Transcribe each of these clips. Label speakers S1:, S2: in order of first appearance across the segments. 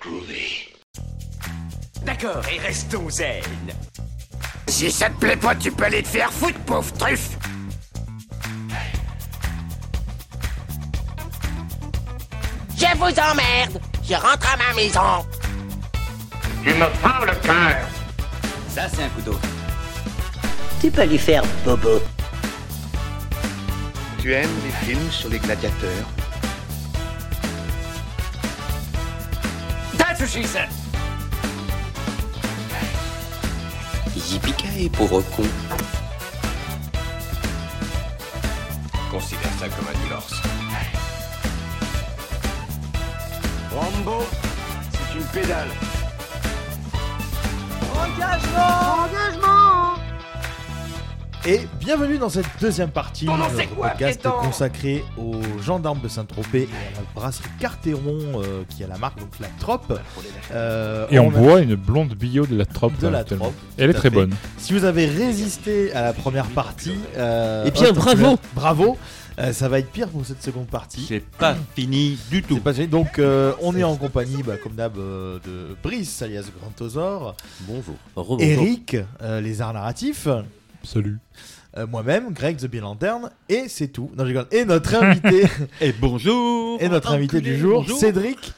S1: groovy.
S2: D'accord, et restons zen.
S3: Si ça te plaît pas, tu peux aller te faire foutre, pauvre truffe
S4: Je vous emmerde Je rentre à ma maison
S5: Tu me prends le cœur
S6: Ça, c'est un couteau.
S7: Tu peux lui faire bobo.
S8: Tu aimes les films sur les gladiateurs
S2: That's what she said
S6: Yippee pauvre con.
S9: Considère ça comme un divorce.
S10: Rambo, c'est une pédale.
S11: Engagement Engagement
S12: et bienvenue dans cette deuxième partie
S2: bon, du podcast
S12: consacrée aux gendarmes de Saint-Tropez et à la brasserie Carteron euh, qui a la marque donc la Trope.
S13: Euh, et on, on boit a... une blonde bio de la Trope. hein,
S12: De là, la Trope.
S13: Elle est très fait. bonne.
S12: Si vous avez résisté à la première partie,
S14: euh, et bien bravo,
S12: bravo. Euh, ça va être pire pour cette seconde partie.
S14: C'est pas fini du tout.
S12: Pas fini. Donc, euh, on est, est en compagnie, bah, comme d'hab, euh, de Brice, alias Grantosaur.
S14: Bonjour.
S12: Bonjour. Eric, euh, les arts narratifs. euh,
S13: Salut.
S12: Moi-même, Greg the Bill Lantern, et c'est tout. Non, je rigole. Et notre invité.
S14: et bonjour.
S12: Et notre invité du jour,
S14: bonjour.
S12: Cédric.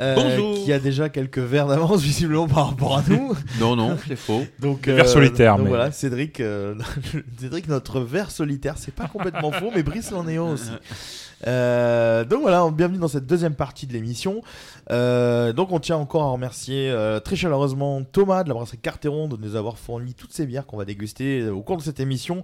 S12: euh,
S14: Bonjour.
S12: Qui a déjà quelques verres d'avance, visiblement, par rapport à nous.
S14: non, non, c'est faux.
S12: Donc, euh,
S13: verre solitaire.
S12: Donc, mais... Voilà, Cédric, euh, Cédric, notre verre solitaire, c'est pas complètement faux, mais Brice l'en est aussi. Euh, donc voilà, bienvenue dans cette deuxième partie de l'émission. Euh, donc on tient encore à remercier euh, très chaleureusement Thomas de la brasserie Carteron de nous avoir fourni toutes ces bières qu'on va déguster euh, au cours de cette émission.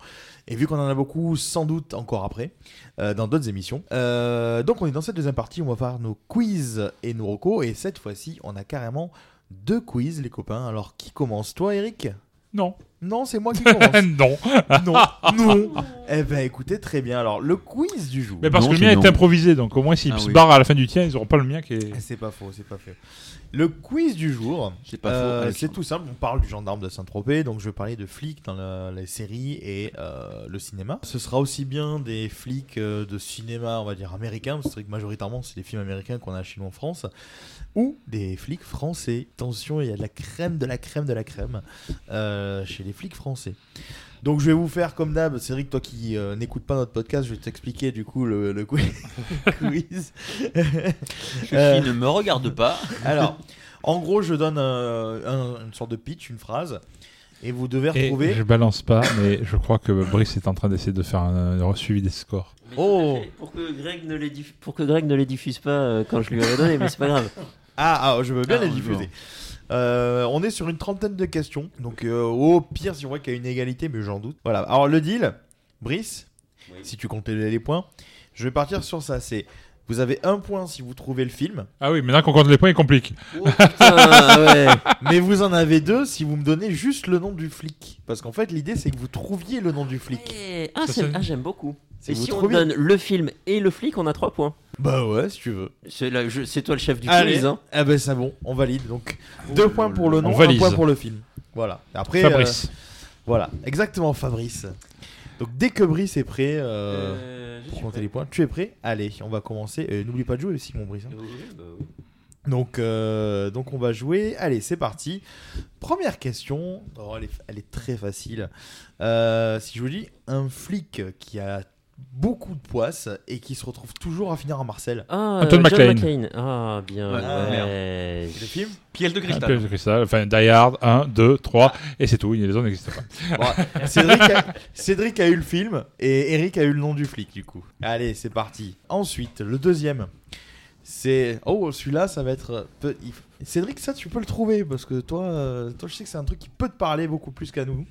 S12: Et vu qu'on en a beaucoup, sans doute encore après, euh, dans d'autres émissions. Euh, donc on est dans cette deuxième partie, on va faire nos quiz et nos recos. Et cette fois-ci, on a carrément deux quiz, les copains. Alors qui commence Toi, Eric
S13: Non.
S12: Non, c'est moi qui commence.
S13: non.
S12: Non. Non. eh ben, écoutez, très bien. Alors, le quiz du jour.
S13: Mais parce
S12: non,
S13: que le mien non. est improvisé, donc au moins s'ils ah, se oui. barrent à la fin du tien, ils n'auront pas le mien qui est.
S12: Eh, C'est pas faux, c'est pas faux. Le quiz du jour.
S14: C'est pas euh,
S12: C'est tout simple. On parle du gendarme de Saint-Tropez, donc je vais parler de flics dans la, les séries et euh, le cinéma. Ce sera aussi bien des flics euh, de cinéma, on va dire américain, parce que majoritairement, c'est les films américains qu'on a chez nous en France ou des flics français. Attention, il y a de la crème, de la crème, de la crème euh, chez les flics français. Donc je vais vous faire comme d'hab, Cédric, toi qui euh, n'écoutes pas notre podcast, je vais t'expliquer du coup le, le quiz.
S14: je euh, ne me regarde pas.
S12: alors, en gros, je donne un, un, une sorte de pitch, une phrase. Et vous devez
S13: et
S12: retrouver.
S13: je balance pas, mais je crois que Brice est en train d'essayer de faire un, un suivi des scores.
S12: Oh
S15: pour que, Greg ne les diff... pour que Greg ne les diffuse pas euh, quand je lui aurais donné, mais c'est pas grave.
S12: Ah, ah, je veux bien ah, les diffuser. Euh, on est sur une trentaine de questions. Donc, euh, au pire, si on voit qu'il y a une égalité, mais j'en doute. Voilà. Alors, le deal, Brice, oui. si tu comptes les points, je vais partir sur ça. C'est. Vous avez un point si vous trouvez le film.
S13: Ah oui, maintenant qu'on compte les points, il complique.
S12: Oh,
S15: ah
S12: putain, ouais. Mais vous en avez deux si vous me donnez juste le nom du flic. Parce qu'en fait, l'idée, c'est que vous trouviez le nom du flic.
S15: Ouais. Ah, ah j'aime beaucoup. Et si on donne le film et le flic, on a 3 points.
S12: Bah ouais, si tu veux.
S15: C'est toi le chef du
S12: Allez.
S15: quiz. Hein.
S12: Ah bah c'est bon, on valide. Donc 2 oh points pour le nom, 1 point pour le film. Voilà. Après,
S13: Fabrice.
S12: Euh, voilà, exactement Fabrice. Donc dès que Brice est prêt, euh, euh, pour compter les points, tu es prêt Allez, on va commencer. N'oublie pas de jouer aussi, mon Brice. Hein. Oui, bah oui. Donc, euh, donc on va jouer. Allez, c'est parti. Première question. Oh, elle, est, elle, est, très facile. Euh, si je vous dis un flic qui a beaucoup de poisse et qui se retrouve toujours à finir à Marseille.
S15: Ah,
S13: Anton
S15: euh,
S13: McLean.
S15: McLean. Ah, bien. Ouais, ouais.
S12: Le film
S14: Piège de cristal.
S13: Ah, Piège de cristal. Enfin, Die Hard 1, 2, 3. Et c'est tout. Les autres n'existent
S12: pas. Bon, Cédric, a, Cédric a eu le film et Eric a eu le nom du flic, du coup. Allez, c'est parti. Ensuite, le deuxième. C'est oh celui-là ça va être Cédric ça tu peux le trouver parce que toi euh, toi je sais que c'est un truc qui peut te parler beaucoup plus qu'à nous.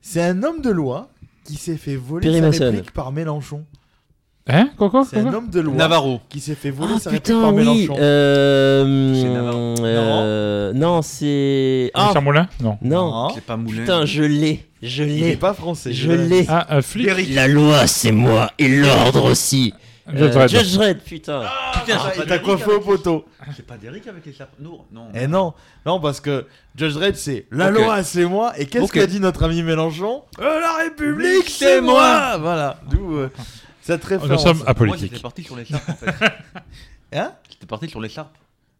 S12: C'est un homme de loi qui s'est fait voler Pierre sa Masson. réplique par Mélenchon.
S13: Hein quoi, quoi,
S12: C'est un homme de loi
S14: Navarro
S12: qui s'est fait voler
S15: oh,
S12: sa
S15: putain,
S12: réplique par
S15: oui.
S12: Mélenchon.
S15: Euh... euh... Non, c'est
S13: ah. Richard Moulin Non.
S15: Non,
S14: c'est pas Moulin.
S15: Putain, je l'ai. Je l'ai. Il
S12: est pas français.
S15: Je l'ai.
S13: Ah, un flic.
S14: La loi c'est moi et l'ordre aussi.
S13: Judge Dredd.
S15: Euh, Judge Dredd, putain.
S14: Ah,
S12: putain, ah, t'as coiffé au poteau.
S14: C'est pas d'Eric avec les chapeaux. Non, non.
S12: Eh non, non, parce que Judge Dredd, c'est la okay. loi, c'est moi. Et qu'est-ce okay. qu'a dit notre ami Mélenchon euh, La République, c'est moi Voilà, d'où euh, cette référence.
S13: Nous sommes apolitiques.
S14: Moi, j'étais parti sur l'écharpe, en fait.
S12: hein
S14: J'étais parti sur l'écharpe.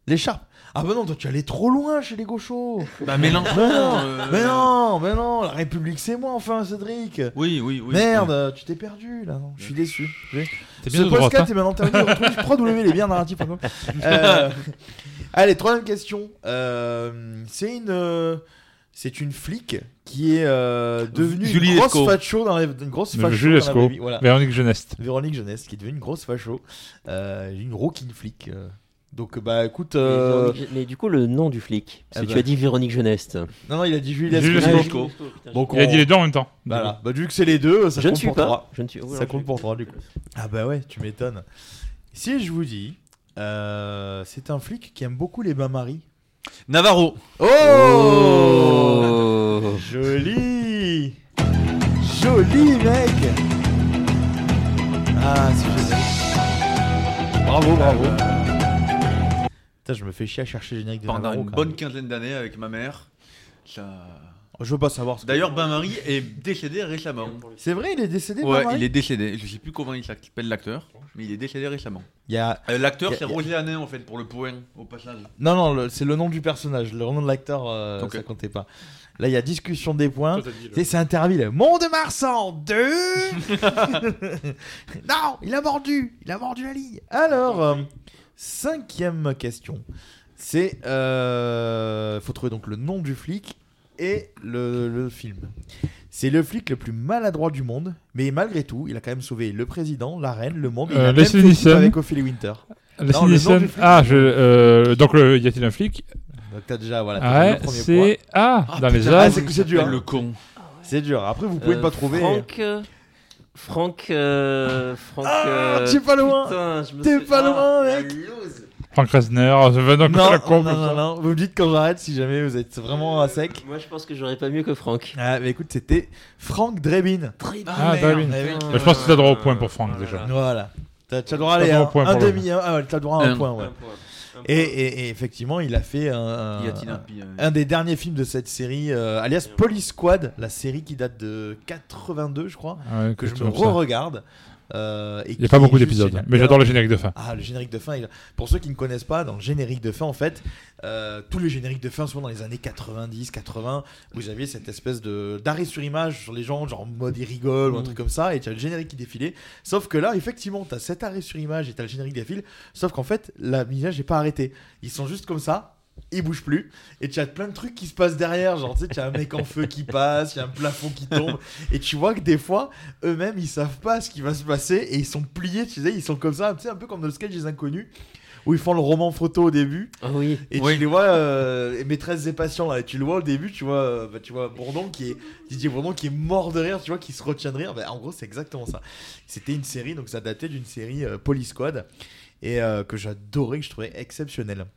S12: L'écharpe. Ah bah non, toi tu allais trop loin chez les gauchos.
S1: Bah mais non.
S12: Mais non,
S1: euh,
S12: mais non, mais non, la République c'est moi enfin, Cédric.
S1: Oui, oui, oui.
S12: Merde, tu t'es perdu là. non, Je suis déçu. J'ai-
S1: T'es bien
S12: Ce
S1: de droite,
S12: podcast
S1: hein.
S12: est maintenant terminé. Retrouvez sur www.lesbiensnarratifs.com. Euh, Allez, troisième question. Euh, c'est une, euh, c'est une flic qui est euh, devenue
S1: Julie
S12: une grosse
S1: Lescaut.
S12: facho dans la, une grosse
S13: Mais
S12: facho dans
S13: Julie
S12: la
S13: Lescaut,
S12: vraie vie, voilà.
S13: Véronique Jeunesse.
S12: Véronique Jeunesse, qui est devenue une grosse facho, euh, une rocking flic. euh. Donc bah écoute, euh,
S15: Mais, mais du coup, le nom du flic. Parce
S12: Ah
S15: que tu
S12: bah.
S15: as dit Véronique Jeunesse. Ah,
S12: non non, il a dit Julie
S13: Julie
S12: Lescaut.
S13: Lescaut.
S12: Donc,
S13: Il a
S12: on-
S13: dit les deux en même temps.
S12: Voilà. Bah vu que c'est les deux, ça
S15: Je ne
S12: compte
S15: suis
S12: pour
S15: pas.
S12: trois.
S15: Je ne suis- oui,
S12: Ça
S15: non,
S12: compte pour trois du coup. Ah bah ouais, tu m'étonnes. Si je vous dis, euh, c'est un flic qui aime beaucoup les bains-maries.
S1: Navarro.
S12: Oh, Joli Joli mec Ah c'est génial. Bravo, bravo. Putain, je me fais chier à chercher le générique de
S1: Pendant
S12: Navarro,
S1: une
S12: quand
S1: bonne quinzaine d'années avec ma mère. Ça-
S12: même. Je veux pas savoir. ce que-
S1: D'ailleurs, Bain-Marie est décédé récemment.
S12: C'est vrai, il est décédé.
S1: Ouais,
S12: Bain-Marie
S1: il est décédé. Je sais plus comment il s'appelle l'acteur, mais il est décédé récemment.
S12: Il y a-
S1: Euh, l'acteur,
S12: il y a-
S1: c'est Roger Hanin en fait pour le point au passage.
S12: Non, non, le- c'est le nom du personnage. Le nom de l'acteur, euh,
S1: Ok.
S12: ça comptait pas. Là, il y a discussion des points.
S1: Toi, t'as dit le-
S12: C'est- C'est interdit. là. Mont de Marsan, 2 Non, il a mordu. Il a mordu la ligne. Alors, euh, cinquième question. C'est. euh, faut trouver donc le nom du flic et le, le film. C'est le flic le plus maladroit du monde, mais malgré tout, il a quand même sauvé le président, la reine, le monde. et il
S13: Euh,
S12: a même
S13: Leslie
S12: fait équipe
S13: Nielsen.
S12: avec Ophélie Winter.
S13: Leslie
S12: Non, le nom
S13: Nielsen.
S12: du flic.
S13: Ah, je, euh, donc le, y a-t-il un flic
S12: Donc t'as déjà voilà. Bah, t'as
S13: Ouais,
S12: déjà le premier
S13: c'est
S12: point.
S13: ah, dans les
S12: Ah,
S13: arbres.
S12: c'est c'est dur. hein.
S1: Le con.
S12: C'est dur. Après vous pouvez
S15: Euh,
S12: pas trouver.
S15: Franck. euh, Franck. euh, Franck.
S12: Ah,
S15: euh,
S12: t'es pas loin.
S15: putain, je me
S12: T'es
S15: suis-
S12: pas loin,
S15: Ah,
S12: mec.
S13: Frank Reznor. ça va donc
S12: Non,
S13: la con,
S12: ah, non,
S13: comme
S12: non,
S13: ça.
S12: non. Vous me dites quand j'arrête si jamais vous êtes vraiment à sec.
S15: Moi, je pense que j'aurais pas mieux que Franck.
S12: Ah, mais écoute, c'était Frank Drebin.
S13: Ah,
S12: merde.
S13: Darwin.
S12: Eh oui.
S13: Bah, je pense que t'as droit au point pour Franck déjà.
S12: Voilà. T'as t'as le droit à
S13: T'as
S12: aller
S13: droit au
S12: un,
S13: point
S12: un
S13: pour le
S12: demi, un, ah ouais, t'as le droit à un,
S13: Un.
S12: point, ouais.
S13: Un point.
S12: Et, et- et effectivement, il a euh, fait un, un-
S1: Y a-t-il un pire, ouais.
S12: un des derniers films de cette série, euh, alias Police Squad, la série qui date de 82, je crois,
S13: Ah ouais,
S12: que je me
S13: quelque chose comme ça.
S12: re-regarde. euh, et
S13: Il y a
S12: qui
S13: pas
S12: est
S13: beaucoup
S12: juste
S13: d'épisodes, hein.
S12: génial.
S13: mais j'adore le générique de fin.
S12: Ah, le générique de fin. il- Pour ceux qui ne connaissent pas, dans le générique de fin, en fait, euh, tous les génériques de fin sont dans les années 90, 80. Vous aviez cette espèce de d'arrêt sur image sur les gens, genre en mode ils rigolent ou un
S15: Mm.
S12: truc comme ça, et tu as le générique qui défilait. Sauf que là, effectivement, tu as cet arrêt sur image et tu as le générique qui défile. Sauf qu'en fait, la l'image n'est pas arrêtée. Ils sont juste comme ça. Ils bougent plus et tu as plein de trucs qui se passent derrière. Genre, tu sais, tu as un mec en feu qui passe, il y a un plafond qui tombe, et tu vois que des fois, eux-mêmes ils savent pas ce qui va se passer et ils sont pliés, tu sais, ils sont comme ça, tu sais, un peu comme dans le sketch des inconnus où ils font le roman photo au début.
S15: Ah oui.
S12: Et
S15: Oui.
S12: tu les vois, euh, maîtresse et patient là, et tu le vois au début, tu vois, euh, bah, tu vois Bourdon qui est Didier Bourdon qui est mort de rire, tu vois, qui se retient de rire. Bah, en gros, c'est exactement ça. C'était une série, donc ça datait d'une série euh, Police Squad et euh, que j'adorais, que je trouvais exceptionnelle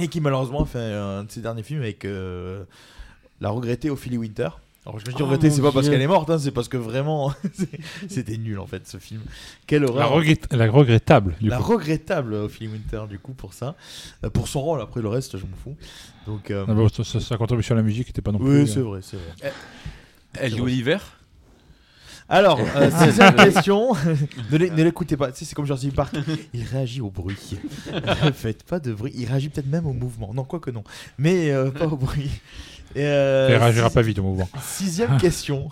S12: et qui malheureusement a fait un de ses derniers films avec euh, la regrettée Ophélie Winter. Alors je me dis
S15: Oh,
S12: regrettée,
S15: mon
S12: c'est pas parce
S15: Dieu.
S12: qu'elle est morte, hein, c'est parce que vraiment c'est- c'était nul en fait ce film. Quelle
S13: La,
S12: horreur.
S13: regrette- la regrettable, du
S12: La
S13: coup.
S12: regrettable Ophélie Winter du coup pour ça, Euh, pour son rôle. Après le reste, je m'en fous. Donc euh,
S13: Ah bah, sa- sa, sa contribution à la musique était pas non plus. hein. euh,
S12: oui, c'est vrai, c'est vrai.
S1: Elle
S12: C'est
S1: joue
S12: vrai.
S1: l'hiver
S12: Alors, euh, sixième question. ne l'é- ne l'écoutez pas. Tu sais, c'est comme Jurassic Park. Il réagit au bruit. ne faites pas de bruit. Il réagit peut-être même au mouvement. Non, quoi que non. Mais euh, pas au bruit. Et, euh,
S13: Elle réagira
S12: six-
S13: pas vite au mouvement.
S12: Sixième question.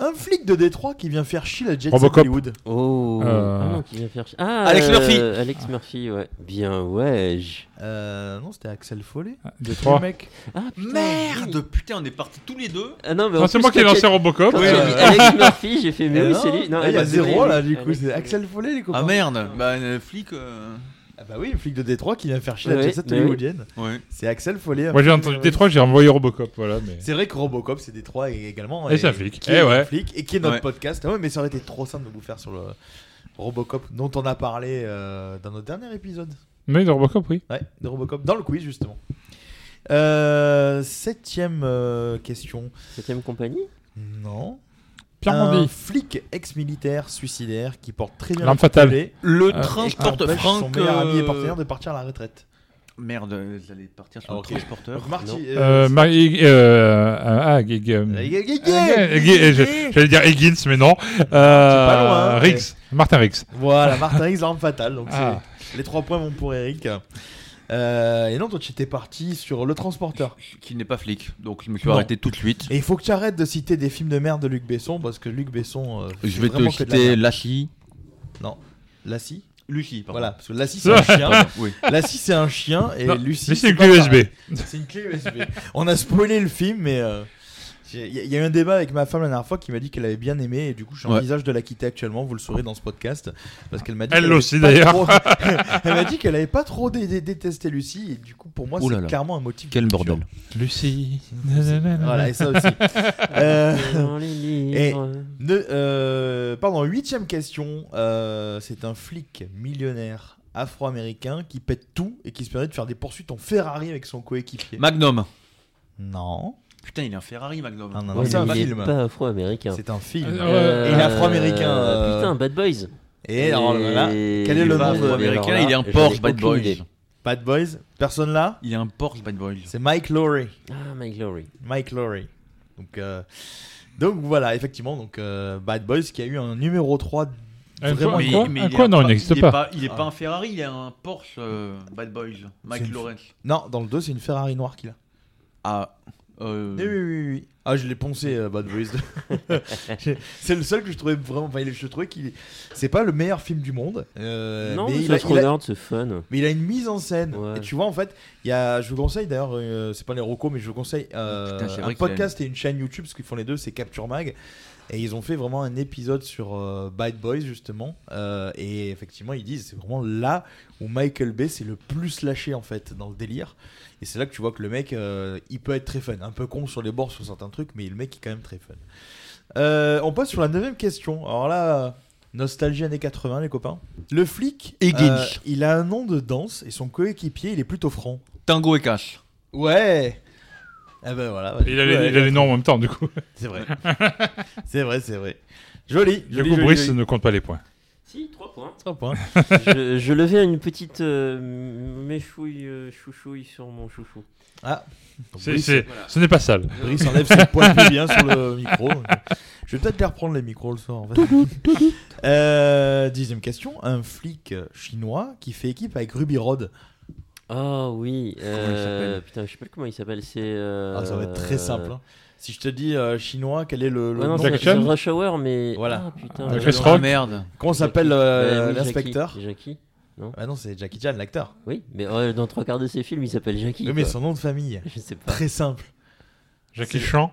S12: Un flic de Détroit qui vient faire chier la Jet Set
S13: Robocop.
S12: Hollywood.
S15: Oh.
S13: Euh.
S15: Ah non, qui vient faire. Ah,
S1: Alex
S15: euh,
S1: Murphy.
S15: Alex Murphy, ouais. Bien, ouais. je-
S12: Euh, non, c'était Axel Follet.
S13: Détroit.
S12: Le mec.
S15: Ah, putain.
S1: Merde, putain, on est partis tous les deux.
S15: Ah non, mais
S13: Non,
S15: en
S13: c'est
S15: plus,
S13: moi qui ai
S15: quand
S13: lancé euh.
S15: j'ai-
S13: Robocop.
S15: quand
S13: Oui,
S15: j'ai
S13: oui.
S15: dit Alex Murphy, j'ai fait, mais
S12: Eh
S15: oui,
S12: non,
S15: c'est lui. Non,
S12: là, il y a
S15: bah, c'est
S12: zéro
S15: lui.
S12: là du coup.
S15: Alex
S12: C'est
S15: Murphy.
S12: Axel Follet les copains.
S1: Ah merde, bah euh, flic. euh,
S12: Ah bah oui, le flic de Détroit qui vient faire chier la
S15: Ouais,
S12: Jet Set
S15: mais oui.
S12: Hollywoodienne.
S1: Ouais.
S12: C'est Axel Follet.
S13: Moi j'ai entendu Détroit, j'ai envoyé Robocop, voilà. Mais...
S12: C'est vrai que Robocop, c'est Détroit et également.
S13: Et c'est un flic.
S12: Qui
S13: Eh
S12: est
S13: ouais.
S12: un flic et qui est notre
S1: Ouais.
S12: podcast. Ah ouais, mais ça aurait été trop simple de vous faire sur le Robocop dont on a parlé euh, dans notre dernier épisode.
S13: Mais de Robocop, oui.
S12: Ouais, de Robocop. Dans le quiz, justement. Euh, septième euh, question.
S15: Septième compagnie.
S12: Non.
S13: Pierre
S12: un
S13: Mondi.
S12: flic ex-militaire suicidaire qui porte très bien
S13: L'arme
S12: la
S13: fatale.
S12: pistolet
S1: Le
S13: Euh,
S1: transporte
S12: empêche
S1: Franck.
S12: Son meilleur ami et
S1: euh,
S12: partenaire de partir à la retraite.
S1: Merde, euh, j'allais partir sur
S12: Ah,
S1: le
S12: ok.
S1: transporteur.
S12: Donc, Marty,
S15: non.
S12: euh,
S13: Euh, Marie. Euh, ah, ah, Gig. euh,
S12: Gay, gay, gay,
S13: euh,
S12: gay,
S13: Gig-
S12: gay.
S13: je- J'allais dire Higgins, mais non. Euh,
S12: pas loin, hein,
S13: Riggs. Martin Riggs.
S12: Voilà, Martin Riggs, l'arme fatale. Donc
S13: Ah.
S12: c'est- les trois points vont pour Eric. Euh, et non, toi, tu étais parti sur Le Transporteur.
S1: Qui n'est pas flic, donc je me suis arrêté tout de suite.
S12: Et il faut que tu arrêtes de citer des films de merde de Luc Besson, parce que Luc Besson. euh, fait
S1: Je vais te
S12: vraiment que de la
S1: citer
S12: merde.
S1: Lassie.
S12: Non, Lassie
S1: Lucie, pardon.
S12: Voilà, parce que Lassie c'est un chien.
S1: Pardon, oui.
S12: Lassie c'est un chien et
S1: Non,
S12: Lucie.
S1: mais c'est une
S12: pas
S1: clé
S12: pareil.
S1: USB.
S12: C'est une clé USB. On a spoilé le film, mais euh, j'ai- il y, a- il y a eu un débat avec ma femme la dernière fois qui m'a dit qu'elle avait bien aimé et du coup j'envisage de la quitter actuellement. Vous le saurez dans ce podcast parce qu'elle m'a dit.
S13: Elle
S12: qu'elle avait
S13: aussi,
S12: pas
S13: d'ailleurs.
S12: trop- Elle m'a dit qu'elle avait pas trop dé- dé- détesté Lucie et du coup pour moi
S1: Ouh là
S12: c'est
S1: là.
S12: clairement un motif.
S1: Quel
S12: de
S1: bordel.
S12: culture.
S13: Lucie.
S12: Voilà, et ça aussi. Euh,
S15: Dans les livres.
S12: et ne- euh, pardon, huitième question. euh, c'est un flic millionnaire afro-américain qui pète tout et qui se permet de faire des poursuites en Ferrari avec son coéquipier.
S1: Magnum.
S12: Non.
S1: Putain, il est un Ferrari, Magnum.
S12: Ah, Non, non,
S15: Ouais,
S12: c'est un
S15: mais il est
S12: film.
S15: pas afro-américain.
S12: C'est un film.
S15: Euh,
S12: Et il est afro-américain.
S15: euh,
S12: euh,
S15: Putain, Bad Boys.
S12: Et alors là, quel est
S15: il
S12: le
S15: pas
S12: nom de
S15: afro-américain,
S1: Américain, il est un
S15: j'en ai
S1: Porsche Bad
S15: aucune
S1: Boys.
S15: idée.
S12: Bad Boys Personne là
S1: Il est un Porsche Bad Boys.
S12: C'est Mike Lowry.
S15: Ah, My Glory.
S12: Mike Lowry. Donc, euh, donc voilà, effectivement, donc euh, Bad Boys qui a eu un numéro 3
S13: Un
S12: vraiment
S13: Euh, quoi,
S12: une-
S13: un quoi Un quoi, non, il n'existe
S1: est
S13: pas.
S1: Il est pas un Ferrari, il est un Porsche euh, Bad Boys.
S12: Ah. C'est
S1: Mike
S12: une-
S1: Lawrence.
S12: Non, dans le 2, c'est une Ferrari noire qu'il a.
S1: Ah. euh,
S12: Eh Oui, oui, oui, oui. Ah, je l'ai poncé, euh, Bad Boys 2. J'ai- c'est le seul que je trouvais vraiment. Enfin, il- je trouvais qu'il. C'est pas le meilleur film du monde. euh,
S15: Non,
S12: mais
S15: mais
S12: il
S15: ça
S12: a-
S15: se
S12: il a-
S15: regarde, c'est fun.
S12: Mais il a une mise en scène.
S15: Euh. Ouais.
S12: Et tu vois, en fait, il y a, je vous conseille d'ailleurs, euh, c'est pas les rocos, mais je vous conseille euh,
S1: Putain, c'est
S12: un
S1: vrai qu'il a
S12: podcast et une chaîne YouTube, ce qu'ils font les deux, c'est Capture Mag. Et ils ont fait vraiment un épisode sur euh, Bad Boys, justement. Euh, et effectivement, ils disent, c'est vraiment là où Michael Bay s'est le plus lâché, en fait, dans le délire. Et c'est là que tu vois que le mec, euh, il peut être très fun. Un peu con sur les bords, sur certains trucs, mais le mec est quand même très fun. Euh, on passe sur la neuvième question. Alors là, nostalgie années 80, les copains. Le flic, euh,
S1: Higgins.
S12: il a un nom de danse et son coéquipier, il est plutôt franc.
S1: Tango et Cash.
S12: Ouais. Ah ben voilà. bah, du
S13: Il a
S12: coup,
S13: les-
S12: ouais,
S13: il a les noms en même temps, du coup.
S12: C'est vrai. c'est vrai, c'est vrai. Joli.
S13: Du
S12: joli,
S13: coup,
S12: joli,
S13: Brice
S12: joli. hein.
S13: ne compte pas les points.
S15: Si, 3 points.
S12: Trois points.
S15: je, je levais une petite euh, m- méchouille euh, chouchouille sur mon chouchou.
S12: Ah. Donc,
S13: C'est-
S12: Brice-
S13: c'est- ce n'est pas sale.
S12: Brice enlève ses poils plus bien sur le micro. Je vais peut-être les reprendre les micros le soir. En fait. Euh, dixième question. Un flic chinois qui fait équipe avec Ruby Rod. Ah,
S15: Oh oui.
S1: il
S15: euh,
S1: s'appelle
S15: putain, je sais pas comment il s'appelle. C'est. euh,
S12: Ah, ça va être très simple. hein. Si je te dis euh, chinois, quel est le, le
S15: Ouais, non,
S12: nom
S15: c'est
S13: Jack Chan
S15: c'est Rush Hour, mais.
S12: Voilà.
S15: Ah, putain.
S13: Avec
S15: Rush
S13: Chris
S15: Hour.
S13: Rock.
S1: Merde.
S12: Comment s'appelle euh,
S15: Bah oui,
S12: l'inspecteur
S15: Jackie. Jackie.
S12: Ah non, c'est Jackie Chan, l'acteur.
S15: Oui, mais euh, dans trois quarts de ses films, il s'appelle Jackie.
S12: Oui, mais
S15: quoi.
S12: son nom de famille.
S15: Je sais pas.
S12: Très simple.
S13: Jackie
S12: C'est-
S13: Chan.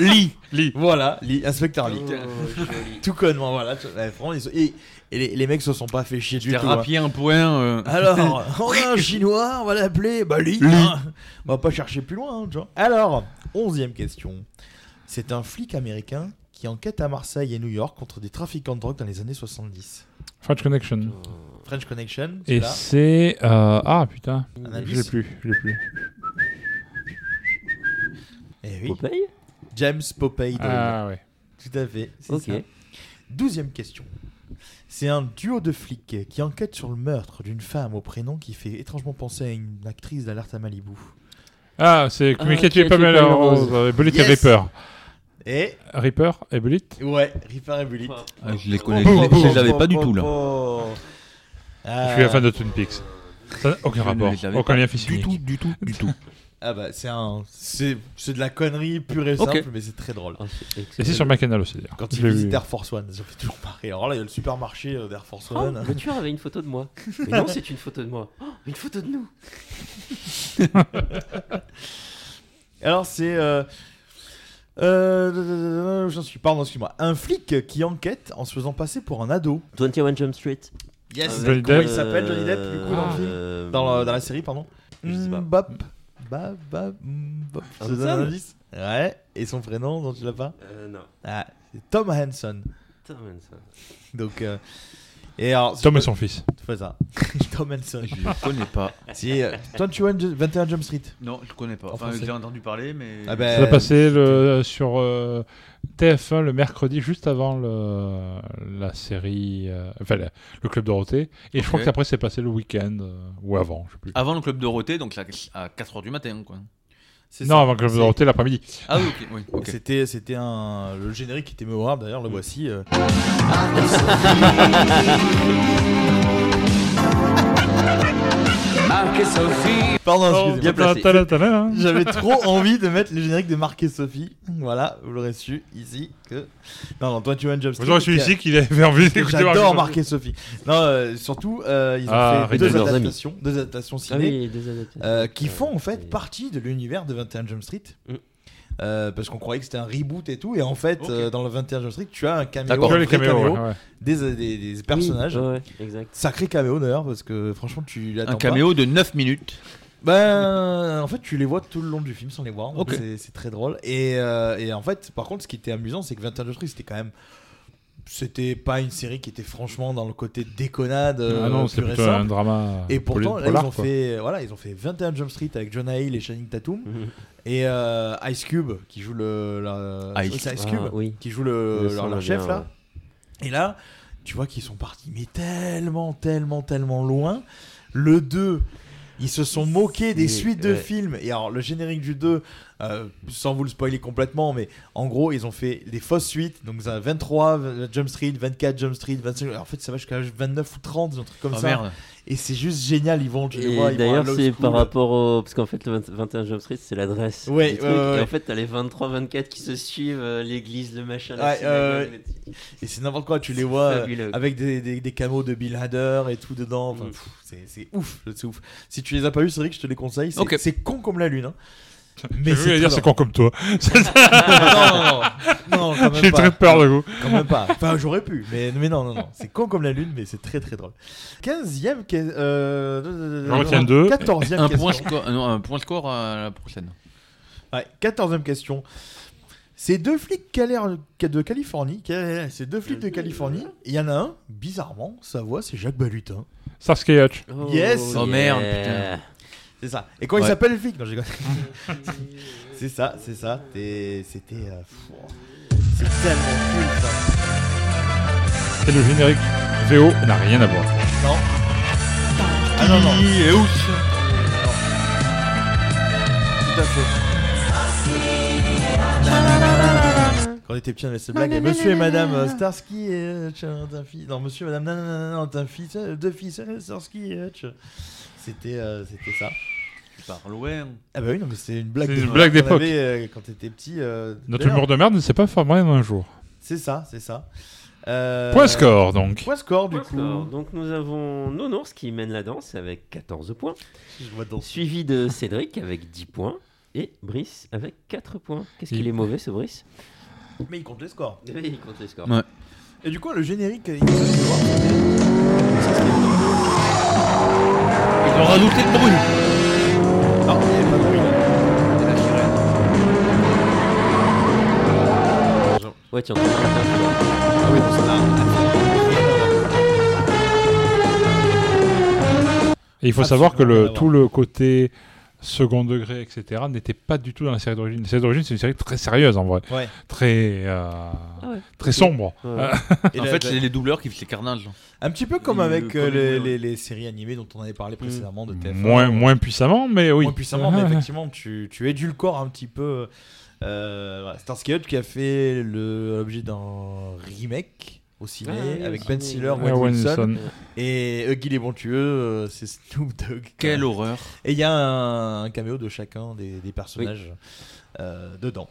S1: Lee.
S13: Lee.
S12: Voilà, Lee, inspecteur Lee.
S15: Oh, joli.
S12: Tout connement, voilà. tu- ouais, vraiment, ils sont- et et les, les mecs se sont pas fait chier du
S1: T'es
S12: tout. hein.
S1: rapié un point. euh.
S12: Ah, Alors, on a un chinois, on va l'appeler bah, Lee. hein. On va pas chercher plus loin, hein, tu vois. Alors, onzième question. C'est un flic américain qui enquête à Marseille et New York contre des trafiquants de drogue dans les années 70.
S13: French Connection.
S12: French Connection,
S13: Et
S12: là.
S13: c'est. euh, Ah putain.
S12: Un
S13: Je l'ai
S12: indice.
S13: plus. Je l'ai plus.
S12: Eh oui,
S15: Popeye
S12: James Popeye. Doyle.
S13: Ah ouais.
S12: Tout à fait, c'est
S15: Ok.
S12: ça. Douzième question. C'est un duo de flics qui enquête sur le meurtre d'une femme au prénom qui fait étrangement penser à une actrice d'Alerte à Malibu.
S13: Ah, c'est
S15: Ah,
S13: Comique
S15: qui a
S13: qui tué
S15: tué
S13: pas mal
S15: Pamela
S13: Rose.
S15: Rose.
S13: euh, Bullitt
S12: Yes.
S13: avait peur.
S12: Et
S13: Reaper et Bullitt
S12: ouais, Ripper et Bullitt.
S1: Ah, je les connais. je les- Je les avais pas du tout là.
S13: Je
S12: Ah,
S13: suis la fan de Twin Peaks. Ça n'a aucun
S1: Je ne
S13: rapport.
S1: les avais
S13: Aucun
S1: pas
S13: lien physique.
S1: Du tout, du tout, du tout.
S12: ah bah c'est un, c'est c'est de la connerie pure et
S15: Ok.
S12: simple, mais c'est très drôle.
S15: Ah, c'est
S13: Et c'est
S15: excellent.
S13: sur ma canal aussi. d'ailleurs.
S12: Quand
S13: Je
S12: ils
S13: l'ai
S12: visitent
S13: vu.
S12: Air Force One, ça fait toujours marrer. Alors là, il y a le supermarché euh, d'Air Force
S1: Ah,
S15: Oh,
S12: One.
S15: le tueur avait une photo de moi. Mais non, c'est une photo de moi. Oh, une photo de nous.
S12: Alors c'est euh, euh, j'en suis pardon, excuse-moi. Un flic qui enquête en se faisant passer pour un ado.
S15: 21 Jump Street.
S12: Yes.
S13: Johnny
S12: Comment
S13: Depp.
S12: il s'appelle Johnny Depp du coup dans le film
S15: film
S12: dans, le- dans la série, pardon.
S15: Je sais pas.
S12: Mbap. Bap, bap, mbap. Je
S15: Ah,
S12: te mm, donne
S15: Sam
S12: un indice. Ouais. Et son prénom, dont tu l'as pas
S15: Euh, non.
S12: Ah, c'est Tom Hanson.
S15: Putain, man, ça.
S12: Donc. euh, Et alors,
S13: Tom et son fils.
S12: Fais ça. Tom Hanson.
S1: Je les connais pas.
S12: Si, euh, 21, Ju- 21 Jump Street.
S1: Non, je connais pas.
S12: En
S1: Enfin,
S12: français.
S1: j'ai entendu parler, mais.
S12: Ah ben,
S13: Ça a passé le, sur euh, TF1 le mercredi, juste avant le, la série. euh, enfin, la- le Club Dorothée. Et je crois
S1: Ok.
S13: que après, c'est passé le week-end. euh, ou avant, je sais plus.
S1: Avant le club Dorothée, donc là, à 4h du matin, quoi.
S12: c'est
S13: non,
S12: ça.
S13: avant le Club
S12: C'est-
S13: Dorothée, l'après-midi.
S1: Ah oui, ok. Oui, ok.
S12: C'était, c'était un. Le générique était mémorable d'ailleurs, le
S13: Mm.
S12: voici. euh.
S6: Marie,
S1: Ah,
S12: Marc et Sophie.
S13: Oh,
S12: Pardon, excusez-moi.
S13: Bien
S12: J'avais trop envie de mettre le générique de Marc et Sophie. Voilà, vous l'aurez su ici que. Non, non, toi tu Jobs.
S13: Vous aurez su ici qu'il avait envie d'écouter
S12: J'adore Marc et Sophie. Non, euh, surtout, euh, ils ont
S13: Ah,
S12: fait
S13: Rick and
S12: deux
S13: Morty.
S12: adaptations, deux adaptations
S15: Ah
S12: ciné
S15: oui, deux adaptations.
S12: euh, qui font en fait partie de l'univers de 21 Jump Street. Euh, parce qu'on croyait que c'était un reboot et tout, et en fait, euh, dans le 21 Jump Street, tu as un caméo,
S13: D'accord. Tu as les
S12: vrai
S13: caméos,
S12: caméo
S13: ouais, ouais.
S12: Des, euh, des- des personnages.
S15: Oui, ouais, exact.
S12: Sacré caméo d'ailleurs, parce que franchement, tu l'attends.
S1: Un caméo
S12: de 9 minutes. Ben, en fait, tu les vois tout le long du film sans les voir.
S1: Ok.
S12: C'est- C'est très drôle. Et, euh, et en fait, par contre, ce qui était amusant, c'est que 21 Jump Street, c'était quand même. C'était pas une série qui était franchement dans le côté déconnade. euh,
S13: Ah non,
S12: pur
S13: c'est
S12: et
S13: plutôt
S12: simple.
S13: un drama
S12: Et pourtant,
S13: poli-
S12: là, ils
S13: polar,
S12: ont
S13: quoi.
S12: fait, voilà, ils ont fait 21 Jump Street avec Jonah Hill et Channing Tatum.
S15: Mhm.
S12: Et euh, Ice Cube, qui joue le. la-
S15: Ice.
S12: c'est Ice Cube,
S15: Ah, oui.
S12: qui joue Euh, le,
S15: Il
S12: leur-
S15: me
S12: leur
S15: semble
S12: chef,
S15: bien,
S12: là. Et là, tu vois qu'ils sont partis, mais tellement, tellement, tellement loin. Le 2. Ils se sont moqués des
S15: Oui,
S12: suites de
S15: ouais.
S12: films. Et alors, le générique du 2, euh, sans vous le spoiler complètement, mais en gros, ils ont fait des fausses suites. Donc, ça, 23 v- Jump Street, 24 Jump Street, 25. Alors, en fait, ça va jusqu'à 29 ou 30, un truc comme
S1: Oh,
S12: ça.
S1: merde.
S12: Et c'est juste génial. Ils vont, tu les
S15: Ah, Et
S12: vois, ils vont à
S15: d'ailleurs,
S12: l'old
S15: c'est
S12: school.
S15: par rapport au. Parce qu'en fait, le 20 21 Jump Street, c'est l'adresse.
S12: Ouais,
S15: du
S12: ouais, ouais,
S15: Et
S12: ouais.
S15: en fait, t'as les 23, 24 qui se suivent, euh, l'église, le machin. la
S12: Ouais, euh,
S15: synagogue,
S12: et c'est n'importe quoi, tu les vois euh,
S15: fabuleux.
S12: avec des, des, des camos de Bill Hader et tout dedans. Enfin, pff, c'est- c'est ouf, c'est ouf. Si tu les as pas vus, c'est vrai que je te les conseille. C'est c'est con comme la lune. hein.
S13: J'ai voulu dire,
S12: très
S13: c'est
S12: drôle.
S13: con comme toi.
S12: non, non, non, non, quand même
S13: J'ai
S12: pas.
S13: très peur de vous.
S12: Quand même pas. Enfin, j'aurais pu, mais, mais non, non, non. C'est con comme la lune, mais c'est très très drôle. 15e. que- Euh,
S1: J'en retiens deux.
S12: 14e.
S1: Un
S12: question.
S1: point, score, euh, non, un point score à la prochaine.
S12: Ouais, 14e question. Ces deux flics cala- de Californie, ca- ces deux flics de Californie, il y en a un, bizarrement, sa voix c'est Jacques Balutin.
S13: Starsky et Hutch.
S12: yes
S1: Oh, merde, yeah. putain.
S12: C'est ça. Et quand il
S1: Ouais.
S12: s'appelle le flic Non, je rigole. C'est ça, c'est ça. T'es- C'était. euh, pff, oh. C'est tellement cool ça.
S13: Et le générique VO n'a rien à voir.
S12: Non. Ah non, non.
S1: Et ouch
S12: Tout à fait. Quand on était petit, on avait cette blague. et Monsieur et Madame euh, Starsky et Hutch, euh, t'as un fils. Non, Monsieur et Madame nanana, t'as un fils, euh, deux fils, euh, Starsky et Hutch. C'était, euh, c'était ça.
S1: Tu parles ouais.
S12: Ah bah oui, non, mais c'est une blague.
S13: C'est une
S12: d'époque
S13: blague
S12: qu'on
S13: d'époque.
S12: avait, euh, Quand t'étais petit. euh,
S13: Notre
S12: d'ailleurs.
S13: humour de merde ne s'est pas formé en un jour.
S12: C'est ça, c'est ça. Euh,
S13: Point score, donc.
S12: Point score du
S15: Point
S12: coup.
S15: score. Donc nous avons Nonours qui mène la danse avec 14 points.
S12: Je vois danser.
S15: Suivi de Cédric avec 10 points. Et Brice avec 4 points. Qu'est-ce qu'il
S13: Il-
S15: est mauvais ce Brice
S12: Mais Eh ben, il compte les scores.
S15: Oui, il compte les scores.
S1: Ouais.
S12: Et du coup, le générique, euh, il Ils
S1: ont rajouté le bruit.
S12: Non, Ah, il n'y avait pas de bruit. C'était la sirène.
S15: Ouais, tiens. Attends,
S12: Ah oui, non, ça
S13: Et il faut savoir que le, tout le côté second degré, etc., n'était pas du tout dans la série d'origine. La série d'origine, c'est une série très sérieuse en vrai.
S12: Ouais. Ah
S13: Très, euh,
S15: ouais.
S13: très sombre. Euh,
S12: Et
S1: en
S12: la-
S1: fait, c'est les doubleurs qui faisaient carnage.
S12: Un petit peu comme
S1: Et
S12: avec
S1: le
S12: euh,
S1: premier,
S12: les,
S1: ouais.
S12: les- les séries animées dont on avait parlé précédemment de TF1.
S13: moins, moins puissamment, mais oui.
S12: Moins puissamment, mais
S13: Ah,
S12: effectivement, tu, tu édulcores un petit peu. Euh, voilà, Starsky Hutch qui a fait le- l'objet d'un remake au ciné
S15: Ah, oui,
S12: avec
S15: au
S12: Ben
S15: ciné,
S12: Stiller,
S13: oui.
S12: Wayne
S13: Ah, Wayne
S12: Wilson
S13: Wilson.
S12: et Huggy les Bons Tueux, euh, c'est Snoop Dogg.
S1: Quelle horreur.
S12: Et il y a un, un caméo de chacun des, des personnages euh, dedans.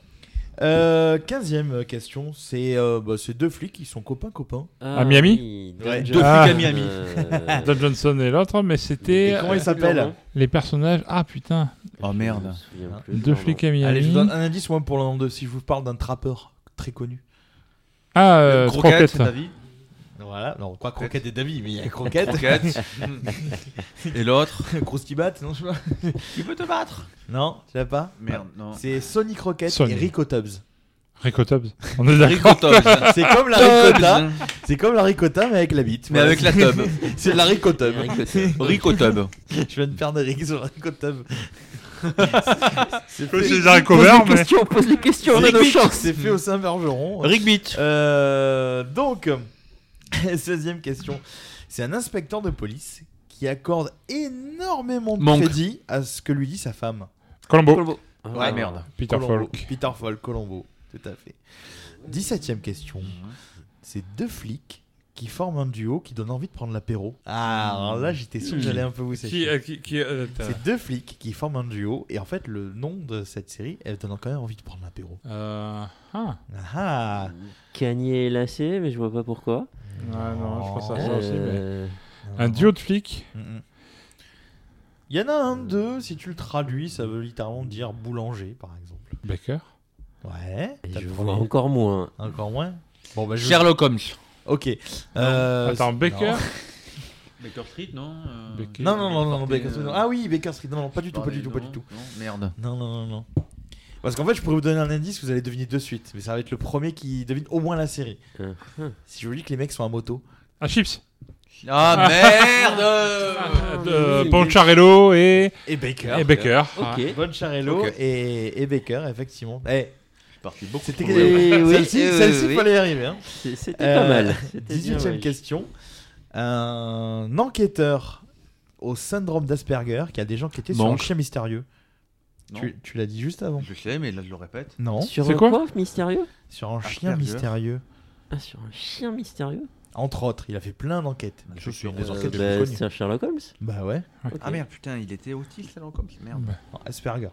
S12: Euh, 15e question, c'est euh, bah, c'est deux flics qui sont copains-copains.
S13: À Miami
S12: Ouais,
S15: Ah Don
S12: deux
S13: Ah.
S12: flics à Miami.
S15: Euh,
S13: Don Johnson et l'autre, mais c'était.
S12: Et comment ils
S13: euh,
S12: s'appellent
S13: Les personnages. Ah putain.
S1: Oh merde.
S15: je me souviens plus de
S13: Deux
S15: leur
S13: flics
S15: nom.
S13: à Miami.
S12: Allez, je vous donne un indice moi pour le nom de si je vous parle d'un trappeur très connu.
S13: Ah, euh,
S1: Croquette,
S13: Croquette.
S1: c'est David.
S12: Voilà, non, quoi Croquette et David, mais il y a Croquette.
S1: Croquette. Et l'autre
S12: Krusty Bat, non, je sais pas.
S1: Qui peut te battre
S12: Non, tu l'as pas
S1: Merde, non.
S12: C'est Sony Croquette
S13: Sonny.
S12: et Rico Tubbs.
S13: Rico Tubbs. On est d'accord.
S1: Tubbs.
S12: C'est comme la
S1: Tubbs.
S12: ricotta, c'est comme la ricotta mais avec la bite.
S1: Mais
S12: Voilà.
S1: avec la tub.
S12: c'est de la
S15: Euh,
S12: ricotub.
S15: Rico-
S1: Ricotub.
S12: Je viens de perdre Eric sur la ricotub.
S13: Je sais les haricots verts, mais-
S15: Question, pose les questions, on a
S12: Rick
S15: nos
S12: Beach,
S15: chances.
S12: C'est fait au Saint-Bergeron.
S1: Rigbit.
S12: Euh, donc, 16ème question. C'est un inspecteur de police qui accorde énormément de
S1: Monk.
S12: crédit à ce que lui dit sa femme.
S13: Colombo.
S15: Colombo. Ah,
S1: Ouais, merde.
S13: Peter
S12: Colombo.
S13: Falk.
S12: Peter Falk, Colombo, tout à fait. 17ème question. C'est deux flics qui forment un duo qui donne envie de prendre l'apéro. Ah, alors là, j'étais sûr que
S13: Mmh.
S12: j'allais un peu vous sécher.
S13: Qui- euh, qui- qui- euh, t'as-
S12: C'est deux flics qui forment un duo, et en fait, le nom de cette série, elle donne quand même envie de prendre l'apéro.
S13: Euh, ah.
S12: Ah
S15: Kanye est lassé, mais je vois pas pourquoi.
S13: Ah non, je pense à ça
S15: Euh,
S13: aussi. mais- Un duo de flics
S12: Il y en a un, deux, si tu le traduis, ça veut littéralement dire boulanger, par exemple.
S13: Baker
S12: Ouais. t'as
S15: je
S12: le
S15: vois
S12: premier.
S15: encore moins.
S12: Encore moins Bon, bah, je-
S1: Sherlock Holmes.
S12: Ok.
S1: Non.
S12: Euh,
S1: Attends,
S12: c'est-
S1: Baker
S12: non.
S14: Baker Street, non euh,
S12: Non, non, non, non, non,
S1: Porter,
S12: Baker Street,
S1: euh,
S12: non. Ah oui, Baker Street. Non, non, pas du tout,
S1: Non,
S12: pas du
S1: mais
S12: tout, pas
S1: non,
S12: du tout.
S1: non, merde.
S12: Non, non, non, non. Parce qu'en fait, je pourrais vous donner un indice, vous allez deviner de suite. Mais ça va être le premier qui devine au moins la série.
S1: Uh-huh.
S12: Si je vous dis que les mecs sont à moto.
S13: Ah, Chips
S1: Ah
S12: Ah,
S1: merde
S13: Euh, Poncharello et.
S12: Et Baker.
S13: Et Baker. Ah.
S12: Ok.
S13: Ouais.
S12: Boncharello
S13: Ok.
S12: et, et Baker, effectivement. Eh,
S1: parti beaucoup
S12: C'était
S1: trop loin.
S12: celle-ci,
S1: Eh oui,
S12: celle-ci,
S1: oui.
S12: fallait y arriver. hein.
S1: C'est- c'était pas mal. C'était bien
S12: 18e
S1: mal.
S12: question. Un enquêteur au syndrome d'Asperger qui a déjà enquêté sur un
S1: Monk.
S12: chien mystérieux.
S1: Non.
S12: Tu, tu l'as dit juste avant.
S1: Je sais, mais là je le répète.
S12: Non.
S15: Sur
S12: C'est
S15: un
S12: quoi
S15: quoi mystérieux
S12: Sur un chien mystérieux.
S15: Ah, sur un chien mystérieux
S12: Entre autres, il a fait plein d'enquêtes. Je suis
S15: Euh, bah, c'est un Sherlock Holmes
S12: Bah ouais.
S1: Ah merde, putain, il était autiste alors comme merde.
S12: Non, Asperger.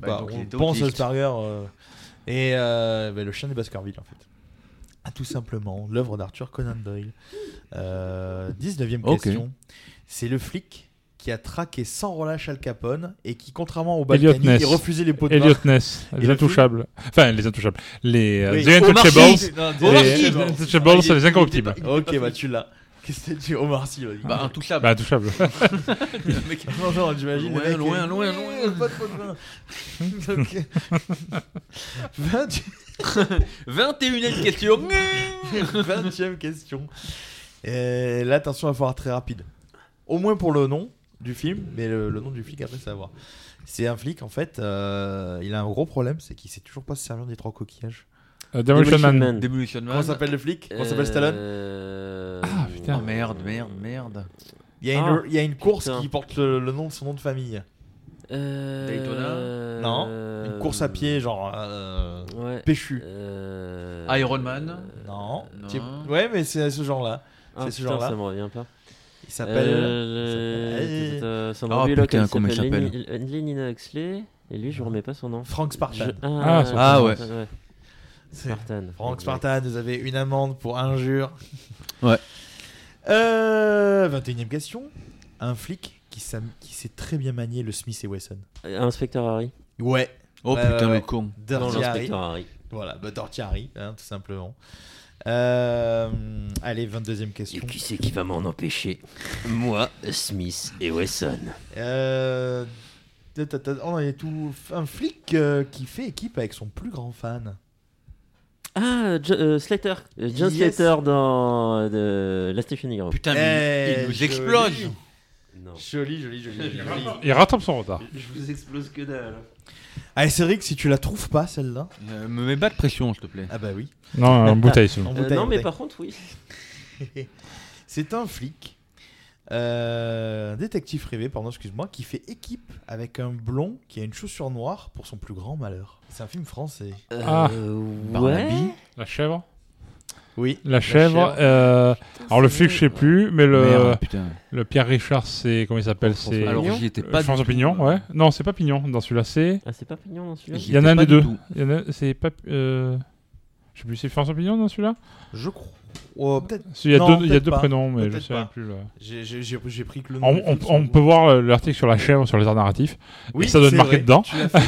S1: Bah,
S12: Bah,
S1: donc, il
S12: on
S1: était
S12: pense à
S1: autiste.
S12: Asperger euh, et euh, bah, le chien des Baskerville en fait. Ah, tout simplement, l'œuvre d'Arthur Conan Doyle. Euh, 19e
S1: Ok.
S12: question. C'est le flic qui a traqué sans relâche Al Capone et qui, contrairement au
S13: Elliot
S12: Balkany,
S13: Ness.
S12: il refusait les pots de
S13: Elliot
S12: vin.
S13: Ness,
S12: Et
S13: les
S12: le flic-
S13: intouchables. Enfin, les intouchables. Les euh,
S12: Oui.
S13: The
S12: Omar Sy. Non, The
S13: Untouchables. Les
S12: Untouchables.
S13: The
S12: Ah,
S13: Untouchables, c'est les incorruptibles.
S12: Ok, bah tu l'as. Qu'est-ce que tu Omar Sy vas-y.
S1: Bah, intouchable.
S13: Bah, intouchable.
S1: Le mec-
S12: Non, non, j'imagine.
S1: Loin,
S12: le mec
S1: loin,
S12: est-
S1: loin, loin.
S12: Pas de pot de vin. Ok. 20...
S1: 21e question.
S12: 20e question. Et là, attention, il va falloir être très rapide. Au moins pour le nom du film, mais le, le nom du flic après savoir. C'est un flic, en fait, euh, il a un gros problème, c'est qu'il sait toujours pas se servir des trois coquillages.
S13: Euh, Demolition Man.
S1: Demolition Man.
S12: Comment s'appelle le flic
S1: euh,
S12: Comment s'appelle Stallone
S15: Euh,
S1: Ah
S15: Oh,
S1: putain. merde, merde, merde.
S12: il y, a
S1: Ah,
S12: une, il y a une course
S1: putain.
S12: qui porte le, le nom de son nom de famille.
S1: Daytona.
S12: Euh, Non
S15: Euh,
S1: Euh,
S12: Une course à pied, genre. euh, Péchu.
S1: Iron Man.
S12: Non.
S1: euh, Non.
S12: Tu- Ouais, mais c'est ce genre-là.
S15: Ah,
S12: c'est ce
S15: putain,
S12: genre-là.
S15: ça me revient pas.
S12: Il s'appelle.
S15: Euh,
S12: il s'appelle-
S15: euh, son
S1: Ah,
S15: Robbie
S1: putain,
S15: Locke,
S1: comment il
S15: Lenny- Lenina Huxley. Et lui, je vous remets pas son nom.
S12: Frank Spartan.
S15: Je-
S1: Ah, Spartan. Ah, ouais.
S12: C'est-
S15: Spartan.
S12: Frank
S15: exact.
S12: Spartan, vous avez une amende pour injure.
S1: Ouais.
S12: Euh, 21 e question. Un flic qui, sam- qui sait très bien manier le Smith et Wesson.
S15: Euh, Inspecteur Harry.
S12: Ouais.
S1: Oh,
S12: Ouais,
S1: putain,
S12: ouais,
S1: le
S12: ouais.
S1: con.
S12: Dirty
S15: Non,
S12: Harry.
S15: l'inspecteur Harry.
S12: Voilà, bah, Dirty Harry, hein, tout simplement. Euh, allez, 22 e question.
S4: Qui c'est qui va m'en empêcher Moi, Smith et Wesson.
S12: Euh, ta- ta- oh, ta- on est tout. Un flic euh, qui fait équipe avec son plus grand fan.
S15: Ah, euh, Jo- euh, Slater. Euh, John
S12: Yes.
S15: Slater dans euh, de Last Station Hero.
S1: Putain,
S12: Eh,
S1: Ah, mais il nous
S12: joli.
S1: explose.
S12: Joli, joli, joli. joli.
S13: Il rattrape son retard.
S14: Je vous explose que dalle.
S12: Allez, Cédric, si tu la trouves pas, celle-là.
S1: Euh, me mets pas de pression, s'il te plaît.
S12: Ah bah oui.
S13: Non, en bouteille,
S12: En
S13: sinon.
S15: Euh,
S12: bouteille, en
S15: non, mais
S12: bouteille.
S15: par contre, oui.
S12: C'est un flic, euh, un détective rêvé, pardon, excuse-moi, qui fait équipe avec un blond qui a une chaussure noire pour son plus grand malheur. C'est un film français.
S13: Ah.
S15: ouais.
S13: La chèvre
S12: Oui.
S13: La chèvre.
S12: chèvre.
S13: euh, alors le flic, je sais plus, mais le
S1: Merde, putain.
S13: le Pierre Richard, c'est comment il s'appelle C'est
S1: Alors, j'y étais pas
S13: Euh, François
S1: du tout.
S13: Pignon, ouais. Non, c'est pas Pignon. Dans celui-là, c'est.
S15: Ah, c'est pas Pignon dans celui-là
S13: Il y en a un
S1: J'y
S13: des
S1: étais pas
S13: deux.
S1: du
S13: Il y en a. C'est pas. euh, Je sais plus. C'est François Pignon dans celui-là.
S12: Je crois. Oh, peut-être.
S13: Si, il y a
S12: non,
S13: deux- il y a
S12: peut-être
S13: deux
S12: pas.
S13: prénoms, mais je
S12: Peut-être
S13: sais
S12: pas.
S13: plus, là.
S12: J'ai- J'ai j'ai- j'ai pris que le nom.
S13: On,
S12: du
S13: on-
S12: film sur
S13: on
S12: le
S13: peut
S12: nom.
S13: voir euh, l'article sur la chèvre, sur les arts narratifs.
S12: Oui,
S13: et ça doit
S12: c'est
S13: être marqué
S12: vrai,
S13: dedans.
S12: tu l'as fait.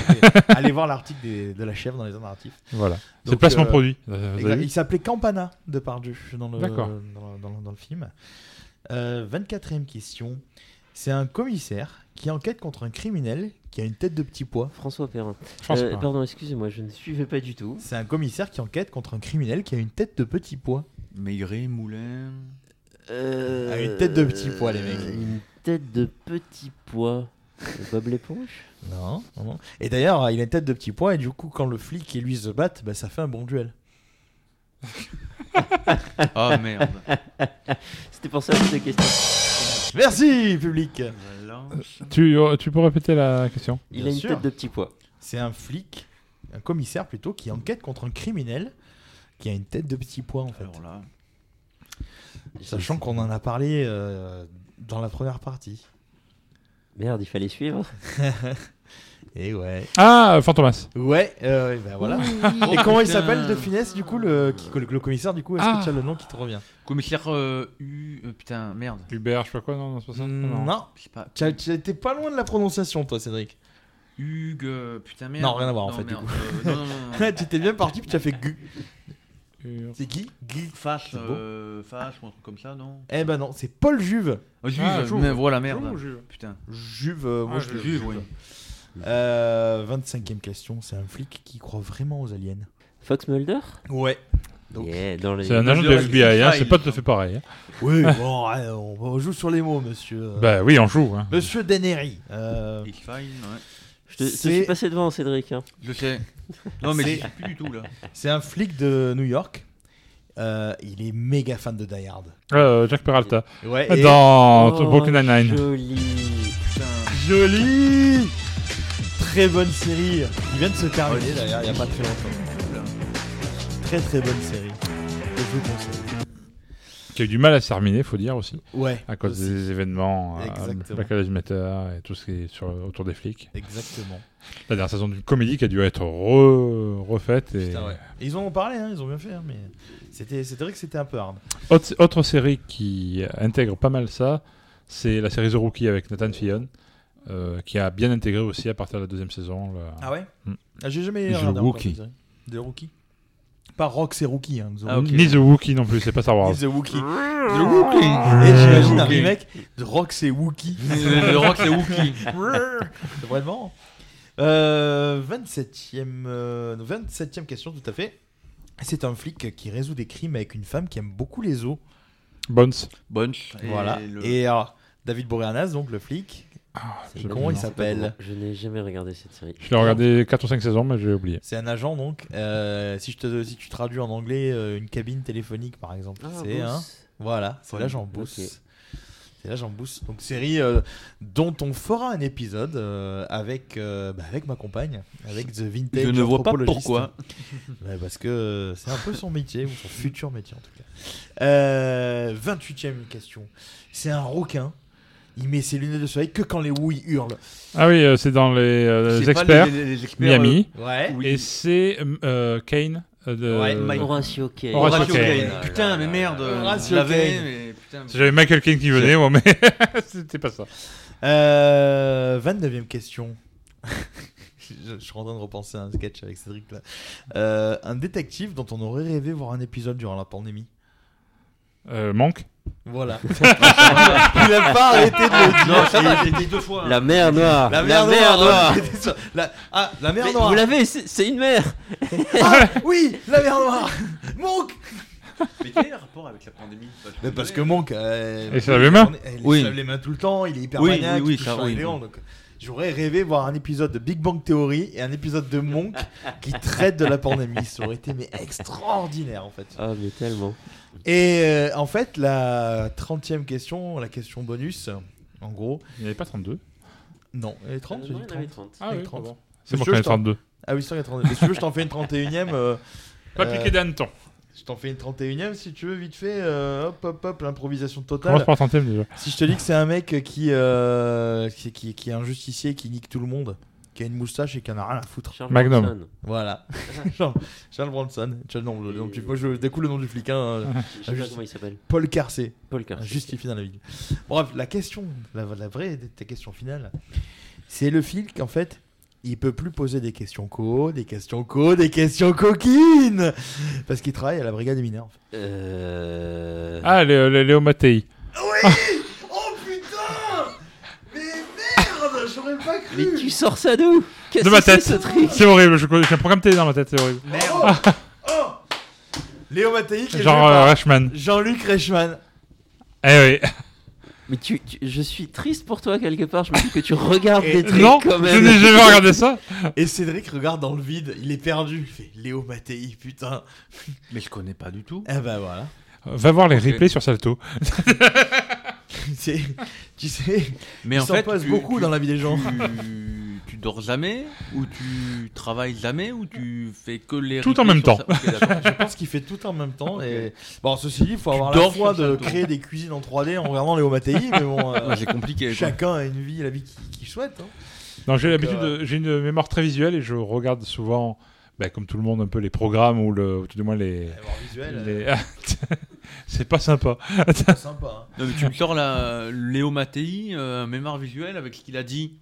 S12: Allez voir l'article des- de la chèvre dans les arts narratifs.
S13: Voilà. C'est
S12: Donc,
S13: placement produit. Euh, Vous avez
S12: exact-
S13: vu
S12: Il s'appelait Campana de Pardieu dans le,
S13: D'accord.
S12: dans, dans- dans le film. Euh, 24e question. C'est un commissaire qui enquête contre un criminel qui a une tête de petit pois.
S15: François Perrin.
S13: François
S15: Euh,
S13: Perrin.
S15: pardon, excusez-moi, je ne suivais pas du tout.
S12: C'est un commissaire qui enquête contre un criminel qui a une tête de petit pois.
S1: Maigret, Moulin.
S15: Euh,
S12: Ah, une tête de petit pois, les mecs.
S15: Une tête de petit pois. C'est Bob l'éponge
S12: Non. non, non. Et d'ailleurs, il a une tête de petit pois et du coup, quand le flic et lui se battent, bah, ça fait un bon duel.
S1: Ah merde.
S15: C'était pour ça que c'était question.
S12: Merci, public.
S13: tu, euh, tu peux répéter la question
S15: Il
S12: Bien
S15: a une
S12: sûr.
S15: tête de petit pois.
S12: C'est un flic, un commissaire plutôt, qui enquête contre un criminel qui a une tête de petit pois en fait.
S1: Alors là.
S12: Sachant qu'on en a parlé euh, dans la première partie.
S15: Merde, il fallait suivre.
S12: Et ouais.
S13: Ah, Fantomas.
S12: Ouais, euh, ben voilà.
S13: Oui.
S12: Et comment il
S1: Oh, Putain.
S12: s'appelle de finesse, du coup, le, qui- le, le commissaire, du coup, est-ce
S1: Ah.
S12: que tu as le nom qui te revient
S1: Commissaire euh, U. euh, putain, merde.
S13: Hubert, je sais pas quoi, non, Mm, non, c'est pas ça.
S12: Non.
S1: Je sais pas.
S12: Tu as- tu étais pas loin de la prononciation, toi, Cédric.
S1: Hugues. euh, Putain, merde.
S12: Non, rien à voir, en fait,
S1: merde,
S12: du coup.
S1: euh, non, non, non, non.
S12: tu t'es bien parti, puis tu as fait gu. C'est qui Guy
S1: Fache,
S12: C'est beau.
S1: euh, Fache ou un truc comme ça, non
S12: Eh ben non, c'est Paul Juve.
S1: Ah, Juve, Ah, Juve. mais voilà, merde. Juve ou Juve Putain.
S12: Juve, euh, moi
S1: Ah,
S12: je le
S1: Juve, oui.
S12: Euh, 25ème question, c'est un flic qui croit vraiment aux aliens.
S15: Fox Mulder
S12: Ouais.
S15: Yeah, dans les-
S13: C'est un agent de FBI, hein, c'est pas tout à fait pareil. hein.
S12: Oui, bon, ouais, on, on joue sur les mots, monsieur. euh,
S13: Bah oui, on joue, hein.
S12: Monsieur Deneri. Euh,
S15: Je te, je te
S12: c'est-
S15: suis passé devant, Cédric. hein.
S1: Je sais. Non, mais
S12: C'est-
S1: j'y suis plus du tout, là.
S12: C'est un flic de New York. Euh, il est méga fan de Die Hard.
S13: Euh, Jack Peralta.
S12: Ouais,
S15: Ah,
S12: et-
S13: Dans
S12: Oh,
S13: Brooklyn Nine-Nine.
S15: Joli.
S12: Joli Très bonne série. Il vient de se terminer d'ailleurs, il n'y a pas très longtemps. Très très bonne série. Que je vous conseille.
S13: Qui a eu du mal à se terminer, faut dire aussi.
S12: Ouais,
S13: À cause
S12: aussi.
S13: des événements,
S12: Exactement.
S13: la Matter et tout ce qui est sur, autour des flics.
S12: Exactement.
S13: La dernière saison d'une comédie qui a dû être re- refaite. Et...
S12: Putain, ouais. Et Ils en ont parlé, hein, ils ont bien fait, hein, mais c'était c'était vrai que c'était un peu hard.
S13: Autre, autre série qui intègre pas mal ça, c'est la série The Rookie avec Nathan Fillon, euh, qui a bien intégré aussi à partir de la deuxième saison. le-
S12: Ah ouais
S13: Mm.
S12: Ah, J'ai jamais
S13: The
S12: regardé encore cette
S13: Rookie.
S12: série. The Rookie Pas Rock, c'est Rookie. Hein, The Rookie.
S13: Ni The Wookie non plus, c'est pas Star Wars.
S12: Ni The Ah. Wookie. The Wookie. Et j'imagine un remake. The Rock c'est Wookie.
S1: Le- le Rock, c'est Wookie.
S12: C'est Vraiment. Euh, 27e, euh, 27e question, tout à fait. C'est un flic qui résout des crimes avec une femme qui aime beaucoup les os.
S13: Bones.
S1: Bones.
S12: Voilà.
S1: Et le-
S12: Et alors, David Boreanaz, donc le flic. Et
S13: je-
S12: comment il
S13: non,
S12: s'appelle
S15: Je n'ai jamais regardé cette série.
S13: Je l'ai regardé 4 ou 5 saisons, mais j'ai oublié.
S12: C'est un agent donc. Euh, si, je te, si tu traduis en anglais euh, une cabine téléphonique par exemple,
S15: Ah,
S12: c'est hein.
S15: Booth.
S12: un. Voilà, c'est
S15: Fun.
S12: l'agent Booth.
S15: Ok.
S12: C'est l'agent Booth. Donc série euh, dont on fera un épisode euh, avec euh, bah, avec ma compagne, avec The Vintage.
S1: Je ne vois pas
S12: Anthropologiste.
S1: pourquoi.
S12: Ouais, parce que euh, c'est un peu son métier ou son futur métier en tout cas. Euh, 28e question. C'est un requin. Il met ses lunettes de soleil que quand les houilles hurlent.
S13: Ah oui, euh, c'est dans les, euh,
S12: C'est
S13: les
S12: pas
S13: experts,
S12: les- les- les experts,
S13: Miami.
S12: euh, ouais.
S13: Et c'est euh, euh, Kane. euh, de...
S12: Ouais, Mike-
S15: Horatio Kane.
S13: Horatio
S1: Horatio
S13: Kane.
S1: Kane. Putain, mais merde.
S12: Horatio
S1: je l'avais,
S12: Kane.
S1: mais putain.
S13: Si J'avais Michael Kane qui venait, moi, mais c'était pas ça.
S12: Euh, 29e question. je, je suis en train de repenser à un sketch avec Cédric là. Euh, un détective dont on aurait rêvé voir un épisode durant la pandémie.
S13: Euh, Monk
S12: Voilà. Il a pas arrêté de le dire.
S15: Non, ça va,
S12: Et-
S15: j'ai dit deux fois. La mer Noire.
S12: La
S15: Ah. La
S12: mer
S15: mer
S12: noire.
S15: Noire.
S12: j'étais sûr. La- Ah, la mer
S15: Mais
S12: noire.
S15: Vous l'avez, c'est c'est une mère.
S12: Ah, oui, la mer noire. Monk.
S1: Mais quel est le rapport avec la pandémie
S12: Mais parce que Monk. euh,
S13: Et il se lave les mains
S12: Il se
S13: Oui.
S12: lave les mains tout le temps, il est hyper
S1: Oui,
S12: maniaque,
S1: oui, oui,
S12: il touche
S1: ça,
S12: sur les
S1: oui.
S12: léons, donc, J'aurais rêvé voir un épisode de Big Bang Theory et un épisode de Monk qui traite de la pandémie. Ça aurait été mais extraordinaire en fait.
S15: Ah, mais tellement.
S12: Et euh, en fait, la 30e question, la question bonus, en gros.
S13: Il n'y avait pas 32
S12: Non, elle est 30,
S15: Euh,
S12: j'ai
S15: non,
S12: dit
S15: il y en avait
S12: 30.
S15: 30. Ah
S12: Il y a
S15: oui,
S12: 30.
S15: pardon.
S13: C'est moi
S12: Monsieur,
S13: qui en ai
S12: je t'en-
S13: 32.
S12: Ah oui, c'est vrai, il y en a 32. Mais si tu veux, je t'en fais une 31e. euh,
S13: Pas piqué d'hanneton.
S12: Je t'en fais une 31e si tu veux, vite fait. euh, hop, hop, hop, l'improvisation totale.
S13: Commence par 30 déjà.
S12: Si je te dis que c'est un mec qui, euh, qui, qui, qui est un justicier qui nique tout le monde, qui a une moustache et qui en a rien à foutre.
S15: Charles
S13: Magnum. Bronson.
S12: Voilà. Charles, Charles Bronson. Charles, non, le- le- tu- moi, je découle le nom du flic. hein.
S15: Je sais
S12: Un
S15: pas
S12: juste- Ah,
S15: comment il s'appelle.
S12: Paul Carcé.
S15: Paul Carcé.
S12: Un Justifié dans la ville. Bref, la question, la, la vraie ta question finale, c'est le flic en fait. Il peut plus poser des questions co, des questions co, des questions coquines, parce qu'il travaille à la brigade des mineurs. en fait.
S15: Euh.
S13: Ah, Lé- Lé- Léo Mattei.
S12: Oh putain Mais merde J'aurais pas cru
S15: Mais tu sors ça d'où Qu'est-ce
S13: De ma
S15: que c'est
S13: tête.
S15: ce truc
S13: C'est horrible, je connais- j'ai un programme télé dans ma tête, c'est horrible.
S12: Merde Léo Mattei qui est
S13: Genre,
S12: joué par
S13: euh, Reichmann.
S12: Jean-Luc Reichmann.
S13: Eh oui.
S15: Mais tu, tu- je suis triste pour toi quelque part. Je me dis que tu regardes des trucs
S13: non,
S15: quand même.
S13: je n'ai jamais regardé ça.
S12: Et Cédric regarde dans le vide, il est perdu. Il fait Léo Mattei, putain.
S1: Mais je connais pas du tout.
S12: Eh ben voilà.
S13: Va voir les replays sur Salto.
S12: C'est- tu sais,
S1: Mais
S12: il
S1: en
S12: s'en
S1: fait,
S12: passe
S1: tu-
S12: beaucoup
S1: tu-
S12: dans la vie des gens.
S1: tu- Tu dors jamais Ou tu travailles jamais Ou tu fais que les.
S13: Tout en même temps.
S12: je pense qu'il fait tout en même temps. Et... Bon, ceci dit, il faut avoir la
S1: dors
S12: foi
S1: sur
S12: de
S1: ça, toi.
S12: créer des cuisines en 3D en regardant les Omatei, mais bon. euh,
S1: Ouais, Ah, c'est compliqué, quoi.
S12: Chacun a une vie, la vie qu'il qu'il souhaite. hein.
S13: Non, j'ai
S12: Donc,
S13: l'habitude,
S12: euh,
S13: de- j'ai une mémoire très visuelle et je regarde souvent, bah, comme tout le monde, un peu les programmes ou le, ou tout du moins les.
S12: visuelle,
S13: les-
S12: euh.
S13: c'est pas sympa.
S12: C'est pas sympa, hein.
S1: Non, mais tu me sors la Léo Mattei, euh, mémoire visuelle avec ce qu'il a dit.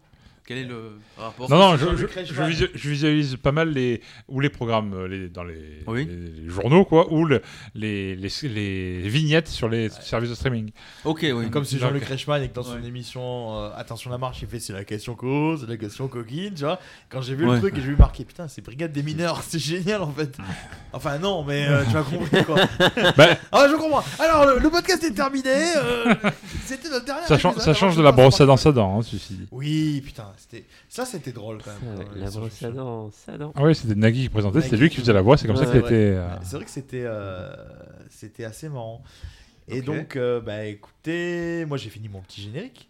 S1: Quel est le rapport
S13: Non, non, je, je- je visu- je visualise pas mal les, ou les programmes euh, les, dans les, les- les journaux, quoi, ou le- les, les, les vignettes sur les services de streaming.
S12: Comme si Jean-Luc
S13: Donc,
S12: Reichmann et que dans son émission euh, Attention la marche, il fait c'est la question cause, c'est la question coquine, tu vois. Quand j'ai vu
S13: Ouais.
S12: le truc et j'ai vu marqué putain, c'est Brigade des mineurs, c'est génial en fait. Enfin non, mais euh, tu vas comprendre quoi.
S13: Bah-
S12: Ah je comprends. Alors le, le podcast est terminé. euh, C'était notre dernier.
S13: Ça, change-
S12: épisode.
S13: ça
S12: Alors,
S13: change
S12: je
S13: de la
S12: pense-
S13: brosse à dents à dents, hein, ceci dit.
S12: Oui, putain, c'était ça c'était drôle quand même.
S15: Ah ouais, la brosse à dents, ça dent.
S13: Ah oui, c'était Nagui qui présentait, c'était
S12: Nagui.
S13: lui qui faisait la voix, c'est comme ça
S12: Ouais,
S13: qu'il
S12: ouais.
S13: était. euh,
S12: C'est vrai que c'était euh, c'était assez marrant. Et donc, euh, bah écoutez, moi j'ai fini mon petit générique.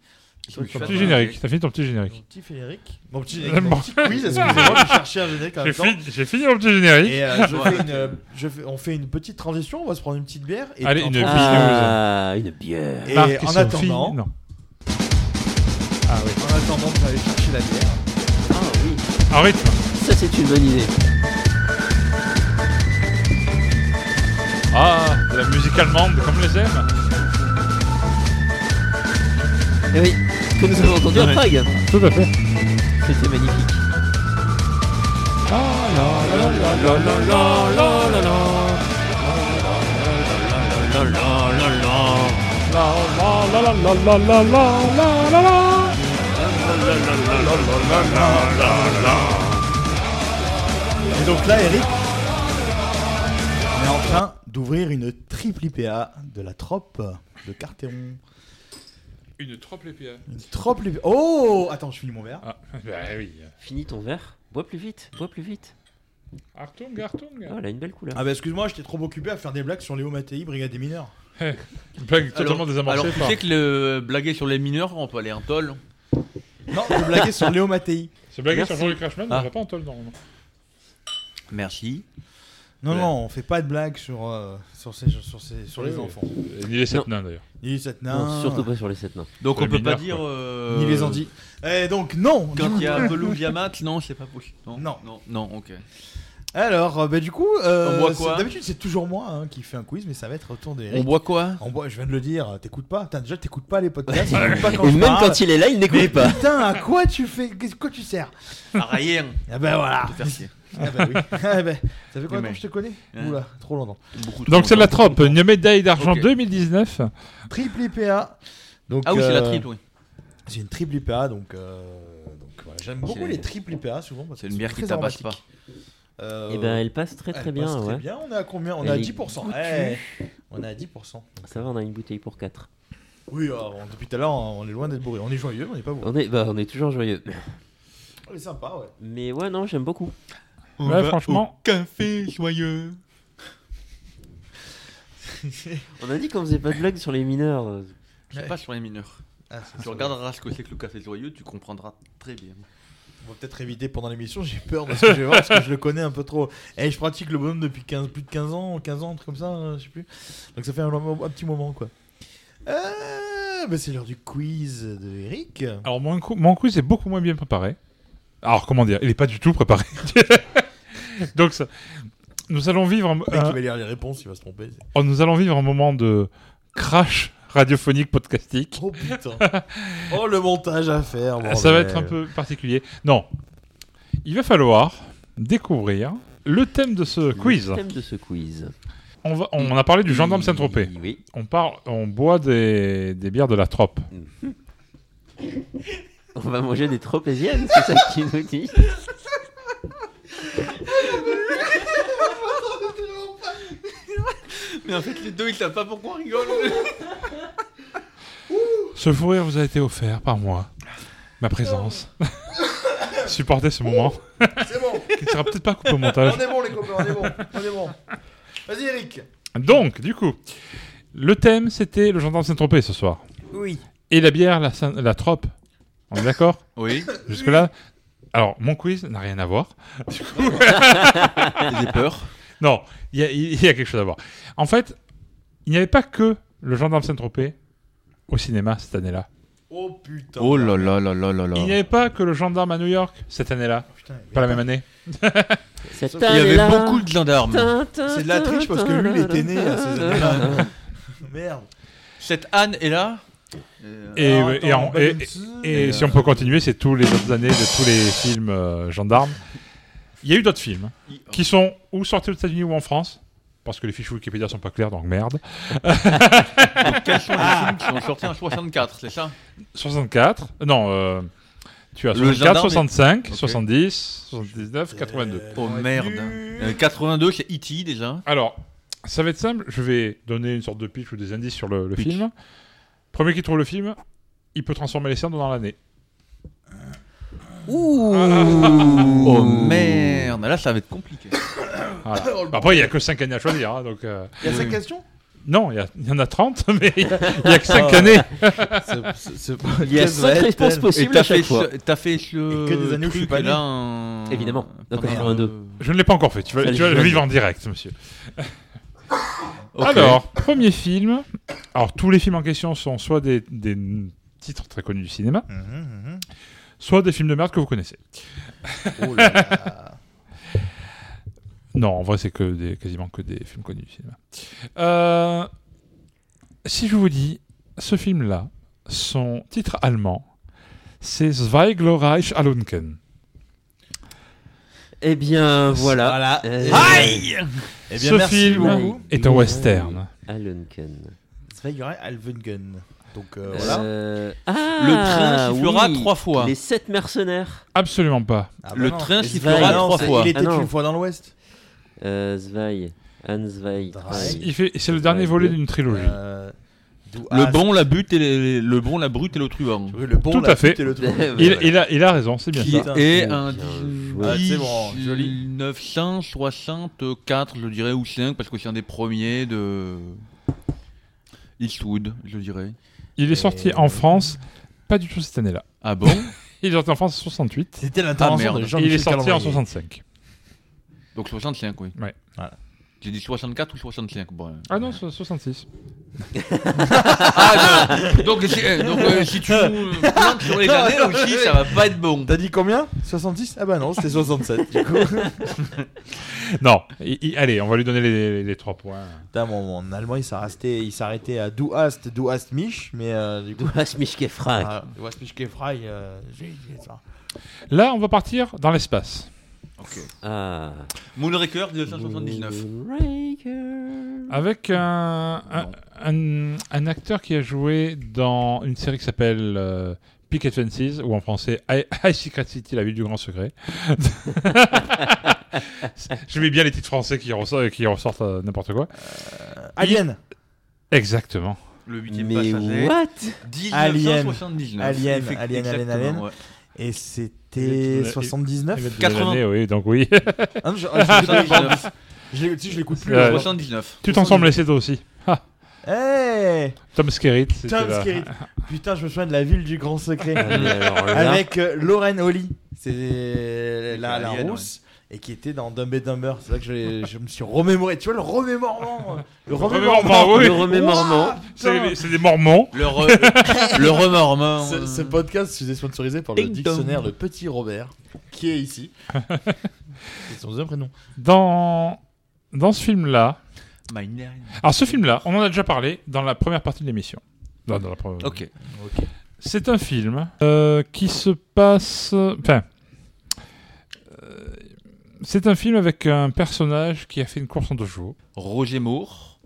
S13: Ton petit générique, t'as fini ton petit générique.
S12: Mon petit générique. Mon petit générique. Mon petit quiz, excusez-moi, je cherchais un générique en
S13: J'ai
S12: même temps.
S13: fini- J'ai fini mon petit générique.
S12: Et euh, je fais une, euh, je fais- on fait une petite transition, on va se prendre une petite bière. Et
S13: Allez,
S12: en
S13: une
S12: transition-
S15: Ah, une bière.
S12: Et
S13: Marc Ah et
S12: en
S13: Sophie,
S12: attendant,
S13: non.
S12: en attendant, vous allez chercher la bière.
S13: En rythme.
S15: Ça, c'est une bonne idée.
S13: Ah, de la musique allemande, comme les aime.
S15: Eh oui, que nous avons entendu à
S13: Ouais.
S15: Prague.
S13: Tout à fait.
S15: C'était magnifique.
S12: Et donc là, Eric, on est en train d'ouvrir une triple IPA de la Trope de Carteron.
S13: Une hein. trope l'épée.
S12: Une Trope IPA. Oh Attends, je finis mon verre.
S13: Ah, bah oui.
S15: Finis ton verre. Bois plus vite, bois plus vite.
S13: Artung, Artung.
S15: Oh, elle a une belle couleur.
S12: Ah bah excuse-moi, j'étais trop occupé à faire des blagues sur Léo Mattei, Brigade des mineurs.
S13: Blague totalement désamorcée.
S1: Alors, tu
S13: par-
S1: sais que le blaguer sur les mineurs, on peut aller en tol.
S12: Non, je blaguais sur Léo Mattei.
S13: Ce blague sur
S1: Merci.
S13: Jean-Luc Crashman,
S1: Ah.
S13: on va pas en tol normalement.
S1: Merci.
S12: Non,
S1: Ouais.
S12: non, on fait pas de blagues sur, euh, sur, ces, sur, ces- sur les
S13: Oui.
S12: enfants.
S13: Et Ni les sept nains d'ailleurs.
S12: Ni les sept nains.
S15: Non, surtout pas sur les 7 nains.
S1: Donc,
S13: Sur
S1: on
S13: les
S1: peut pas
S13: mineurs,
S1: dire.
S13: quoi.
S1: euh,
S12: Ni les andis. Et donc, non
S1: Quand il y a Pelouse Yamat, non, c'est pas possible. Non.
S12: Non.
S1: Non, non, ok.
S12: Alors, euh, bah, du coup, euh,
S1: On boit
S12: c'est-
S1: quoi
S12: d'habitude c'est toujours moi hein, qui fais un quiz, mais ça va être au tour d'Eric.
S1: On boit quoi
S12: On boit, je viens de le dire, t'écoutes pas. Putain, déjà, t'écoutes pas les podcasts.
S1: Ouais.
S12: t'écoutes pas quand
S15: Et
S12: je
S15: même
S12: parle.
S15: quand il est là, il n'écoute
S12: Mais
S15: pas.
S12: Putain, à quoi tu fais qu'est-ce- Quoi tu sers
S1: À rien.
S12: Ah ben voilà.
S1: Te faire chier.
S12: Ah
S1: bah
S12: ben oui. Ah ben, ça fait combien de temps
S1: Mais-
S12: que je te connais
S1: Hein.
S12: Oula, trop longtemps.
S1: Beaucoup trop
S13: Donc c'est la
S1: longtemps.
S13: trope, une médaille d'argent
S1: Ok.
S13: 2019.
S12: Triple IPA. Donc,
S1: Ah oui, c'est la
S12: euh,
S1: triple, oui.
S12: C'est une triple IPA, donc, euh, donc voilà. J'aime beaucoup
S1: C'est-
S12: les triples IPA souvent. parce
S1: C'est
S12: qu'elles
S1: une
S12: sont
S1: bière qui
S12: très
S1: tabasse pas.
S12: aromatiques. Euh,
S15: Et ben, elle passe très
S12: elle
S15: très bien.
S12: passe
S15: ouais.
S12: bien. On est à combien On est
S15: Elle
S12: à
S15: est
S12: 10%.
S15: goûtue.
S12: Eh, on est à 10%.
S15: Ça va, on a une bouteille pour 4.
S12: Oui, euh, depuis tout à l'heure, on est loin d'être bourré. On est joyeux, on n'est pas bourré.
S15: On est, bah, on est toujours joyeux. Oh.
S12: On est sympa, ouais.
S15: Mais ouais, non, j'aime beaucoup.
S13: Ouais, franchement.
S1: Café joyeux.
S15: On a dit qu'on faisait pas de blagues sur les mineurs. euh,
S1: C'est pas sur les mineurs.
S12: Ah, c'est
S1: Tu
S12: sûr.
S1: regarderas ce que c'est que le café joyeux, tu comprendras très bien.
S12: On va peut-être éviter pendant l'émission, j'ai peur parce que je vais voir, parce que je le connais un peu trop. Et je pratique le bonhomme depuis 15, plus de 15 ans, 15 ans, un truc comme ça, euh, je sais plus. Donc ça fait un, un petit moment quoi. Euh, bah, c'est l'heure du quiz de Eric.
S13: Alors mon, cou- mon quiz est beaucoup moins bien préparé. Alors comment dire, il est pas du tout préparé. Donc ça, nous allons vivre un,
S12: Le mec
S13: un-
S12: qui va lire les réponses, il va se tromper.
S13: oh, nous allons vivre un moment de crash radiophonique podcastique.
S12: Oh putain. oh le montage à faire.
S13: Ça
S12: bordel.
S13: va être un peu particulier. Non, il va falloir découvrir le thème de ce quiz.
S15: Le thème de ce quiz.
S13: On, va- on a parlé du gendarme Saint-Tropez.
S15: Oui.
S13: On parle, on boit des, des bières de la trope.
S15: On va manger des tropéziennes, c'est ça qu'il nous dit.
S1: Mais en fait, les deux, ils savent pas pourquoi on rigole.
S13: Ce fou rire vous a été offert par moi. Ma présence. Supportez ce moment.
S12: C'est bon.
S13: qui ne sera peut-être pas coupé au montage.
S12: On est bon les copains, on est bon, on est bon. Vas-y Eric.
S13: Donc, du coup, le thème, c'était le gendarme Saint-Tropez ce soir.
S12: Oui.
S13: Et la bière, la, Saint- la trope. On est d'accord
S1: Oui.
S13: Jusque-là, Alors, mon quiz n'a rien à voir. Du coup-
S1: J'ai peur.
S13: Non, il y, a- il y a quelque chose à voir. En fait, il n'y avait pas que le gendarme Saint-Tropez au cinéma cette année-là.
S12: Oh putain.
S1: Oh là là là là là là.
S13: Il n'y avait pas que le gendarme à New York cette
S1: Oh,
S13: année-là. pas la même année.
S1: Cette Il y avait année-là.
S15: hein.
S1: beaucoup de gendarmes.
S12: C'est de la triche parce que lui, il était né à ces
S1: Ah,
S12: années-là. Merde. Ah,
S1: Cette Anne est là
S13: Et,
S1: Alors,
S13: et en-
S1: attends,
S13: et-
S1: Babinski,
S13: et- et
S1: euh,
S13: si on peut continuer, c'est tous les autres années de tous les films euh, gendarmes. Il y a eu d'autres films qui sont ou sortis aux États-Unis ou en France. Parce que les fiches Wikipédia sont pas claires, donc merde.
S1: Donc, quels sont les films qui sont sortis en 64, c'est ça
S13: 64. euh, Non, euh, tu as
S1: Le
S13: 64,
S1: gendarme est-
S13: 65,
S1: Ok.
S13: 70, 79, 82.
S1: Oh merde. Euh, 82, c'est E.T. déjà.
S13: Alors, ça va être simple. Je vais donner une sorte de pitch ou des indices sur le, le film. Premier qui trouve le film, il peut transformer les scènes dans l'année.
S1: Ouh Oh merde, là ça va être compliqué. Oh,
S13: Voilà. Après, il n'y a que 5 années à choisir. hein, donc, euh,
S12: Il y a cinq questions
S13: Non, il y, a- il y en a 30, mais il n'y a que
S1: Ah.
S13: 5 années.
S1: Et t'as fait ce- T'as fait le. truc, et là, hein. Ah, un-
S12: Ah,
S1: un-
S13: Je ne l'ai pas encore fait. Tu vas,
S1: Ça,
S13: tu
S1: je
S13: vas le
S1: l'ai
S13: vivre
S1: dit.
S13: en direct, monsieur.
S1: Ok.
S13: Alors, premier film. Alors, tous les films en question sont soit des, des titres très connus du cinéma,
S1: Mmh,
S13: soit des films de merde que vous connaissez.
S12: Oh là là.
S13: Non, en vrai, c'est que des, quasiment que des films connus du cinéma. Euh, si je vous dis, ce film-là, son titre allemand, c'est Zweiglereich Alunken.
S15: Eh bien, voilà.
S12: Voilà.
S15: Euh,
S12: Aïe Eh bien,
S13: ce
S12: merci
S13: film
S12: beaucoup.
S13: est un western.
S15: Alunken.
S12: Sveigerai Alvengen. Donc euh, voilà.
S15: Euh,
S12: Le
S15: ah,
S12: train sifflera
S15: oui,
S12: trois fois.
S15: Les sept mercenaires.
S13: Absolument pas.
S12: Ah bah Le non. train sifflera Zweig. trois
S15: c'est-
S12: fois. Il était
S15: Ah non.
S12: une fois dans l'Ouest.
S15: Euh, Zweig. Hans Zweig.
S13: Il fait- C'est le dernier volet d'une trilogie.
S12: Euh,
S1: Le bon, la butte et les- le bon, la brute et le truand.
S12: Le bon,
S13: Tout
S12: la
S13: à fait.
S12: pute et le truand.
S13: Il, il a, il a raison, c'est bien
S1: Qui
S13: ça.
S1: est
S12: euh,
S1: un
S12: Ah, c'est bon,
S1: 1964, je dirais, ou 5, parce que c'est un des premiers de Eastwood, je dirais.
S13: Il est sorti en France, pas du tout cette année-là.
S1: Ah bon
S13: Il est sorti en France en 68.
S12: C'était l'intervention
S1: Ah, merde.
S12: de
S13: Et
S12: Jean-Michel
S13: Il est sorti en
S12: Calvrier.
S13: 65.
S1: Donc 65, oui.
S13: Ouais.
S1: J'ai dit 64 ou 65 bon.
S13: Ah non, so- 66.
S1: Ah non Donc, si- euh, donc, euh, si tu nous plantes sur les années aussi, ça va pas être bon.
S12: T'as dit combien 66 Ah bah non, c'était 67 du coup.
S13: Non, il- il- allez, on va lui donner les, les trois points.
S12: Putain, mon, mon allemand il s'est arrêté- il s'est arrêté à Du hast, Du hast mich, mais euh, du coup.
S15: Du hast mich gefragt.
S12: Ah, du hast mich gefragt, euh, j'ai dit ça.
S13: Là, on va partir dans l'espace.
S15: Ah.
S1: Moonraker 1979.
S13: Avec un, un, un- un acteur qui a joué dans une série qui s'appelle euh, Picket Fences, ou en français High High Secret City, la ville du grand secret. Je mets bien les titres français qui, ressort- qui ressortent euh, n'importe quoi.
S12: Alien.
S13: Il- Exactement.
S1: Le 8ème
S12: Mais
S1: passager.
S12: what
S1: 1979.
S12: Alien,
S1: Effect-
S12: Alien, Alien,
S1: exactement,
S12: Alien.
S1: ouais.
S12: Et c'était
S13: Il-
S12: 79
S13: il- il- l'année, oui, donc oui.
S12: Ah non, je- ah, je- je l'ai- si, je l'écoute plus.
S13: Euh,
S12: alors.
S13: Tu t'en sembles laissé toi aussi. Ah,
S12: Hey
S13: Tom Skerritt. c'était
S12: Eh, Tom
S13: là.
S12: Skerritt. Putain, je me souviens de la ville du grand secret.
S13: Ah, mais alors là-
S12: Avec euh, Lauren Holly. C'est la, la
S1: Alien,
S12: rousse. Et qui était dans Dumb and Dumber. C'est là que je, l'ai- je me suis remémoré. Tu vois, le remémorement. euh, Le
S13: remémorement, oui.
S12: Ouah, putain.
S13: C'est c'est des mormons.
S1: Le, re- le remormement.
S12: Ce, ce podcast, il est sponsorisé par le
S13: Ding dong.
S12: dictionnaire Le Petit Robert, qui est ici. C'est son deuxième prénom.
S13: Dans, dans ce film-là.
S1: My name.
S13: Alors, ce film-là, on en a déjà parlé dans la première partie de l'émission. Non, dans la première-
S1: Ok.
S13: C'est un film euh, qui se passe. Enfin. euh, C'est un film avec un personnage qui a fait une course en dojo.
S1: Roger Moore.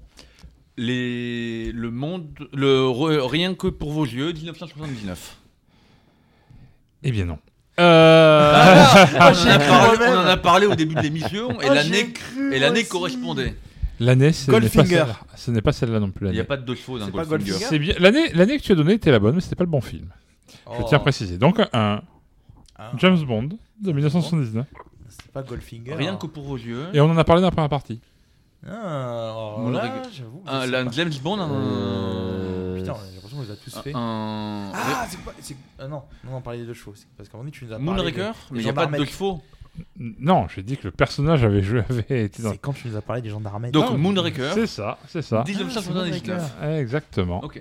S1: Les... Le monde. Le... re- Rien que pour vos yeux, 1979.
S13: Eh bien, non.
S1: Ah,
S13: Euh...
S1: on, en a parlé, on en a parlé au début de l'émission et
S12: Ah, j'ai
S1: l'année
S12: cru,
S1: et l'année
S12: aussi.
S1: correspondait.
S13: L'année, ce n'est pas
S12: Goldfinger.
S13: celle-là. Ce n'est pas celle-là non plus.
S1: Il n'y a
S13: l'année.
S1: pas de deux chevaux dans
S12: C'est pas
S1: Goldfinger.
S12: Goldfinger
S13: C'est bien. L'année, l'année que tu as donnée était la bonne, mais c'était pas le bon film. Je
S12: Oh. ah,
S13: tiens à préciser. Donc un James Bond de 1979.
S12: C'est pas Goldfinger. hein.
S1: Rien que pour vos yeux.
S13: Et on en a parlé dans la première partie.
S12: Ah, alors
S1: Moonraker.
S13: Ah,
S12: là, j'avoue.
S1: Un- la James Bond, un-
S12: Euh, putain, j'ai l'impression qu'on les a tous faits.
S1: Un-
S12: Ah, c'est pas. c'est- Ah non, non, on parlait de chevaux. c'est- Parce qu'à un moment donné, tu nous as parlé.
S1: Moonraker
S12: des-
S1: Mais
S12: des
S1: il n'y a pas de
S12: gendarmes.
S1: faux.
S13: Non, j'ai dit que le personnage avait joué avait été dans.
S12: C'est quand tu nous as parlé des Ah gendarmes.
S1: Donc, Moonraker.
S13: C'est ça, c'est ça.
S1: 1979.
S13: Ah, Exactement.
S1: Ok.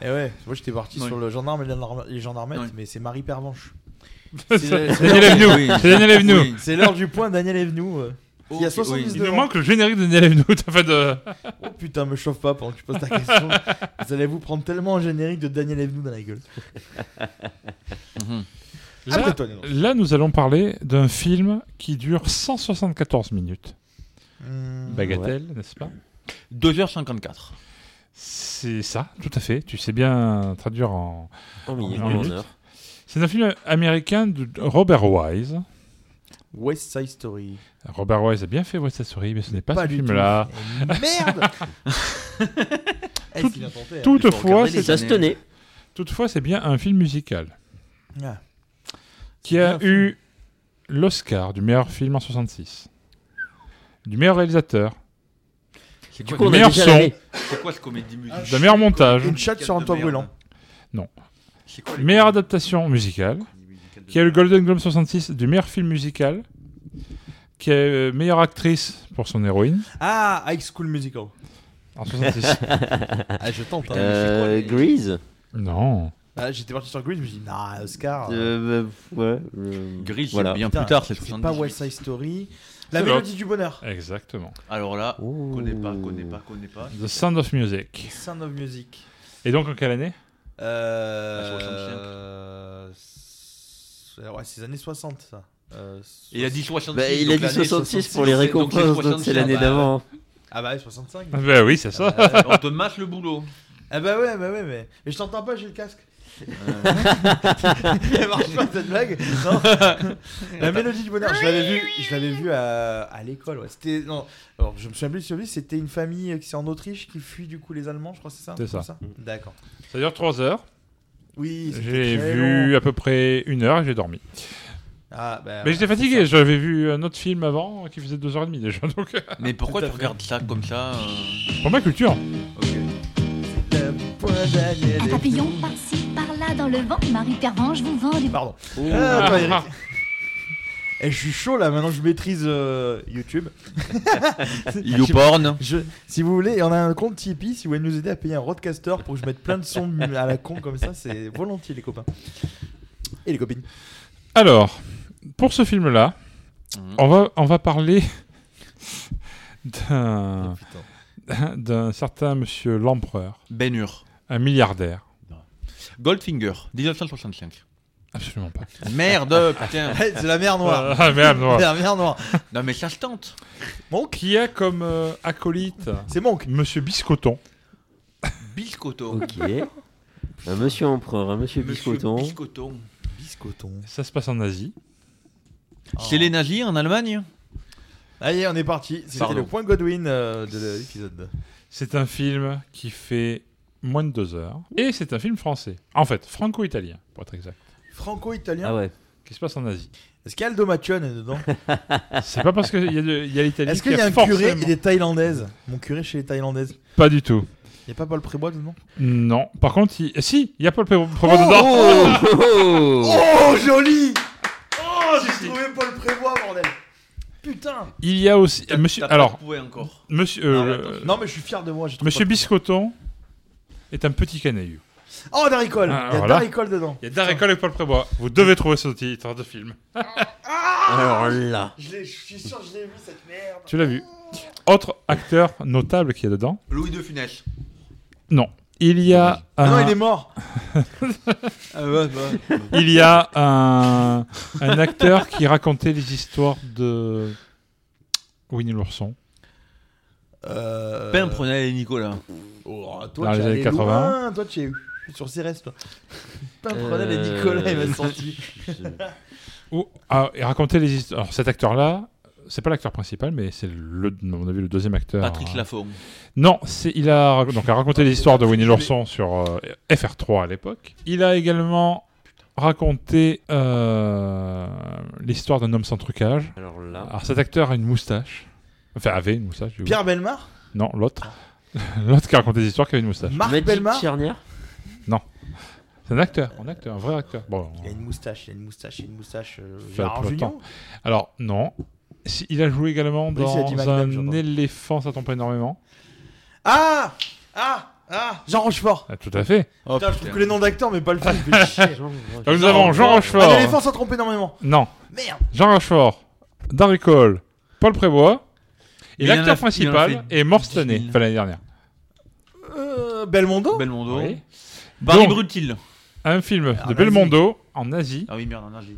S12: Et Eh ouais, moi j'étais parti
S1: Ouais.
S12: sur le gendarme et les gendarmes- les gendarmettes, mais c'est Marie Pervenche.
S13: C'est- c'est Daniel Evenou.
S12: Oui.
S13: C'est Daniel Evenou.
S12: Oui. C'est l'heure du point Daniel Evenou. euh, qui a
S13: Ok,
S12: 70
S13: oui. Il
S12: devant.
S13: nous manque le générique de Daniel Evenou, t'as fait de-
S12: Oh putain, me chauffe pas pendant que tu poses ta question. vous allez vous prendre tellement un générique de Daniel Evenou dans la gueule.
S13: Là,
S12: Après toi, Nino.
S13: là, nous allons parler d'un film qui dure 174 minutes.
S12: Hmm.
S13: Bagatelle, n'est-ce pas
S1: 2h54.
S13: C'est ça, tout à fait. Tu sais bien traduire en,
S15: En minutes,
S13: en
S15: en
S13: minutes.
S15: heures.
S13: C'est un film américain de Robert Wise.
S12: West Side Story.
S13: Robert Wise a bien fait West Side Story, mais ce n'est pas,
S12: Pas
S13: ce
S12: du
S13: film-là.
S12: tout. Merde Eh,
S13: Tout-
S12: c'est bien tenté, hein. Il faut
S13: Toutefois,
S12: regarder les Ça
S13: c'est-
S12: se années. tenait.
S13: Toutefois, c'est bien un film musical
S12: Ah.
S13: qui a eu l'Oscar du meilleur film en 66, du meilleur réalisateur,
S1: quoi
S13: du
S1: ce-
S13: meilleur son,
S1: C'est quoi ce comédie musicale
S13: du meilleur montage,
S12: Une chatte sur un toit brûlant.
S13: Non. Meilleure adaptation musicale, qui a eu le Golden Globe 66 du meilleur film musical, qui a eu meilleure actrice pour son héroïne
S12: Ah, High School Musical.
S13: en 66.
S12: ah, je tente. hein.
S15: Euh, Grease
S13: Non.
S12: Ah, J'étais parti sur Grease, je me suis dit, nah, Oscar.
S15: Euh, bah, ouais. euh,
S1: Grease,
S15: voilà.
S1: c'est bien
S12: Putain,
S1: plus tard, c'est
S12: C'est pas
S1: 78.
S12: West Side Story. La
S13: C'est
S12: mélodie
S13: l'autre.
S12: du bonheur.
S13: Exactement.
S1: Alors là, connais pas, connais pas, connais pas.
S13: The Sound of Music.
S12: Sound of Music.
S13: Et donc en quelle année Ah,
S12: Euh. euh, Ouais, c'est les années 60, ça. Euh,
S1: Il a dit
S12: 60.
S1: 66,
S15: Bah, il a
S1: donc
S15: dit
S1: l'année
S15: 66 pour les récompenses, donc c'est
S1: 66,
S15: l'année
S1: ah bah,
S15: d'avant.
S12: Ah bah ouais, 65.
S13: Ah bah oui, c'est ça.
S12: Ah bah ouais.
S1: On te mâche le boulot.
S12: Ah bah ouais, bah ouais, mais, mais je t'entends pas, j'ai le casque. Elle marche pas cette blague. Non. La mélodie du bonheur, je l'avais vu, je l'avais vu à, à l'école. Ouais. C'était non, alors, je me souviens plus de celui, c'était une famille euh, qui c'est en Autriche qui fuit du coup les Allemands, je crois c'est ça.
S13: C'est ça.
S12: comme D'accord.
S13: Ça dure 3 heures.
S12: Oui. c'était
S13: J'ai
S12: très
S13: vu
S12: long.
S13: à peu près une heure et j'ai dormi.
S12: Ah, bah,
S13: mais
S12: ouais,
S13: j'étais
S12: c'est
S13: fatigué,
S12: ça.
S13: j'avais vu un autre film avant qui faisait 2h30 déjà. Donc... euh,
S1: Mais pourquoi tu regardes ça comme ça euh,
S13: Pour ma culture.
S9: Un papillon par-ci, par-là dans le vent, Marie Pervenche vous vend du...
S12: Pardon. Ah, attends, Eric. Eh, je suis chaud là, maintenant je maîtrise euh, YouTube.
S1: YouPorn.
S12: Je- si vous voulez, on a un compte Tipeee, si vous voulez nous aider à payer un roadcaster pour que je mette plein de sons à la con comme ça, c'est volontiers les copains. Et les copines.
S13: Alors, pour ce film-là,
S12: Mhm.
S13: on, va, on va parler d'un
S12: Oh,
S13: d'un certain monsieur l'empereur.
S1: Ben Hur.
S13: Un milliardaire.
S1: Goldfinger, 1965.
S13: Absolument pas.
S1: Merde, putain.
S12: C'est la mer noire.
S13: Ah, mer Noire.
S12: La mer noire.
S1: Non mais ça se tente.
S12: Monk
S13: Qui a comme euh, acolyte
S12: C'est Monk.
S13: Monsieur Biscoton.
S1: Biscotto.
S15: Ok. Un monsieur empereur, un monsieur,
S1: Monsieur
S15: biscoton.
S1: Biscotton.
S12: Biscoton.
S13: Ça se passe en Asie.
S1: C'est les nazis en Allemagne
S12: Allez, on est parti. C'était
S1: Pardon.
S12: le point Godwin euh, de l'épisode.
S13: C'est un film qui fait moins de deux heures. Et c'est un film français. En fait, franco-italien, pour être exact.
S15: Ah.
S12: Franco-italien.
S13: Qui se passe en Asie.
S12: Est-ce qu'il y a Aldo Macchione dedans
S13: C'est pas parce qu'il y a, de- il y a l'Italie
S12: Est-ce
S13: qu'il
S12: qu'il y a un curé
S13: forcément-
S12: et des Thaïlandaises Mon curé chez les Thaïlandaises.
S13: Pas du tout.
S12: Il n'y a pas Paul Prébois dedans
S13: Non. Par contre, il... si, il y a Paul Prévost Prévost
S12: Oh,
S13: dedans.
S12: oh, Oh, joli Oh, j'ai trouvé Paul Prébois, bordel Putain
S13: Il y a aussi
S1: T'as-
S13: monsieur.
S1: t'as pas
S13: alors,
S1: trouvé encore.
S13: monsieur,
S12: Non,
S13: euh,
S12: mais attends, Non, mais je suis fier de moi. j'ai trouvé
S13: monsieur
S12: Paul-
S13: Biscoton est un petit canaillou.
S12: Oh, Darry Cole
S13: Ah,
S12: Il y a
S13: voilà.
S12: Darry Cole dedans.
S13: Il y a Daricole et Paul Prébois. Vous devez trouver ce titre de film.
S15: Alors là.
S12: Je, l'ai- je suis sûr que je l'ai vu cette merde.
S13: Tu l'as vu. Autre acteur notable qui est dedans.
S1: Euh, Louis de Funès.
S13: Non. Il y a.
S12: Ah non,
S13: un-
S12: il est mort Ah bah, bah.
S13: Il y a un, un acteur qui racontait les histoires de Winnie l'ourson.
S12: Euh...
S1: Ben Prenel et Nicolas.
S12: Oh, toi,
S13: Dans
S12: tu
S13: les
S12: es
S13: années
S12: allé
S13: 80.
S12: loin, toi, tu es sur Cérès, toi. Pas
S15: Euh,
S12: Prenel et Nicolas, il m'a sorti.
S13: Ou ah, il racontait les histoires. Alors cet acteur-là, c'est pas l'acteur principal, mais c'est le, à mon avis, le deuxième acteur.
S1: Patrick Lafont.
S13: Non, c'est il a donc a raconté les histoires de Winnie l'ourson sur euh, FR3 à l'époque. Il a également raconté euh, l'histoire d'un homme sans trucage.
S15: Alors là.
S12: Ah.
S13: Alors cet acteur a une moustache. Enfin, avait une moustache. du coup.
S12: Pierre Belmar
S13: Non, l'autre. L'autre qui raconte des histoires qui avait une moustache.
S12: Marc
S15: Magic
S12: Belmar
S15: Charnière
S13: Non. C'est un acteur, un acteur, un vrai acteur. Bon,
S12: Il a une moustache, il a une moustache, il a une moustache. euh,
S13: fait
S12: Gérard
S13: plus
S12: Junior
S13: longtemps. Alors, non. Si- il a joué également
S12: Oui, c'est
S13: dans
S12: Eddie Magnum,
S13: un
S12: j'entends.
S13: éléphant, ça tombe pas énormément.
S12: Ah Ah Ah Jean Rochefort
S13: Ah, tout à fait.
S1: Oh,
S12: Putain, je trouve que les noms d'acteurs, mais pas le film, il fait chier.
S13: Donc Ah, nous
S12: Ah,
S13: avons Jean Rochefort.
S12: Un éléphant s'en trompe énormément.
S13: Non.
S12: Merde.
S13: Jean Rochefort, Darry Cole, Paul Prébois. Et
S1: Il y en a-
S13: l'acteur
S1: il y en a
S13: principal est mort cette année, enfin l'année dernière.
S12: Euh, Belmondo
S1: Belmondo.
S13: Oui.
S1: Barry
S13: Donc,
S1: Brutil.
S13: Un film
S1: En
S13: de
S1: Asie.
S13: Belmondo en Asie.
S1: Ah oui, merde, en Asie.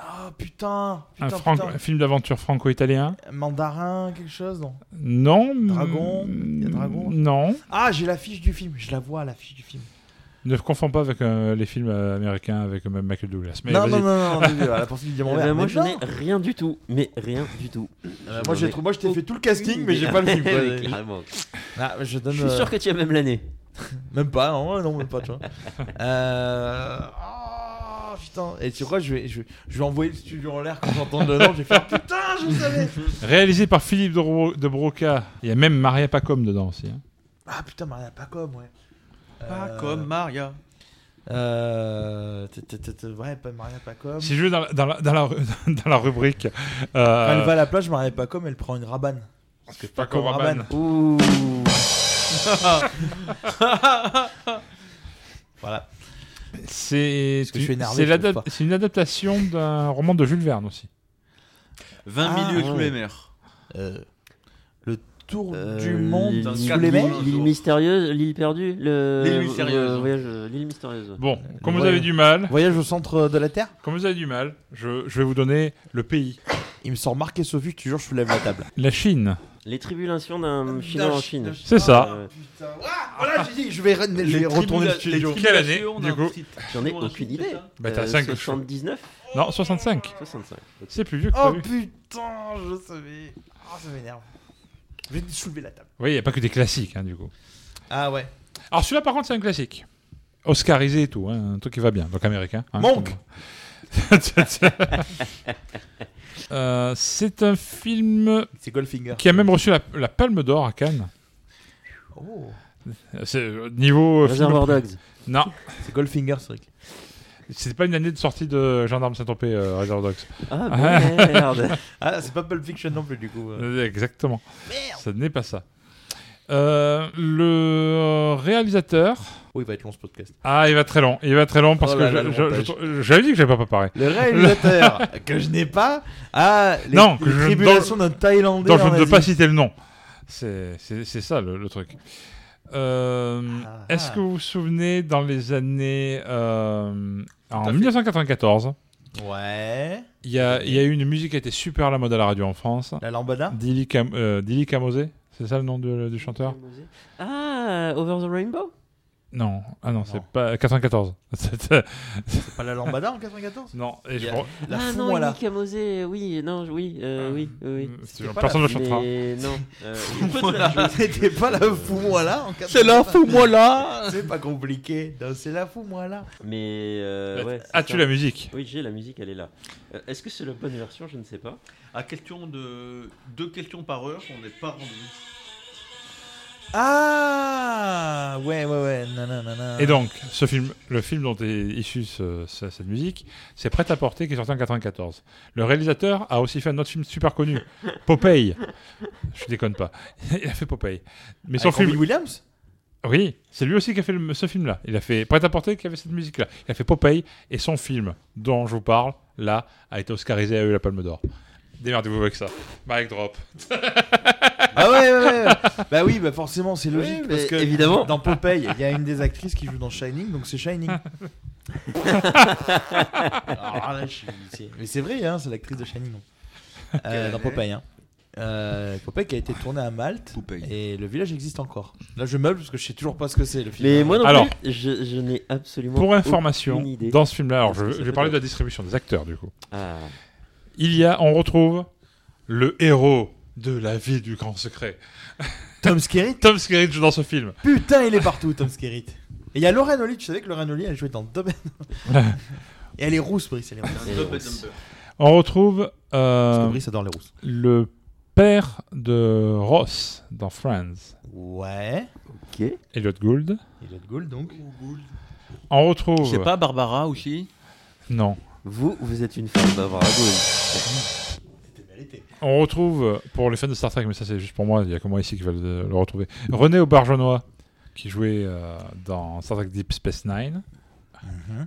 S12: Ah putain, putain,
S13: un, franc-
S12: putain.
S13: un film d'aventure franco-italien.
S12: Mandarin, quelque chose, non
S13: Non. Mm,
S12: Dragon Il y a Dragon
S13: Non.
S12: Ah, j'ai l'affiche du film, je la vois, l'affiche du film.
S13: Ne confonds pas avec euh, les films euh, américains avec euh, Michael Douglas. Mais
S12: non,
S13: vas-y.
S12: non, non, non, non, non, à la poursuite du
S15: Eh
S12: diamant
S15: ben,
S12: vert.
S15: moi
S12: mais
S15: je n'ai
S12: non.
S15: rien du tout, mais rien du tout.
S12: Euh, moi, j'ai
S15: J'en ai
S12: trouvé- moi, je t'ai fait tout le casting,
S15: aucune
S12: mais j'ai pas le film.
S15: idée.
S12: Ouais,
S15: Oui, clairement.
S12: Ah, je donne.
S15: Je suis
S12: euh,
S15: sûr que tu as même l'année.
S12: Même pas, hein, non, non, même pas, tu vois. Euh... oh, putain. Et tu crois, je vais, je, vais- je vais envoyer le studio en l'air quand j'entends le nom, je vais faire putain, je savais.
S13: Réalisé par Philippe de, Bro- de Broca. Il y a même Maria Pacom dedans aussi. hein.
S12: Ah putain, Maria Pacom, ouais.
S1: Pas
S12: Euh,
S1: comme Maria.
S12: Euh... t- t- t- t- Ouais, pas Maria Pacom.
S13: Si je veux dans la, dans la- dans la ru- dans la rubrique. euh,
S12: Quand elle va à la plage, Maria Pacom, elle prend une rabane. Parce que
S13: Pacom Rabanne.
S15: Ouh.
S12: voilà.
S13: C'est
S12: que je suis énervé,
S13: c'est
S12: je trouve
S13: l'adap- c'est une adaptation d'un roman de Jules Verne aussi.
S1: 20
S12: Ah,
S1: milieux sous
S12: ouais.
S1: les mers.
S12: Euh, le tour du
S15: Euh,
S12: monde
S15: l'île-
S12: sous les mers.
S15: L'île mystérieuse, l'île perdue, le
S1: L'île mystérieuse.
S15: le voyage, euh, l'île mystérieuse.
S13: Bon, comme vous
S12: voyage-
S13: avez du mal,
S12: Voyage au centre de la Terre
S13: comme vous avez du mal, je, je vais vous donner le pays.
S12: Il me sort marqué ce vu, toujours je soulève la table.
S13: La Chine.
S15: Les tribulations d'un Chinois Euh, en Chine.
S13: C'est
S1: Ah.
S13: ça.
S15: Euh,
S12: Voilà, j'ai dit que je vais, re- je vais retourner le studio.
S13: Quelle année, du coup
S15: J'en ai aucune idée.
S13: Bah, t'as
S15: Euh,
S13: cinq
S15: 79
S13: Non, 65.
S15: 65. ok.
S13: C'est plus vieux que
S12: Ah. Oh
S13: prévu.
S12: putain, je savais. Ah, ça m'énerve. Je vais soulever la table.
S13: Vous voyez, il n'y a pas que des classiques, hein, du coup.
S12: Ah ouais.
S13: Alors celui-là, par contre, c'est un classique. Oscarisé et tout, hein, un truc qui va bien, donc américain. hein,
S12: Monk.
S13: comme- Euh, C'est un film
S12: C'est Goldfinger.
S13: qui a même reçu la, la Palme d'Or à Cannes.
S12: Oh.
S13: C'est euh, niveau euh, film-
S15: Reservoir Dogs.
S13: Non,
S12: C'est Goldfinger, c'est vrai.
S13: c'était pas une année de sortie de Gendarme Saint-Tropez, euh, Reservoir Dogs.
S15: Ah merde.
S12: Ah, c'est pas Pulp Fiction non plus, du coup. euh.
S13: Euh, Exactement.
S12: Merde.
S13: Ça n'est pas ça. Euh, le euh, réalisateur.
S12: Oui, il va être long ce podcast.
S13: Ah, il va très long. Il va très long parce
S12: Oh
S13: que
S12: là là,
S13: je-
S12: le
S13: je-
S12: montage.
S13: je- j'avais dit que j'avais pas préparé.
S12: Le réalisateur que je n'ai pas. Ah, les,
S13: Non, que
S12: les
S13: je-
S12: tribulations d'un Thaïlandais.
S13: Non, je
S12: en
S13: ne veux
S12: Asie.
S13: pas citer le nom. C'est c'est- c'est ça le, le truc. Euh,
S12: Ah,
S13: Est-ce
S12: ah.
S13: que vous vous souvenez dans les années. euh, en 1994,
S12: Ouais.
S13: il y a, il y a eu une musique qui était super à la mode à la radio en France.
S12: La lambada.
S13: Dili, Cam- euh, Dili Camosé, c'est ça le nom de- du chanteur
S15: Ah, Over the Rainbow
S13: Non, ah non, c'est
S12: Non.
S13: pas 94.
S12: C'est pas la lambada en 94
S13: non,
S12: Il
S13: et
S12: y
S13: je
S12: a-
S13: crois-
S12: La
S15: Ah
S12: fou,
S15: non,
S12: voilà.
S15: Nick Camozé, oui, non, je- oui, euh, oui, oui. oui.
S13: c'est-
S12: pas
S13: personne ne
S12: la-
S13: le chantera.
S15: Mais non. euh,
S12: C'était pas la fous-moi là en 94
S15: moi là
S12: C'est pas compliqué. Non, C'est la fous-moi là.
S15: Mais euh, ouais. c'est
S13: As-tu
S15: ça.
S13: la musique
S15: Oui, j'ai la musique, elle est là. Euh, Est-ce que c'est la bonne version Je ne sais pas.
S1: À question de deux questions par heure, on n'est pas rendu.
S12: Ah ouais ouais ouais nanana.
S13: Et donc, ce film, le film dont est issu ce- ce- cette musique, c'est Prêt à porter qui est sorti en 94. Le réalisateur a aussi fait un autre film super connu, Popeye. Je déconne pas. Il a fait Popeye. Mais son
S12: Avec
S13: film,
S12: Robbie Williams
S13: oui, c'est lui aussi qui a fait le- ce film-là. Il a fait Prêt à porter qui avait cette musique-là. Il a fait Popeye et son film dont je vous parle là a été oscarisé à eu la Palme d'Or. Démerdez-vous avec ça. Mic drop.
S12: Ah ouais ouais ouais. bah oui bah forcément c'est logique
S15: mais
S12: parce que
S15: évidemment.
S12: dans Popeye il y a une des actrices qui joue dans Shining donc c'est Shining. Alors là, je suis- Ah, c'est- Mais c'est vrai hein c'est l'actrice de Shining. Euh, dans Popeye hein. Euh, Popeye qui a été tourné à Malte
S1: Popeye.
S12: et le village existe encore. Là je meuble parce que je sais toujours pas ce que c'est le film.
S15: Mais moi non
S13: Alors,
S15: plus, je, je n'ai absolument
S13: Pour
S15: aucune
S13: information,
S15: idée.
S13: dans ce film-là, alors
S15: Qu'est-ce que ça
S13: je, j'ai
S15: peut
S13: parlé de
S15: être
S13: la distribution des acteurs du coup.
S15: Ah.
S13: il y a, on retrouve le héros de la vie du grand secret.
S12: Tom Skerritt
S13: Tom Skerritt dans ce film.
S12: Putain, il est partout, Tom Skerritt. Et il y a Lauren Oli, tu savais que Lauren Oli, elle jouait dans Dumb and- Et elle est rousse, Brice, elle est rousse.
S1: Dump and Dumber.
S13: On retrouve euh,
S12: Parce que Brice adore les rousses.
S13: le père de Ross dans Friends.
S12: Ouais.
S13: Ok. Elliot Gould.
S12: Elliot Gould, donc.
S13: On retrouve.
S1: Je sais pas, Barbara aussi
S13: Non.
S15: Vous, vous êtes une femme Barbara Gould.
S13: On retrouve, pour les fans de Star Trek, mais ça c'est juste pour moi, il y a que moi ici qui va le, le retrouver, René Aubergenois, qui jouait euh, dans Star Trek Deep Space Nine. Euh,
S15: Mhm.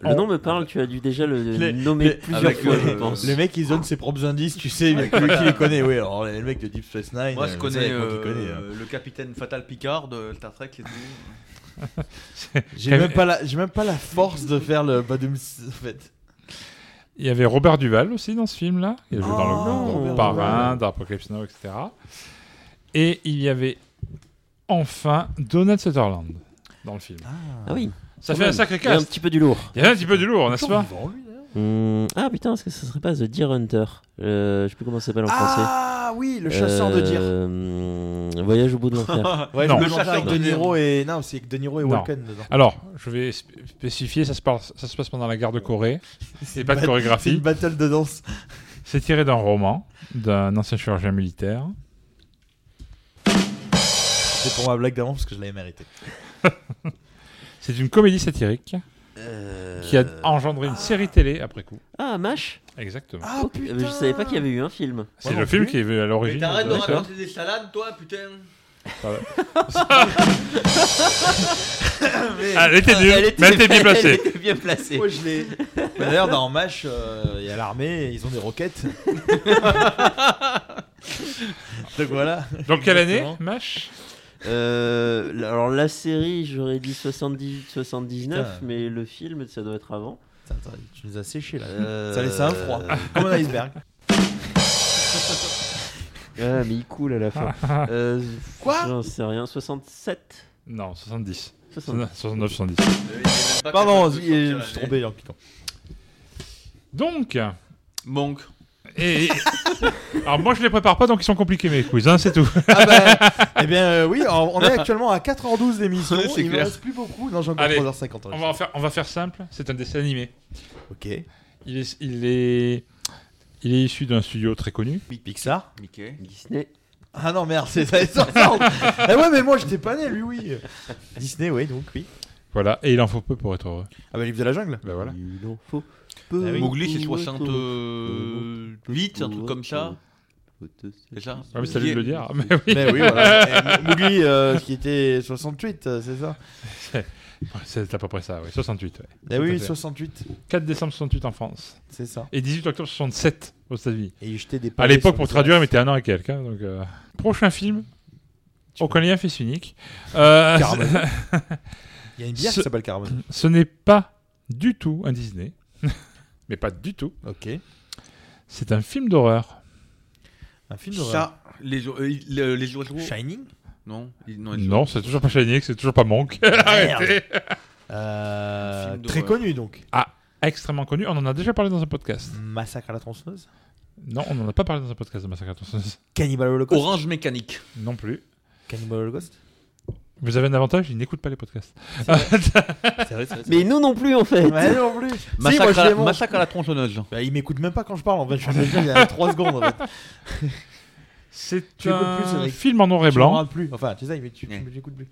S15: Le
S13: on-
S12: Oh.
S15: nom me parle, tu as dû déjà le
S12: Les-
S15: nommer
S12: les-
S15: plusieurs
S12: avec,
S15: fois,
S12: euh,
S15: je pense.
S12: Le mec, il donne ses propres indices, tu sais, il y a que lui qui les connaît. Oui, alors le mec de Deep Space Nine.
S1: Moi,
S12: euh,
S1: je
S12: vous
S1: connais,
S12: savez, quand il
S1: euh,
S12: connaît, hein.
S1: le capitaine Fatal Picard de Star Trek. les deux.
S12: J'ai même, pas la- j'ai même pas la force de faire le Badum. En fait.
S13: Il y avait Robert Duval aussi dans ce film-là. Il a joué
S12: Oh,
S13: dans le dans
S12: Robert
S13: Parrain,
S12: Duval.
S13: dans Apocalypse Now, etc. Et il y avait enfin Donald Sutherland dans le film.
S15: Ah oui.
S13: Ça
S15: Quand
S13: fait un
S15: même.
S13: sacré
S15: Il y a
S13: cast.
S15: un petit peu du lourd.
S13: Il y a un petit peu du lourd, n'est-ce pas
S15: Hmm, Ah putain, est-ce que ce serait pas The Deer Hunter Euh, Je sais plus comment ça s'appelle en
S12: Ah,
S15: français.
S12: oui, le chasseur de deer.
S15: deer. Voyage au bout de l'enfer.
S12: ouais,
S13: Euh, Non.
S12: je me demande avec
S13: Non.
S12: De Niro et. Non, c'est avec De Niro et
S13: Non.
S12: Walken dedans.
S13: Alors, je vais sp- spécifier, ça se, passe, ça se passe pendant la guerre de Corée. C'est
S12: une
S13: pas de
S12: bat- C'est
S13: chorégraphie.
S12: une battle de danse.
S13: C'est tiré d'un roman d'un ancien chirurgien militaire.
S12: C'est pour ma blague d'avant parce que je l'avais mérité.
S13: C'est une comédie satirique qui a engendré une série télé après coup.
S15: Ah, MASH
S13: Exactement.
S15: Ah putain Je savais pas qu'il y avait eu un film.
S13: C'est le film qui est à
S1: Mais
S13: l'origine.
S1: t'arrêtes de
S13: de ça.
S1: raconter des salades, toi, putain
S13: Voilà. Ah, elle était nulle,
S15: Elle était-
S13: mais elle était bien placée.
S15: elle était bien placée.
S12: Moi, je l'ai. Bah, D'ailleurs, dans MASH, euh, il y a l'armée, ils ont des roquettes. Donc voilà.
S13: Donc, quelle année,
S15: Exactement.
S13: MASH
S15: Euh, l- alors la série, j'aurais dit 78-79,
S12: Putain.
S15: mais le film, ça doit être avant.
S12: tu nous as séché là.
S15: Euh,
S12: Ça laissait un froid, comme un iceberg.
S15: Ah, mais il coule à la fin. Euh,
S12: Quoi
S15: J'en sais rien, 67
S13: Non, 70.
S15: 70.
S13: 69, 70.
S12: Pardon, je je me suis trompé en cliquant.
S13: Donc,
S1: Monk.
S13: et, et- alors moi je les prépare pas donc ils sont compliqués mes quiz, hein, c'est tout.
S12: Ah bah, eh bien euh, oui, on on est actuellement à 4h12 d'émission.
S13: Ouais, c'est
S12: il me
S13: clair.
S12: reste plus beaucoup. Non, j'ai encore
S13: Allez,
S12: 3h50.
S13: on va, en faire, on va faire simple, c'est un dessin animé.
S12: Ok.
S13: Il est, il est, il est issu d'un studio très connu.
S12: Pixar
S1: Mickey.
S15: Disney.
S12: Ah non, merde, c'est ça. ça ressemble. eh ouais, mais moi j'étais pas né, lui, oui. Disney, oui, donc oui.
S13: Voilà, et il en faut peu pour être heureux.
S12: Ah bah, livre de la jungle.
S15: Ben
S13: Bah voilà.
S15: Il en faut
S12: Ah oui.
S1: Mowgli, c'est
S12: euh,
S1: 68, un truc comme ça. C'est ça
S13: Ah, mais ça allait
S1: Qui
S13: le
S1: est-
S13: dire. Mais
S12: Mais oui,
S13: oui,
S12: voilà. Et Mowgli, euh, qui était 68, euh, c'est ça
S13: C'est à peu près ça, oui. 68, ouais.
S12: Eh
S13: Tout à
S12: oui,
S13: fait.
S12: 68.
S13: 4 décembre 68 en France.
S12: C'est ça.
S13: Et 18 octobre 67 aux États-Unis.
S12: Et il jetait des
S13: À
S12: pavés
S13: l'époque,
S12: sur
S13: pour
S12: les
S13: traduire, il
S12: États-Unis.
S13: mettait un an et quelques. hein, donc, euh, Prochain film. Aucun lien, fils unique. Euh,
S12: Caramel. Il y a une bière
S13: Ce-
S12: qui s'appelle Caramel.
S13: Ce n'est pas du tout un Disney. Mais pas du tout.
S12: Ok.
S13: C'est un film d'horreur.
S12: Un film d'horreur.
S1: Ça, les, o- euh, le- les oiseaux.
S12: Shining
S1: Non, il- non, les
S13: Non, c'est toujours pas Shining, c'est toujours pas Monk. Arrêtez.
S12: Euh,
S1: Film
S12: Très
S1: d'horreur.
S12: connu donc.
S13: Ah, extrêmement connu. On en a déjà parlé dans un podcast.
S12: Massacre à la tronçonneuse.
S13: Non, on n'en a pas parlé dans un podcast de Massacre à la tronçonneuse.
S12: Cannibal Holocaust.
S1: Orange mécanique.
S13: Non plus.
S12: Cannibal Holocaust.
S13: Vous avez un avantage, ils n'écoutent pas les podcasts.
S12: C'est vrai, c'est vrai.
S15: Mais nous non plus en fait.
S12: Ouais, non plus. Si, moi,
S1: Massacre,
S12: je
S1: à,
S12: l'ai
S1: la-
S12: mon-
S1: massacre à la tronçonneuse.
S12: Bah, il m'écoute même pas quand je parle en fait. Je suis en train de dire, il y a 3 secondes en fait.
S13: C'est
S12: Tu écoutes
S13: un
S12: plus, Cédric.
S13: film en noir et
S12: Tu m'en
S13: blanc.
S12: parles plus. Enfin, tu sais, mais tu
S1: Ouais.
S12: tu m'écoutes plus.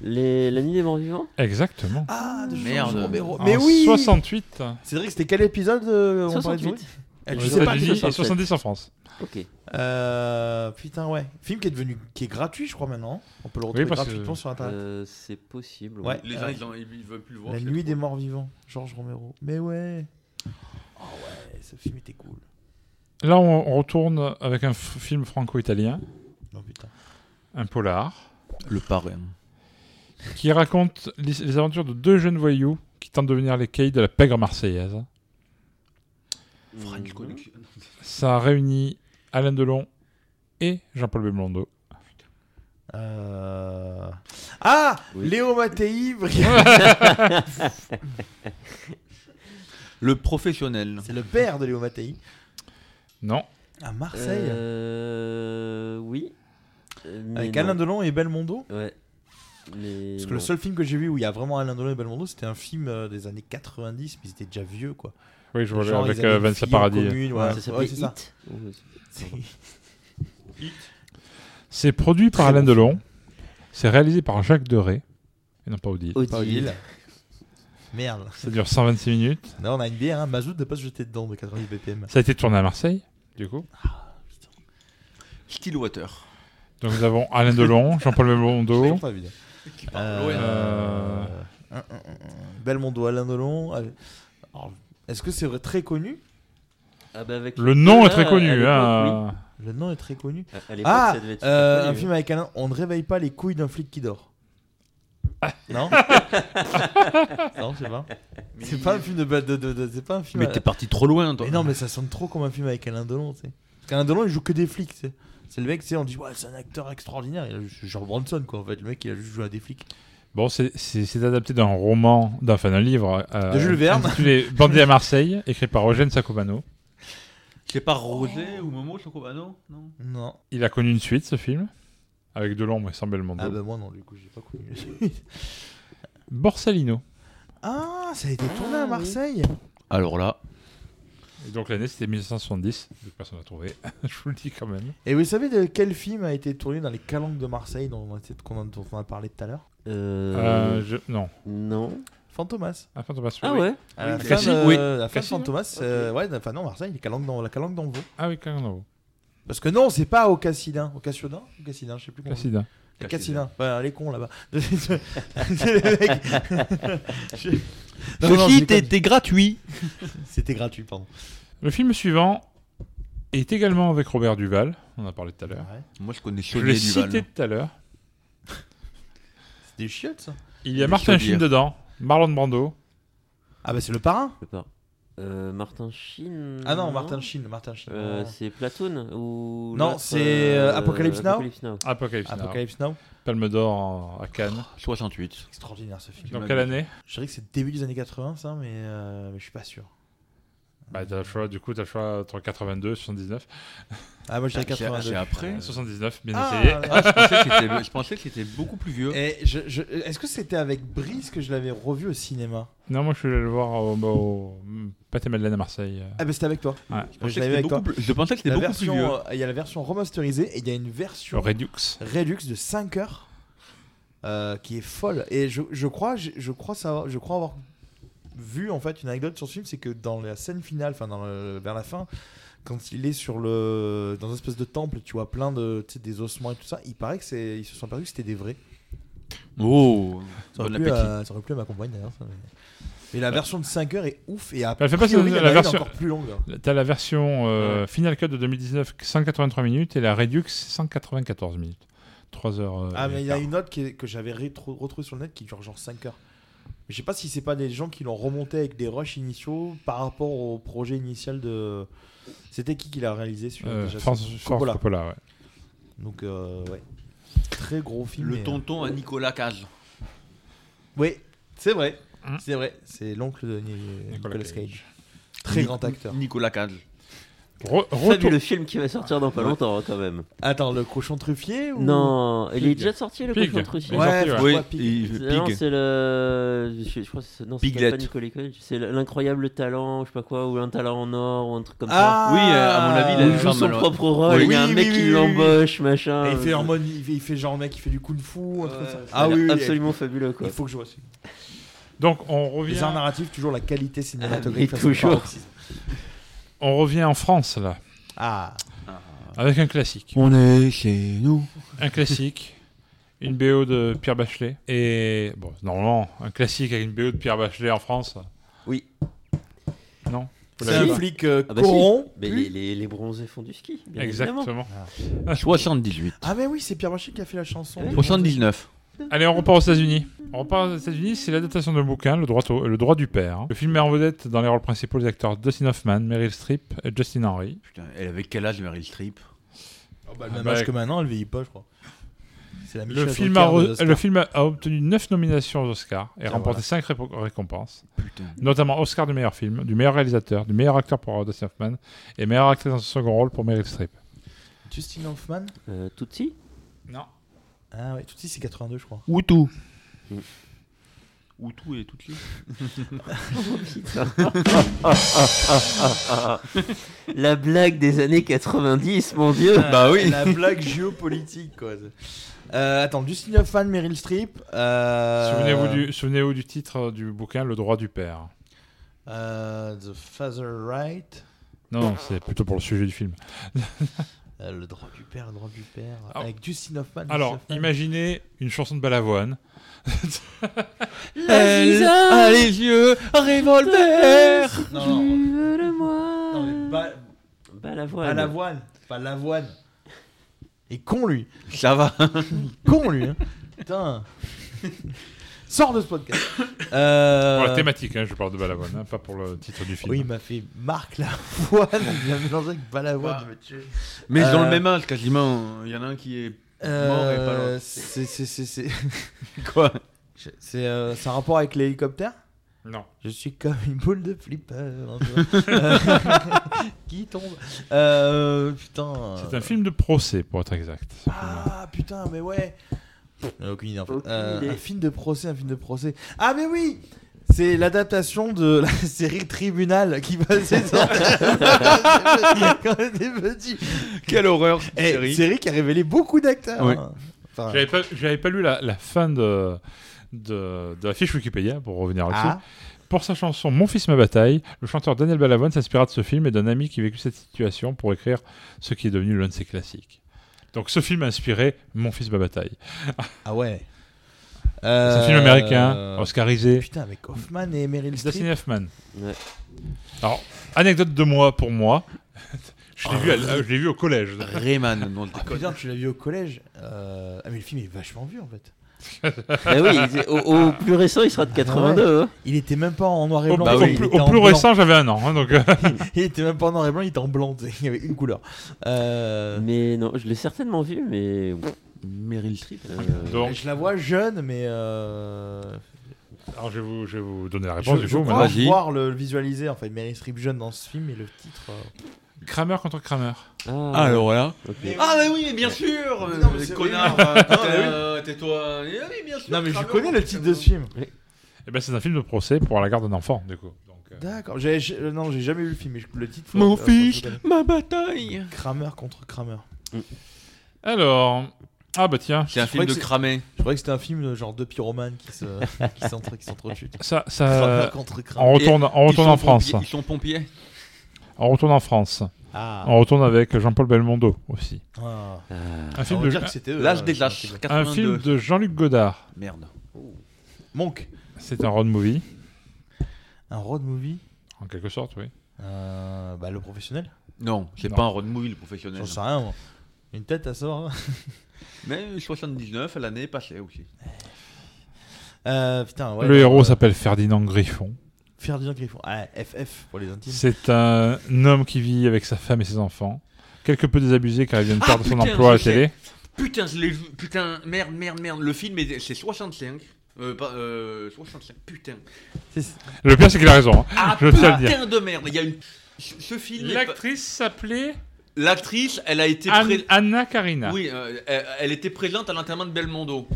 S15: Les... La nuit des morts vivants
S13: Exactement.
S12: Ah, de
S1: Merde.
S12: Georges Romero.
S13: En
S12: Mais oui
S13: 68.
S12: Cédric, c'était quel épisode euh, on parlait de
S15: 68.
S12: Joey
S13: Aux
S12: Elle, je sais pas.
S13: États-Unis et
S15: 67.
S13: 70 en France.
S15: Ok.
S12: Euh, putain, ouais. Film qui est devenu. qui est gratuit, je crois, maintenant. On peut le retrouver
S13: Oui, parce que-
S12: gratuitement sur internet.
S15: Euh, c'est possible.
S12: Ouais.
S1: Les gens, ils, en- ils- ils veulent plus le voir.
S12: La
S1: c'est-
S12: nuit des morts vivants, Georges Romero. Mais ouais. Oh ouais, ce film était cool.
S13: Là, on on retourne avec un f- film franco-italien,
S12: Non, putain.
S13: un polar,
S1: Le parrain.
S13: qui raconte les, les aventures de deux jeunes voyous qui tentent de devenir les caïds de la pègre marseillaise.
S1: French Connection.
S13: Ça réunit Alain Delon et Jean-Paul Belmondo.
S12: Euh... Ah
S15: Oui.
S12: Léo Mattei Bri-
S1: Le professionnel.
S12: C'est le père de Léo Mattei.
S13: Non,
S12: À Marseille.
S15: Euh, oui. Euh, mais
S12: avec
S15: non.
S12: Alain Delon et Belmondo.
S15: Ouais. Mais
S12: Parce que le
S15: non.
S12: seul film que j'ai vu où il y a vraiment Alain Delon et Belmondo, c'était un film euh, des années 90, mais ils étaient déjà vieux quoi.
S13: oui, je vois
S12: Genre,
S13: avec
S12: ils avaient
S13: euh,
S12: une
S13: Vanessa
S12: fille en
S13: Paradis.
S12: commune, ouais.
S15: Ça s'appelait
S12: c'est ça.
S15: Hit. Ou-
S13: C'est produit par Alain Delon. C'est réalisé par Jacques Deray. Et non pas Odile.
S12: Odile. Pas Odile. Merde.
S13: Ça dure 126 minutes.
S12: Là, on a une bière, hein. Mazout de pas se jeter dedans de 90 BPM.
S13: Ça a été tourné à Marseille, du coup.
S1: Stillwater.
S13: Donc nous avons Alain Delon, Jean-Paul Belmondo.
S12: Pas vu. Ah, Euh, euh, Belmondo, Alain Delon. euh, alors, Est-ce que c'est vrai- très connu
S15: Ah bah avec
S13: Le nom est
S15: Ah,
S13: très
S15: à
S13: connu.
S15: l'époque,
S13: hein.
S12: Le nom est très connu.
S15: À- à l'époque,
S12: ah,
S15: ça devait être
S12: euh,
S15: super
S12: un
S15: connu,
S12: film avec Alain. On ne réveille pas les couilles d'un flic qui dort. Non Non, je sais pas. C'est pas un film de. de, de- de- c'est pas un film
S1: Mais t'es parti trop loin, toi.
S12: Euh, Mais non, mais ça sonne trop comme un film avec Alain Delon, tu sais. Parce qu'Alain Delon, il joue que des flics, tu sais. C'est le mec, tu sais, on dit, ouais, c'est un acteur extraordinaire. Il a juste- genre Bronson, quoi, en fait. Le mec, il a juste joué à des flics.
S13: Bon, c'est- c'est c'est adapté d'un roman, d'un enfin, d'un livre. euh,
S1: Ah
S12: De Jules Verne.
S13: Intitulé Bandit à Marseille, écrit par Eugène Sacomano.
S1: C'est pas Ah Rosé ou Momo Chocobano Non.
S12: Non.
S13: Il a connu une suite, ce film, avec Delon mais sans Belmondo.
S12: Ah, bah, moi, non, du coup, j'ai pas connu.
S13: Borsalino.
S12: ah, ça a été tourné à Marseille.
S1: Alors là.
S13: Et donc l'année, c'était 1570. Donc, Personne n'a trouvé. Je vous le dis quand même.
S12: Et vous savez de quel film a été tourné dans les calanques de Marseille dont on a, qu'on en- dont on a parlé tout à l'heure
S13: Euh, je- Non.
S15: Non.
S12: Fantomas.
S13: Ah, Fantomas,
S15: Ah oui. ouais
S12: À la
S13: Oui,
S12: fin,
S13: Cassis,
S12: de-
S13: oui.
S12: la fin de
S13: Cassis,
S12: Fantomas, euh, ouais, enfin non, Marseille, les calanques dans, la calanque dans le Vaux.
S13: Ah oui, Calanque dans le Vaux.
S12: Parce que non, c'est pas au Cassidin. Au Cassidin Au Cassidin, je sais plus comment. on dit.
S13: Cassidin.
S12: Le Cassidin. Voilà, les cons là-bas. C'est les mecs. Je- Non, non, je
S1: Ceci
S12: déconne.
S1: était gratuit.
S12: C'était gratuit, pardon.
S13: Le film suivant est également avec Robert Duval. On en a parlé tout à l'heure.
S1: Moi, je connais
S13: Je
S1: Chaudier
S13: l'ai
S1: Duval.
S13: cité tout à l'heure.
S12: C'est des chiottes, ça.
S13: Il y a
S1: Des
S13: Martin
S1: chaudières.
S13: Sheen dedans. Marlon Brando.
S12: Ah, bah c'est le parrain.
S15: Je sais pas. Euh, Martin Sheen.
S12: Ah non, Martin Sheen, Martin Sheen.
S15: Euh,
S12: Non.
S15: c'est Platoon ou
S12: Non,
S15: l'autre,
S12: c'est, euh, Apocalypse Now
S15: Apocalypse Now.
S13: Apocalypse Now.
S12: Apocalypse Oh, Now.
S13: Palme d'or en- à Cannes.
S1: 68.
S12: Extraordinaire ce film.
S13: Dans quelle année
S12: Je dirais que c'est début des années 80, ça, mais, euh, mais je suis pas sûr.
S13: Bah, t'as le choix, du coup, t'as le choix entre 82 et 79.
S12: Ah, moi, je dirais 82.
S1: C'est après.
S13: Euh, 79, bien
S12: Ah,
S13: essayé.
S12: là, là.
S1: Ah, je pensais que c'était- je pensais que c'était beaucoup plus vieux.
S12: Et je, je- Est-ce que c'était avec Brice que je l'avais revu au cinéma
S13: Non, moi, je suis allé le voir au, bah, au Pâté Madeleine à Marseille. euh.
S12: Ah bah c'était avec toi.
S13: Ouais.
S12: Je,
S1: pensais que
S12: l'avais
S1: c'était
S12: avec toi.
S1: beaucoup plus- je pensais que c'était
S12: La
S1: beaucoup plus
S12: version,
S1: vieux.
S12: euh, Il y a la version remasterisée et il y a une version
S13: Redux.
S12: Redux de 5 heures euh, qui est folle. Et je, je crois, je, je crois savoir, je crois avoir vu en fait une anecdote sur ce film, c'est que dans la scène finale, enfin dans le- vers la fin, quand il est sur le dans une espèce de temple, tu vois plein de tu sais, des ossements et tout ça. Il paraît que c'est, ils se sont aperçus que c'était des vrais.
S1: Oh,
S12: Ça aurait, euh,
S1: bon
S12: plu
S1: appétit.
S12: à, ça aurait plu à ma compagne d'ailleurs. ça, mais- Mais la version de 5 heures est ouf et après
S13: Bah, fais pas ça,
S12: la,
S13: la version.
S12: encore plus longue. hein.
S13: T'as la version euh, Final Cut de 2019, 183 minutes, et la Redux, 194 minutes. 3 heures. euh,
S12: Ah, mais il y a
S13: quart.
S12: une autre qui est- que j'avais rétro- retrouvée sur le net qui dure genre 5 heures. Mais je sais pas si c'est pas des gens qui l'ont remonté avec des rushs initiaux par rapport au projet initial de. C'était qui qui l'a réalisé celui-là
S13: Euh,
S12: déjà
S13: Francis
S12: C'est
S13: Ford
S12: Coppola.
S13: Coppola, ouais.
S12: Donc, euh, ouais. Très gros film. euh,
S1: Le
S12: et,
S1: tonton à Nicolas Cage.
S12: euh, Oui, c'est vrai. C'est vrai. C'est l'oncle de Ni- Hein? Nicolas, Cage. Très
S1: Ni-
S12: grand acteur.
S1: Nicolas Cage.
S13: Re-
S15: Salut,
S13: retour-
S15: le film qui va sortir dans pas
S13: Ouais.
S15: longtemps hein, quand même.
S12: Attends, le cochon truffier ou...
S15: Non, il est
S12: Pig.
S15: déjà sorti le
S12: Pig.
S15: prochain truc.
S12: Ouais, François
S1: Oui,
S12: Pig.
S1: et-
S15: Non,
S1: Pig.
S15: c'est le. Je, je crois que c'est. Non, c'est
S1: Piglet.
S15: pas Nicolas Cage, C'est l'incroyable talent, je sais pas quoi, ou un talent en or, ou un truc comme
S12: Ah
S15: ça.
S1: Oui, euh, à mon avis, il a
S15: Où
S1: une
S15: joue
S1: femme,
S15: son
S1: alors.
S15: propre rôle.
S1: Oui.
S15: Il y a un
S1: Oui,
S15: mec
S1: oui,
S15: qui
S1: oui, oui,
S15: l'embauche, machin.
S12: Et il fait en mode, il fait, il fait genre mec, il fait du kung-fu, un truc comme ça. Ah
S15: a l'air absolument fabuleux, quoi.
S12: Il faut que je vois. celui-là.
S13: Donc, on revient.
S12: Les arts narratifs, toujours la qualité
S15: Mais
S12: cinématographique. face au
S15: toujours.
S12: paroxysme.
S13: On revient en France, là.
S12: Ah.
S13: Avec un classique.
S1: On est chez nous.
S13: Un classique. Une BO de Pierre Bachelet. Et. Bon, normalement, un classique avec une BO de Pierre Bachelet en France.
S15: Oui.
S13: Non Vous
S12: C'est
S13: l'avez
S12: un
S13: pas
S12: flic euh,
S15: Ah bah si.
S12: corrompt.
S15: Mais
S12: plus-
S15: les, les, les bronzés font du ski. Bien
S13: Exactement.
S15: évidemment.
S1: 78.
S12: Ah mais oui, c'est Pierre Bachelet qui a fait la chanson.
S1: 79.
S13: Allez, on repart aux États-Unis. On repart aux États-Unis, c'est l'adaptation d'un bouquin, le droit, au- le droit du père. Le film met en vedette dans les rôles principaux les acteurs Dustin Hoffman, Meryl Streep et Justin Henry.
S1: Putain, elle avait quel âge Meryl Streep
S12: Oh, bah, le même
S13: bah,
S12: âge que maintenant, elle vieillit pas, je crois. C'est la
S13: Le
S12: Michelle
S13: film,
S12: Drucker
S13: a re-
S12: des Oscars.
S13: le film a- a obtenu 9 nominations aux Oscars et
S12: Tiens,
S13: remporté
S12: voilà.
S13: 5 récompenses.
S1: Putain.
S13: Notamment Oscar du meilleur film, du meilleur réalisateur, du meilleur acteur pour euh, Dustin Hoffman et meilleure actrice dans son second rôle pour Meryl Streep.
S12: Justin Hoffman.
S15: Euh, Tootsie
S13: Non.
S12: Ah ouais, tout de suite c'est 82, je crois.
S1: Ou tout. Ou tout et toutes les.
S15: La blague des années 90, mon dieu.
S13: Ah,
S12: Bah oui. La blague géopolitique, quoi. Euh, attends, Dustin Hoffman, Meryl Streep. euh,
S13: Souvenez-vous du, souvenez-vous du titre du bouquin, Le droit du père.
S12: euh, The Father Right.
S13: Non, c'est plutôt pour le sujet du film.
S12: Euh, le droit du père, le droit du père.
S13: Alors-
S12: avec Dustin Hoffman.
S13: Alors,
S12: Dustin Hoffman.
S13: imaginez une chanson de Balavoine.
S12: Elle a les yeux revolver.
S15: Non, non.
S12: Non, mais pas-
S15: Balavoine.
S12: Pas l'avoine. Pas l'avoine. Et con lui. Ça va. con lui. hein. Putain. Sors de ce podcast. Euh,
S13: Pour la thématique, hein, je parle de Balavoine, hein, pas pour le titre du film.
S12: Oui, il m'a fait Marc Lavoine. Il l'a mélangé avec Balavoine.
S1: Mais ils ont
S12: Euh,
S1: le même âge quasiment. Il y en a un qui est Ah, mort et pas
S12: euh,
S1: l'autre.
S12: C'est. c'est- c'est- c'est-
S1: Quoi
S12: Je- C'est euh, c'est un rapport avec l'hélicoptère
S13: Non.
S12: Je suis comme une boule de flipper. Euh, qui tombe Euh, Putain.
S13: C'est un film de procès, pour être exact.
S12: Ah putain, mais ouais. J'en ai Aucune idée en fait.
S15: Aucune
S12: Euh,
S15: idée.
S12: un film de procès, un film de procès. Ah mais oui C'est l'adaptation de la série Tribunal qui passait sur quand on était petit.
S1: Quelle horreur cette
S12: Eh,
S1: série.
S12: série qui a révélé beaucoup d'acteurs.
S13: Ouais.
S12: hein. Enfin,
S13: J'avais pas, j'avais pas lu la, la fin de, de, de la fiche Wikipédia, pour revenir là-dessus.
S12: Ah.
S13: Pour sa chanson Mon fils, ma bataille, le chanteur Daniel Balavoine s'inspira de ce film et d'un ami qui vécut cette situation pour écrire ce qui est devenu l'un de ses classiques. Donc ce film a inspiré Mon fils, ma bataille.
S12: Ah ouais.
S13: C'est
S12: Euh,
S13: un film américain, oscarisé.
S12: Putain, avec Hoffman et Meryl
S13: Dustin
S12: Streep.
S13: Hoffman. Alors, anecdote de moi pour moi. Je l'ai
S1: Oh,
S13: vu, à- euh,
S1: Ray-
S13: je l'ai vu au collège.
S1: Rayman, non,
S12: Ah putain, tu l'as vu au collège Euh, Ah mais le film est vachement vieux en fait.
S15: Ah oui, c'est- au, au plus récent, il
S12: Ah
S15: sera de 82. hein.
S12: Il était même pas en noir et
S13: Au,
S12: blanc.
S13: plus-
S12: bah il
S13: au plus,
S12: était
S13: au
S12: en
S13: plus
S12: blanc.
S13: récent, j'avais un an. hein, donc, euh,
S12: il était même pas en noir et blanc, il était en blanc, tu sais, il y avait une couleur. Euh,
S15: Mais non, je l'ai certainement vu, mais. Meryl Streep. euh,
S13: donc,
S12: Je la vois jeune, mais euh,
S13: alors, je, vais vous, je vais vous donner la
S12: je,
S13: réponse du
S12: je
S13: coup.
S12: crois
S13: maintenant.
S12: voir le le visualiser en fait, Meryl Streep jeune dans ce film et le titre. euh,
S13: Kramer contre Kramer.
S1: Ah, alors là.
S15: ok.
S1: Ah, bah oui, mais bien sûr
S12: Mais non, mais
S1: euh,
S12: c'est
S1: Connard,
S12: vrai.
S1: euh,
S12: Ah, bah
S1: putain, tais-toi. Eh oui, bien sûr,
S12: Non mais je
S1: Kramer,
S12: connais le titre de ce film.
S13: Eh ben, c'est un film de procès pour la garde d'un enfant, du coup. Donc, euh,
S12: D'accord. J'ai, j'ai- euh, non, j'ai jamais vu le film, mais je- le titre. faut-
S1: Mon
S12: euh, faut que je
S1: fils,
S12: connaisse.
S1: ma bataille.
S12: Kramer contre Kramer.
S13: Alors. Ah bah tiens,
S1: C'est un
S12: Je
S1: film
S12: croyais que
S1: de
S12: c'est-
S1: cramé.
S12: Je croyais que c'était un film euh, genre de pyromanes qui se qui s'entre- qui s'entretuent.
S13: ça,
S12: Kramer
S13: ça
S12: contre Kramer.
S13: on retourne, on
S1: Ils sont
S13: retourne en
S1: pompiers-
S13: France.
S1: Ils sont pompiers.
S13: On retourne en France.
S12: Ah.
S13: On retourne avec Jean-Paul Belmondo aussi.
S12: Ah.
S13: Un film
S12: on va
S13: de,
S12: dire que c'était eux,
S1: L'âge
S12: hein,
S1: des
S12: c'est un
S1: lâches.
S12: film.
S13: un
S1: 82.
S13: film de Jean-Luc Godard.
S1: Merde.
S12: Monk.
S13: C'est un road movie,
S12: Un road movie.
S13: en quelque sorte, oui.
S12: Euh, bah le professionnel.
S1: Non, c'est
S13: Non.
S1: pas un road movie le professionnel.
S12: J'en sais rien. moi. Une tête à savoir. hein.
S1: Mais 79, l'année passée aussi.
S12: Euh, putain. Ouais,
S13: le
S12: non,
S13: héros
S12: euh,
S13: s'appelle Ferdinand Griffon.
S12: Ferdinand Griffon. Ah, FF pour les intimes.
S13: C'est un homme qui vit avec sa femme et ses enfants. Quelque peu désabusé car il vient de
S1: Ah,
S13: perdre son
S1: putain,
S13: emploi à la
S1: je sais.
S13: télé.
S1: Putain, je l'ai vu. Putain, merde, merde, merde. Le film, est- c'est 65. Euh, pas, euh, 65, putain.
S13: Le pire, c'est qu'il a raison. hein.
S1: Ah,
S13: Je tiens à le dire.
S1: putain de merde. Il y a une. Ce ce film. est pas-
S13: L'actrice s'appelait
S1: L'actrice, elle a été.
S13: Anne-
S1: pré-
S13: Anna Karina.
S1: Oui, euh, elle, elle était présente à l'enterrement de Belmondo.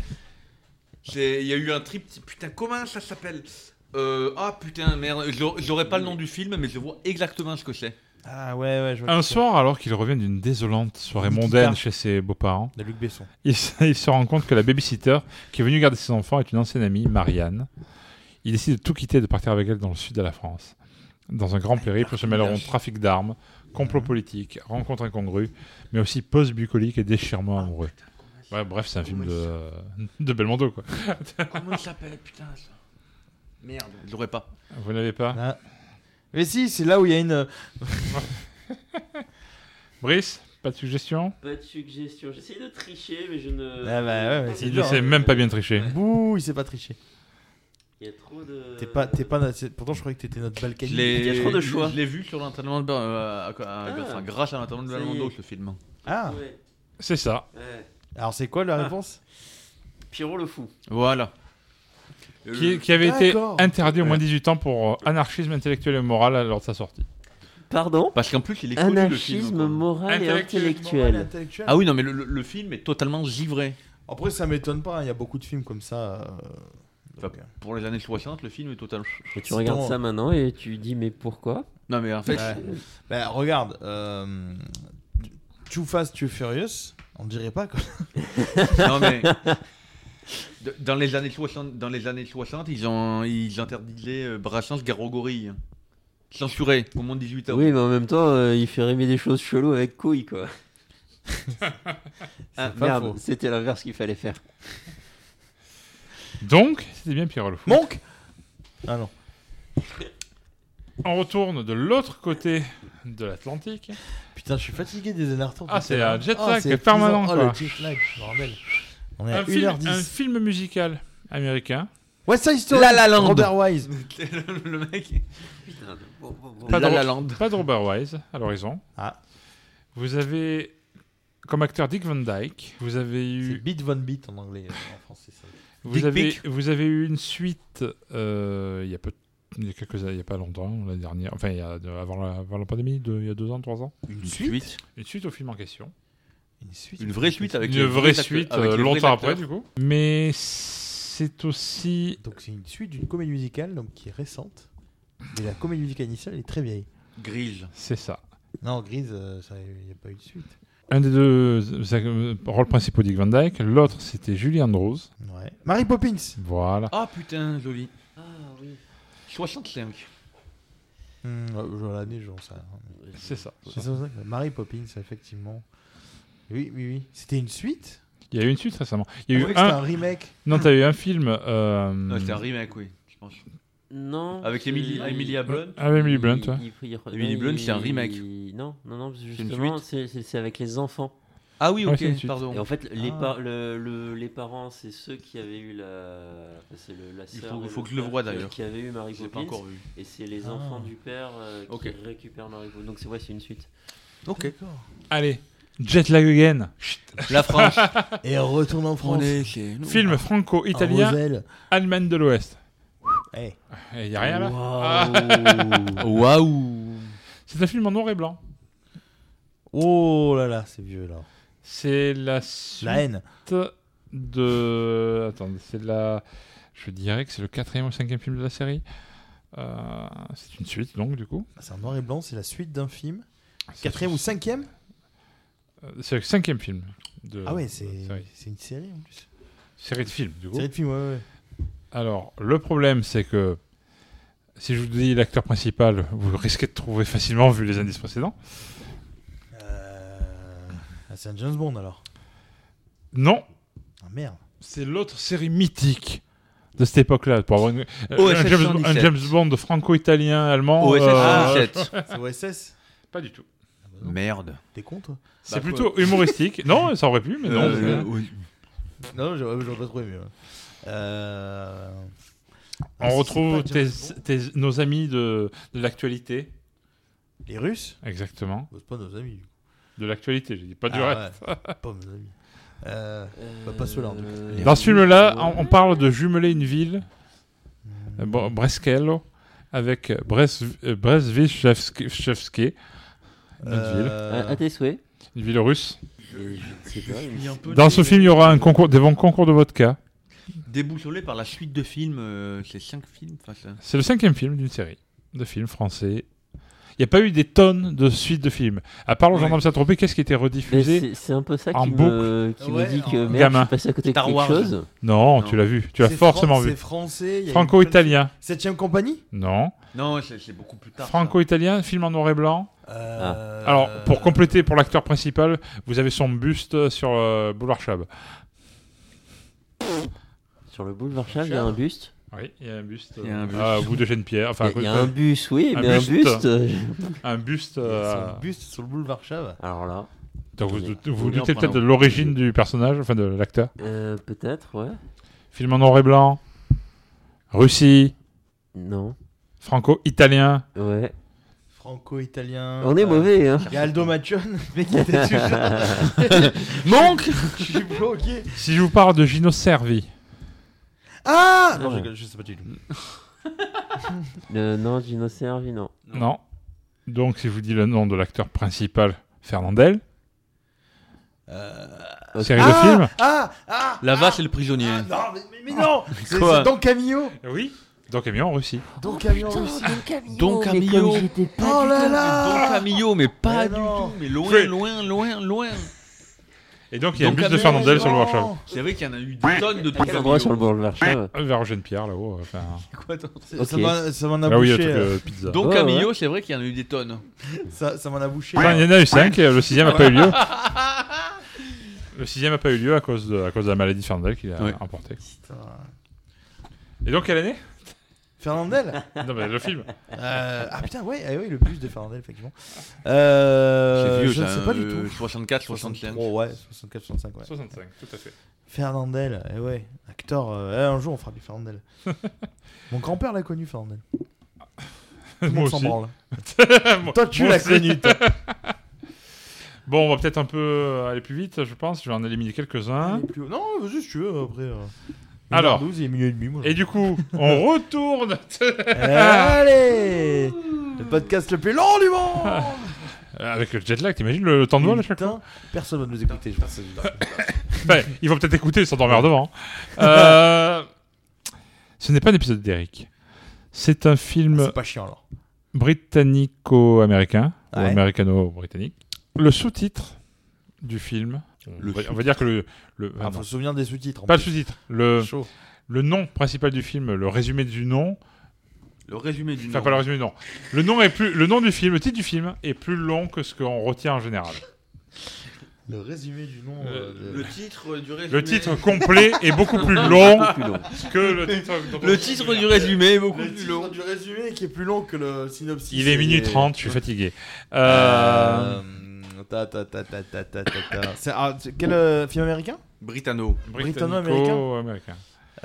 S1: C'est- Il y a eu un trip. Putain, comment ça s'appelle Euh, Ah putain, merde. j'aurais- J'aurais pas le nom du film, mais je vois exactement ce que c'est.
S12: Ah ouais ouais. Je vois
S13: Un
S12: qui c'est.
S13: soir, alors qu'il revient d'une désolante soirée
S12: Une
S13: mondaine
S12: guitare.
S13: chez ses beaux-parents,
S12: De Luc Besson.
S13: il se, il se rend compte que la babysitter qui est venue garder ses enfants est une ancienne amie, Marianne. Il décide de tout quitter et de partir avec elle dans le sud de la France. Dans un grand périple se mêleront trafic d'armes,
S12: Mmh.
S13: complot politique, rencontre incongrue, mais aussi pause bucolique et
S12: Ah,
S13: déchirement amoureux. Ouais, bref, c'est un film de, de Belmondo, quoi.
S1: Comment il s'appelle, putain ça Merde, je l'aurais pas.
S13: Vous n'avez pas
S12: Ah. Mais si, c'est là où il y a une.
S13: Brice, pas de suggestion
S15: Pas de suggestion. J'essaie de tricher, mais je ne.
S12: Ah bah ouais, mais c'est
S13: Il ne
S12: dur,
S13: sait
S12: hein.
S13: même pas bien tricher.
S12: Bouh, il s'est pas triché.
S15: Il y a trop de.
S12: T'es pas, t'es pas. c'est- Pourtant, je croyais que t'étais notre
S1: Je
S12: Balkany.
S1: l'ai-
S15: y a trop de choix.
S1: Je l'ai vu sur l'enterrement de Bel- euh, à- à- à-
S15: Ah.
S1: enfin, grâce à l'enterrement de
S15: Ça y est.
S1: Belmondo, ce film.
S12: Ah.
S15: Ouais,
S13: C'est ça.
S15: ouais.
S12: Alors c'est quoi la réponse
S15: Pierrot le fou.
S1: Voilà.
S13: Qui, qui avait été
S12: D'accord.
S13: interdit au moins 18 ans pour euh, anarchisme intellectuel et moral lors de sa sortie.
S15: Pardon
S1: Parce qu'en plus, il est connu le film.
S15: Anarchisme
S1: quoi.
S15: moral et
S12: Moral et
S15: intellectuel.
S12: intellectuel.
S1: Ah oui, non, mais le, le- le film est totalement givré.
S12: Après, ça m'étonne pas. hein, Il y a beaucoup de films comme ça. euh,
S1: Enfin, pour les années 60, le film est totalement.
S15: Et tu regardes ça maintenant et tu dis mais pourquoi
S1: Non mais en fait,
S12: Ouais. Bah, regarde, euh, Too Fast, Too Furious, on dirait pas quoi.
S1: non mais d- dans les années 60, dans les années 60, ils ont ils interdisaient euh, Brassens, Garogorille, censuré au moins 18 ans.
S15: Oui, mais en même temps, euh, il fait rêver des choses cheloues avec couilles, quoi.
S1: Ah,
S12: pas
S15: merde,
S12: faux.
S15: c'était l'inverse qu'il fallait faire.
S13: Donc, c'était bien Pierre Lefou.
S12: Monk Ah non.
S13: On retourne de l'autre côté de l'Atlantique.
S12: Putain, je suis fatigué des énertons.
S13: Ah, c'est un jet
S12: Oh,
S13: lag
S12: c'est
S13: permanent,
S12: épuisant.
S13: quoi.
S12: Oh, le jet lag, bordel. On est à
S13: un, film,
S12: 1h10.
S13: un film musical américain.
S12: West Side Story,
S13: La La Land.
S12: Robert Wise.
S1: le mec.
S13: Pas de,
S1: La
S13: Ro-
S1: La Land. Ah.
S13: pas de Robert Wise à l'horizon. Vous avez comme acteur Dick Van Dyke. Vous avez eu.
S12: Beat Von Beat en anglais, euh, en français. ça.
S13: Vous
S12: Dick
S13: avez,
S12: Pic.
S13: vous avez eu une suite euh, il y a peu, il y a quelques années, il y a pas longtemps, la dernière, enfin il y a, de- avant, la, avant la pandémie, de- il y a deux ans, trois ans.
S1: Une suite
S13: Une suite au film en question.
S12: Une suite
S1: Une vraie suite avec
S13: Une
S1: les
S13: vraie
S1: vrais
S13: suite,
S1: acteurs- avec
S13: euh,
S1: les vrais
S13: longtemps
S1: acteurs.
S13: après du coup. Mais c'est aussi.
S12: Donc c'est une suite d'une comédie musicale donc, qui est récente. Mais la comédie musicale initiale elle est très vieille.
S1: Grise.
S13: C'est ça.
S12: Non, Grise, euh, ça, il n'y a pas eu de suite.
S13: Un des deux euh, rôles principaux Dick Van Dyke, l'autre c'était Julie Andrews.
S12: Ouais. Mary Poppins
S13: Voilà.
S1: Ah putain, joli. 65.
S12: Hmm, ouais, je vois L'année, j'en sais rien.
S13: C'est ça.
S12: C'est ça, ça, Mary Poppins, effectivement. Oui, oui, oui. C'était une suite
S13: Il y a eu une suite récemment. Il y
S12: Ah
S13: a
S12: oui,
S13: eu
S12: c'était un remake.
S13: Non, t'as eu un film. euh,
S1: Non, Ah, c'était un remake, oui, je pense.
S15: Non.
S1: Avec
S15: c'est-
S1: Emily, Emilia Blunt.
S13: Ah, oui, Emily Blunt,
S15: Il-
S13: ouais.
S15: il- il-
S1: Emily
S15: non,
S1: Blunt,
S15: il-
S1: c'est un remake.
S15: il- Non, non, non, parce que
S1: C'est une
S15: justement, c'est- c'est c'est avec les enfants.
S1: Ah oui,
S13: Ouais,
S1: ok,
S13: c'est une suite.
S1: pardon.
S15: Et en fait, les,
S1: Ah.
S15: par- le- le- les parents, c'est ceux qui avaient eu la. enfin, C'est le, la
S1: Il
S15: sœur
S1: faut-
S15: et
S1: faut que je le
S15: frère
S1: voie,
S15: qui-
S1: d'ailleurs.
S15: Qui avait eu Marie
S1: Je l'ai
S15: Poppins.
S1: pas encore vu.
S15: Et c'est les
S1: Ah.
S15: enfants du père euh, qui
S1: Ok.
S15: récupèrent Marie Poppins. Donc c'est ouais, c'est une suite.
S1: Ok. Ah.
S13: Allez, Jet Lag Again.
S1: La France.
S12: Et on retourne en France. Ah.
S13: Film
S12: En
S13: franco-italien,
S12: Moselle.
S13: Allemagne de l'Ouest.
S12: Eh.
S13: Il n'y a rien là. Ah.
S12: Waouh. Waouh.
S13: C'est un film en noir et blanc.
S12: Oh là là, c'est vieux là.
S13: C'est la suite
S12: La haine.
S13: de. Attends, c'est la. Je dirais que c'est le quatrième ou cinquième film de la série. Euh, c'est une suite donc du coup.
S12: Ah, C'est en noir et blanc, c'est la suite d'un film. Quatrième ou cinquième
S13: Euh, C'est le cinquième film de.
S12: Ah ouais,
S13: de
S12: c'est
S13: la série.
S12: c'est une série en plus.
S13: Série de films, du coup.
S12: Série de films, ouais, ouais.
S13: Alors, le problème, c'est que si je vous dis l'acteur principal, vous risquez de trouver facilement vu les indices précédents.
S12: Ah, c'est un James Bond alors.
S13: Non,
S12: Ah merde.
S13: c'est l'autre série mythique de cette époque-là. Pour avoir une-
S12: OSS
S13: un, James,
S12: 117.
S13: un James Bond franco-italien, allemand.
S1: OSS
S13: euh,
S1: 117.
S12: C'est OSS
S13: Pas du tout.
S1: Merde.
S12: T'es con toi
S13: C'est plutôt humoristique. Non, ça aurait pu, mais non.
S1: Euh,
S13: c'est-
S1: oui.
S12: Non, j'aurais j'aurais pas trouvé mieux. Euh,
S13: On
S12: Ah, si
S13: retrouve
S12: c'est pas James
S13: tes- tes- nos amis de, de l'actualité.
S12: Bond. Les Russes
S13: Exactement.
S12: C'est pas nos amis.
S13: De l'actualité, j'ai dit pas du
S12: Ah,
S13: reste.
S12: ouais. pas nos amis. Euh, bah, pas ceux-là en tout
S15: Euh,
S12: cas.
S13: Dans ce film-là, on, on parle de jumeler une ville, euh, Br- Brescello, avec Bres, euh, Brezvishchevski, une autre
S12: Euh,
S13: ville.
S15: À, à tes Euh, souhaits.
S13: Une ville russe.
S15: C'est pas, il me semble.
S13: Dans ce film, il y aura un concours, des bons concours de vodka.
S1: Déboussolé par la suite de films, euh, c'est 5 films, enfin ça.
S13: C'est le cinquième film d'une série de films français. Il n'y a pas eu des tonnes de suites de films. À part Le
S1: Ouais.
S13: Gendarme Saint-Tropez, qu'est-ce qui était
S15: Mais
S13: rediffusé
S15: C'est c'est un peu ça
S13: en
S15: qui
S13: boucle
S15: me, qui me
S12: Ouais,
S15: dit
S12: en-
S15: que merde, je
S13: Gamin.
S15: suis passé à côté de
S13: Star
S15: quelque
S13: Wars.
S15: chose.
S13: Non, tu l'as vu. Tu l'as
S12: C'est Fran-
S13: forcément vu.
S12: C'est français. il y a eu
S13: Franco-italien.
S12: plein de- Septième compagnie
S13: Non.
S1: Non, c'est c'est beaucoup plus tard.
S13: Franco-italien, film en noir et blanc.
S12: Euh,
S13: Ah. Alors, pour compléter, pour l'acteur principal, vous avez son buste sur euh, Boulevard Chab.
S15: Sur le boulevard Chave, il y a un buste.
S13: Oui, il y a un buste.
S15: Il y a un
S13: euh,
S15: buste.
S13: à bout de Genepière. Enfin, à
S15: Il y a-
S13: côté-
S15: il y a un buste, oui, mais un buste.
S13: un buste.
S12: Il y a
S13: euh,
S12: son buste sur le boulevard Chave.
S15: Alors là.
S13: donc vous
S15: Attendez.
S13: doutez- vous
S15: Faut bien
S13: doutez
S15: prendre
S13: peut-être de
S15: un-
S13: l'origine du personnage, enfin de l'acteur.
S15: Euh, Peut-être, ouais.
S13: Film en noir et blanc. Russie.
S15: Non.
S13: Franco-italien.
S15: Ouais.
S12: Franco-italien.
S15: On est mauvais, hein.
S12: Il y a Aldo Machon, mais qui était toujours.
S13: Monk
S12: Je suis bloqué.
S13: Si je vous parle de Gino Servi.
S12: Ah
S15: Ah.
S12: Non, je, je sais pas du tout.
S15: Euh, non, Gino Servi, non.
S13: Non. Donc si je vous dis le nom de l'acteur principal, Fernandel.
S12: Euh,
S13: Série de films
S12: Ah Ah
S1: La vache et le prisonnier.
S12: Non, mais, mais- mais non C'est
S1: Quoi
S12: c'est Don Camillo
S13: Oui. Don Camillo en Russie.
S12: Don Camillo
S1: putain,
S12: aussi
S1: Don Camillo, Don mais Camillo. comme j'étais pas
S12: Oh
S1: du
S12: là
S1: tout-
S12: là
S1: Don Camillo, mais pas du
S12: non.
S1: tout, mais loin,
S13: Fait.
S1: loin, loin, loin.
S13: Et donc il y a un
S1: Don
S13: bus de
S1: Camillo,
S13: Fernandel sur le
S1: non.
S13: Warshave.
S1: C'est vrai qu'il y en a eu des tonnes de Don
S15: Quel
S1: Camillo.
S15: endroit sur le bord de Warshave
S13: Euh, Vers Eugène-Pierre là-haut. Enfin...
S1: Quoi, t'en-
S12: Ça- ça m'en- ça m'en a
S13: Là où il y a
S12: bouché,
S13: le truc,
S12: euh,
S13: euh, pizza.
S1: Don
S13: Ouais,
S1: Camillo,
S13: ouais.
S1: c'est vrai qu'il y en a eu des tonnes.
S12: Ça, ça m'en a bouché.
S13: Enfin, il y en a eu 5, le sixième n'a pas eu lieu. Le sixième n'a pas eu lieu à cause de, à cause de la maladie de Fernandel qu'il a
S1: Ouais.
S13: emporté. Et donc quelle année
S12: Fernandel
S13: Non mais le film.
S12: Euh, Ah putain, ouais, ah ouais, le bus de Fernandel, effectivement. Euh,
S1: C'est vieux,
S12: je ne
S1: ça,
S12: sais pas du
S1: euh,
S12: tout.
S1: 64, 65.
S12: 63, ouais, 64, 65, ouais.
S13: 65, tout à fait.
S12: Fernandel, eh ouais, acteur. euh, eh, un jour, on fera du Fernandel. Mon grand-père l'a connu, Fernandel. Tout le
S13: Moi
S12: monde s'en
S13: aussi.
S12: branle.
S13: Moi-
S12: Toi, tu
S13: moi
S12: l'as
S13: aussi.
S12: connu, toi.
S13: Bon, on va peut-être un peu euh, aller plus vite, je pense. Je vais en éliminer quelques-uns.
S12: Plus haut. Non, vas-y, si tu veux, après. euh, une heure
S13: Ah. Alors.
S12: 12 et minuit et demi, moi. Euh,
S13: Et du Ah. coup, on retourne.
S12: Allez Le podcast le plus long du monde
S13: Avec le jet lag, t'imagines le, le temps de vol à chaque fois
S12: Putain, personne va nous écouter, je pense.
S13: Enfin, Ils vont peut-être écouter sans dormir devant. Euh, ce n'est pas un épisode d'Eric. C'est un film
S12: C'est pas chiant, alors.
S13: britannico-américain, ou
S12: Ouais.
S13: américano-britannique. Le sous-titre du film, on, va, on va dire que le... le-
S12: Ah,
S13: ah,
S12: faut
S13: non.
S12: se souvenir des sous-titres. en
S13: pas le
S12: plus.
S13: sous-titre, le,
S12: Chaud.
S13: le nom principal du film, le résumé du nom,
S1: Le résumé du
S13: Enfin,
S1: nom.
S13: pas le résumé, non. Le nom, est plus, le nom du film, le titre du film, est plus long que ce qu'on retient en général.
S12: Le résumé du nom.
S13: Euh,
S12: euh, de-
S1: Le titre euh, du résumé.
S13: Le titre complet est beaucoup plus long
S15: Beaucoup plus long.
S13: que le titre. dont on
S1: Le
S13: se
S1: titre
S13: souvient.
S1: du résumé est beaucoup
S12: Le
S1: plus
S12: titre
S1: long.
S12: du résumé qui est plus long que le synopsis.
S13: Il est
S12: et-
S13: minuit 30, je suis fatigué. Euh,
S12: Euh, ta, ta, ta, ta, ta, ta, ta, ta. C'est- ah, c'est- quel euh, film américain
S1: Britanno.
S12: britanno-américain
S13: américain.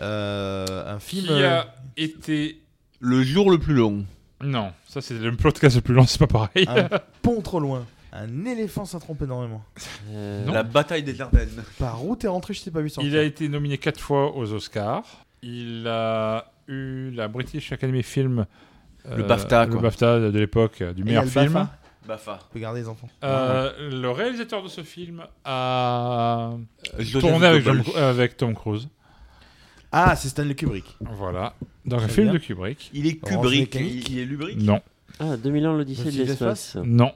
S12: Euh, Un film.
S13: Qui
S12: euh,
S13: a été.
S1: Le jour le plus long.
S13: Non, ça c'est le podcast le plus long, c'est pas pareil.
S12: Un pont trop loin. Un éléphant ça trompe énormément.
S13: Non.
S1: La bataille des Ardennes.
S12: Par où t'es rentré, je t'ai pas vu sortir.
S13: Il a été nominé 4 fois aux Oscars. Il a eu la British Academy Film. euh,
S1: Le BAFTA,
S13: Le
S1: quoi.
S13: BAFTA de de l'époque, euh, du
S12: Et il y a
S13: meilleur
S12: le
S13: film.
S12: BAFA.
S1: Bafa.
S12: Regardez les enfants.
S13: Euh, le réalisateur de ce film a
S1: Joseph
S13: tourné avec,
S1: Goebbels.
S13: Jean- avec Tom Cruise.
S12: Ah, c'est Stanley Kubrick.
S13: Voilà. Dans un
S12: Très
S13: film
S12: bien.
S13: de Kubrick.
S1: Il est
S12: Orange
S1: Kubrick.
S12: Mécanique.
S1: Il, il est lubrique.
S13: Non.
S15: Ah, 2001, l'Odyssée
S12: L'Odyssée
S15: de
S12: de
S15: l'espace.
S13: Non.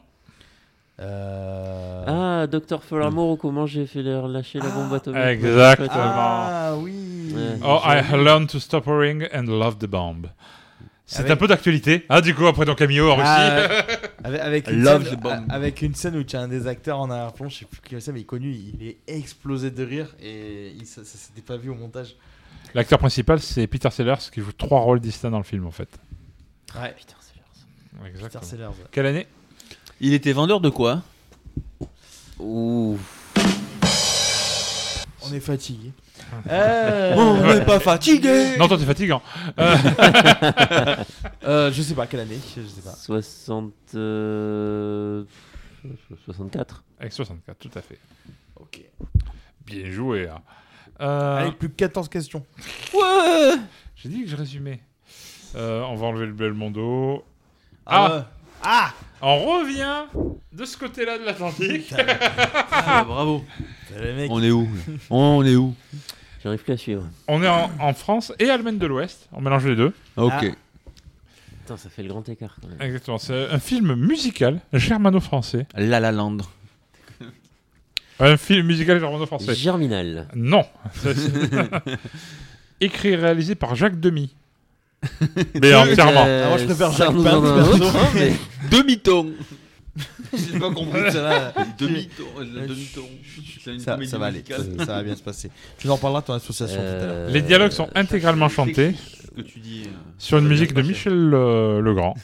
S12: Euh,
S15: Ah, Docteur Folamour, comment j'ai fait leur lâcher la bombe atomique.
S13: exactement.
S12: Ah oui.
S15: Ouais.
S13: Oh, I learned to stop worrying and love the bomb. C'est
S12: Avec-
S13: un peu d'actualité. Ah, du coup, après Don Camillo en Russie.
S12: Ah, avec, avec une
S1: Love
S12: scène,
S1: the bomb.
S12: a- avec une scène où tu as un des acteurs en arrière-plan, je sais plus qui c'est, mais il est connu, il est explosé de rire et il, ça, ça s'était pas vu au montage.
S13: L'acteur principal, c'est Peter Sellers qui joue trois rôles distincts dans le film, en fait.
S12: Ouais,
S15: Putain, c'est leur-
S12: Peter
S13: Exactement.
S12: Sellers. ouais.
S13: Quelle année
S1: Il était vendeur de quoi
S15: Ouh.
S12: On est fatigué. Euh,
S1: On n'est pas fatigué
S13: Non, toi, t'es hein. fatigant.
S12: euh, je sais pas quelle année, je sais pas.
S15: 60. euh, 64.
S13: Avec 64, tout à fait.
S12: Ok.
S13: Bien joué. hein. Euh,
S12: Avec plus que 14 questions.
S13: J'ai dit que je résumais. Euh, on va enlever le Belmondo. Ah,
S12: Ah, ah
S13: On revient de ce côté-là de l'Atlantique.
S1: Ah, bravo.
S12: le mec.
S1: On est où là On est où
S15: J'arrive plus à suivre.
S13: On est en, en France et Allemagne de l'Ouest. On mélange les deux.
S1: Ah, Ok.
S15: Putain, ça fait le grand écart quand même.
S13: Exactement. C'est un film musical germano-français.
S1: La La Land.
S13: Un film musical germano-français.
S15: Germinal.
S13: Non. Ça, c'est- Écrit et réalisé par Jacques Demy. Mais entièrement.
S15: Euh,
S12: Ah, moi, je préfère
S15: ça
S12: Jacques
S15: nous en
S12: Pin,
S15: a un
S12: perso.
S15: autre, hein, mais-
S1: Demi-ton J'ai pas compris ça là. Demi-ton.
S12: Euh,
S1: Demi-ton. C'est une
S12: Ça,
S1: comédie
S12: ça va aller, ça,
S1: musicale.
S12: ça va bien se passer. Tu nous en parleras de ton association tout à l'heure.
S15: Euh,
S13: Les dialogues sont intégralement chantés
S1: Ce que tu dis. euh,
S13: sur une
S1: ça
S13: musique de
S1: vient pas
S13: Michel euh, Legrand.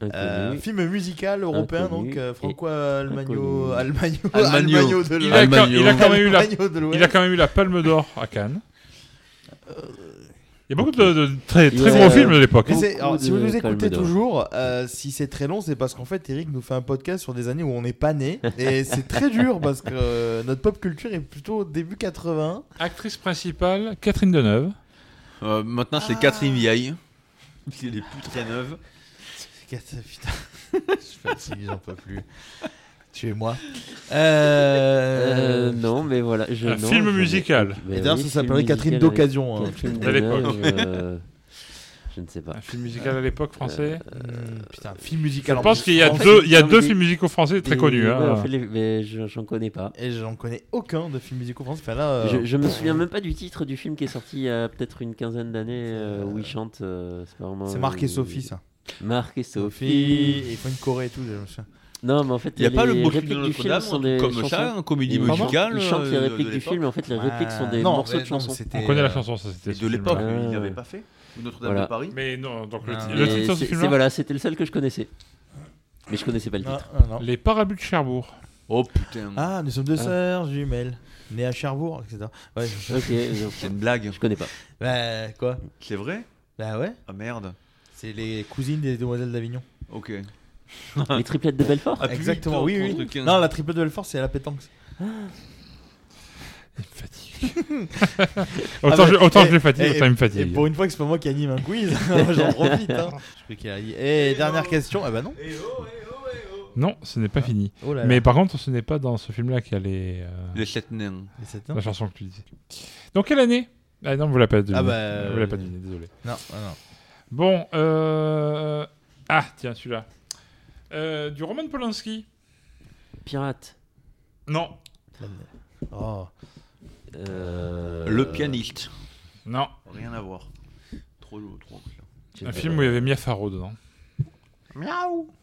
S12: Euh,
S15: inconnu.
S12: film musical européen,
S15: Inconnu
S12: donc euh,
S15: et
S12: franco-almagno.
S15: inconnu.
S12: Almagno.
S1: Almagno.
S12: Almagno de
S13: Il
S12: l'Ouest.
S13: a, quand- il a quand même eu la,
S12: Almagno de l'Ouest.
S13: il a quand même eu la Palme d'Or à Cannes. Il y a beaucoup de, de très, très
S15: Il
S13: gros
S15: a-
S13: films de l'époque.
S12: Mais
S13: hein.
S12: c'est-
S15: Beaucoup
S12: alors, si vous
S15: de
S12: nous écoutez
S15: Palme d'Or.
S12: toujours, euh, si c'est très long, c'est parce qu'en fait, Eric nous fait un podcast sur des années où on n'est pas né. Et c'est très dur parce que euh, notre pop culture est plutôt début 80.
S13: Actrice principale, Catherine Deneuve.
S1: Euh, maintenant,
S15: Ah.
S1: c'est Catherine Vieille. Elle est plus très neuve.
S12: Putain, je suis fatigué, j'en peux plus. Chez moi.
S15: Euh, non, mais voilà. Je,
S13: Un
S15: non,
S13: film
S15: je-
S13: musical.
S15: Mais
S12: Et d'ailleurs,
S15: oui,
S12: ça
S15: film
S12: s'appellerait Catherine
S15: musical,
S12: d'occasion, hein,
S15: quel film
S13: à l'époque.
S15: dommage, euh, je ne sais pas.
S13: Un film musical à l'époque
S15: Euh,
S13: français
S12: Mm, Putain, un film musical.
S13: Je
S12: en
S13: pense
S12: plus
S13: qu'il y a
S12: français.
S13: deux- il y a
S15: Non, mais
S13: deux
S15: des-
S13: films musicaux français très
S15: des-
S13: connus,
S15: ouais,
S13: hein.
S15: en fait, les- mais je- j'en connais pas.
S12: Et j'en connais aucun de films musicaux français. Enfin, là, euh,
S15: Je, je me souviens même pas du titre du film qui est sorti il y a peut-être une quinzaine d'années euh, où il chante. euh, c'est pas vraiment-
S12: C'est Marc et Sophie, ça.
S15: Marc et
S12: Sophie,
S15: Sophie.
S12: et Fine Corée et tout. je me souviens.
S15: Non, mais en fait,
S1: Y a
S15: les
S1: pas le Brooklyn
S15: répliques
S1: de
S15: du film
S1: Notre-Dame,
S15: sont
S1: un
S15: des
S1: truc comme ça,
S15: chansons.
S1: un comédie
S15: Ils chantent-
S1: musicale,
S15: Ils chantent les
S1: euh, de
S15: répliques du
S1: l'époque.
S15: film, mais en fait, les
S1: Ah,
S15: répliques sont des
S12: non,
S15: morceaux
S12: mais
S15: de
S12: non,
S15: chansons.
S12: c'était- euh,
S13: On connaît la chanson, ça c'était.
S1: Et
S13: ce
S1: de l'époque,
S13: film-là.
S1: il
S15: Ah.
S1: l'avait pas fait Ou Notre-Dame
S15: Voilà.
S1: de Paris
S13: Mais non, donc le,
S12: Ah.
S13: titre-
S15: Et
S13: le titre de ce
S15: c'est-
S13: film
S15: c'est- voilà, c'était le seul que je connaissais. Mais je connaissais pas le
S12: Non,
S15: titre.
S12: non, non.
S13: Les Parabus de Cherbourg.
S1: Oh putain.
S12: Ah, nous sommes deux
S15: Ah.
S12: sœurs jumelles, nées à Cherbourg, etc. Ouais, je-
S15: Ok, donc,
S1: C'est une blague.
S15: je connais pas.
S12: Bah, quoi
S1: C'est vrai
S12: Bah ouais,
S1: Ah merde.
S12: c'est les cousines des demoiselles d'Avignon.
S1: Ok.
S15: Les triplettes de Belfort
S1: Ah, putain,
S12: Exactement, oui, oui.
S1: entre quinze.
S12: Non, la triple de Belfort, c'est à la pétanque.
S13: Autant,
S12: Ah,
S13: je,
S12: bah,
S13: autant
S12: et-
S13: je les fatigue,
S12: et-
S13: autant ils me
S12: Et
S13: fatiguent.
S12: pour une fois que c'est pas moi qui anime un quiz, j'en profite. hein. Je crois qu'il a dit. Et dernière question, ah bah non.
S13: Non, ce n'est pas fini.
S12: Oh là là.
S13: Mais par contre, ce n'est pas dans ce film-là qu'il y a les, euh,
S1: Les sept nains.
S12: Et c'est
S13: la chanson que tu disais. Dans quelle année Ah non, vous l'avez pas deviné.
S12: Ah bah,
S13: Vous l'avez pas
S12: euh,
S13: deviné, désolé.
S12: Non, ah non.
S13: Bon, euh... ah tiens, celui-là. Euh, du Roman Polanski.
S15: Pirate.
S13: Non,
S12: Oh.
S15: Euh,
S1: Le pianiste.
S13: non.
S1: Rien à voir. Trop lourd, trop clair.
S15: je-
S13: Un film où il y avait Mia Farrow dedans.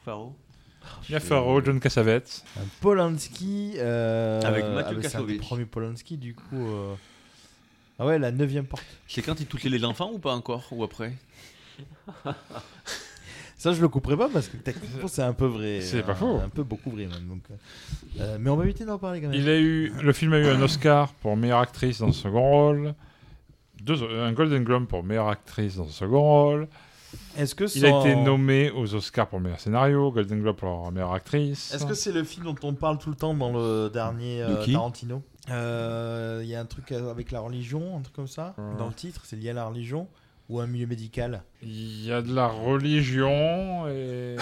S1: Faro
S13: Mia Farrow, John Cassavetes.
S12: Un Polanski. euh,
S1: Avec Mathieu
S12: bah, c'est un des
S1: Kassovitz.
S12: premier Polanski, du coup. euh, Ah ouais, la neuvième porte.
S1: C'est quand il touchait les enfants ou pas encore Ou après
S12: Ça, je le couperai pas parce que techniquement, c'est un peu vrai.
S13: C'est pas
S12: Un-
S13: faux.
S12: Un peu beaucoup vrai, même. Donc, euh, mais on va éviter d'en parler quand même.
S13: Il a eu, le film a eu un Oscar pour meilleure actrice dans son second rôle. Deux, un Golden Globe pour meilleure actrice dans son second rôle.
S12: Est-ce que
S13: Il a
S12: sans-
S13: été nommé aux Oscars pour meilleur scénario, Golden Globe pour meilleure actrice.
S12: Est-ce que c'est le film dont on parle tout le temps dans le dernier euh,
S1: De qui
S12: Tarantino Euh, Il y a un truc avec la religion, un truc comme ça,
S13: Euh.
S12: dans le titre, c'est lié à la religion ou à un milieu médical
S13: Il y a de la religion et...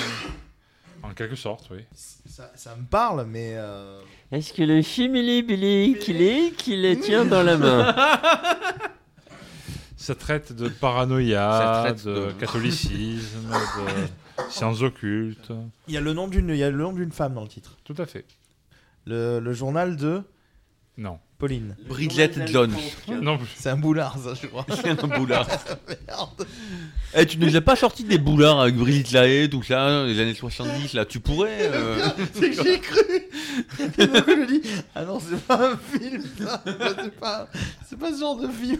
S13: en quelque sorte, oui.
S12: ça, ça me parle, mais. euh,
S15: Est-ce que le film il est blic, il est qu'il les tient dans la main
S13: Ça traite de
S1: Ça
S13: paranoïa,
S1: traite
S13: de,
S1: de-
S13: catholicisme, de sciences occultes.
S12: Il y a le nom d'une il y a le nom d'une femme dans le titre.
S13: Tout à fait.
S12: Le, le journal de
S13: Non.
S12: Pauline.
S1: Bridget Jones.
S13: Non,
S12: C'est un boulard, ça, je crois.
S1: C'est un boulard.
S12: Merde.
S1: Eh, tu nous as pas sorti des boulards avec Brigitte Lahaye, tout ça, les années 70, là, tu pourrais. euh,
S12: C'est que J'ai cru. Et donc, je me dis, ah non, c'est pas un film, ça. C'est pas, c'est pas ce genre de film.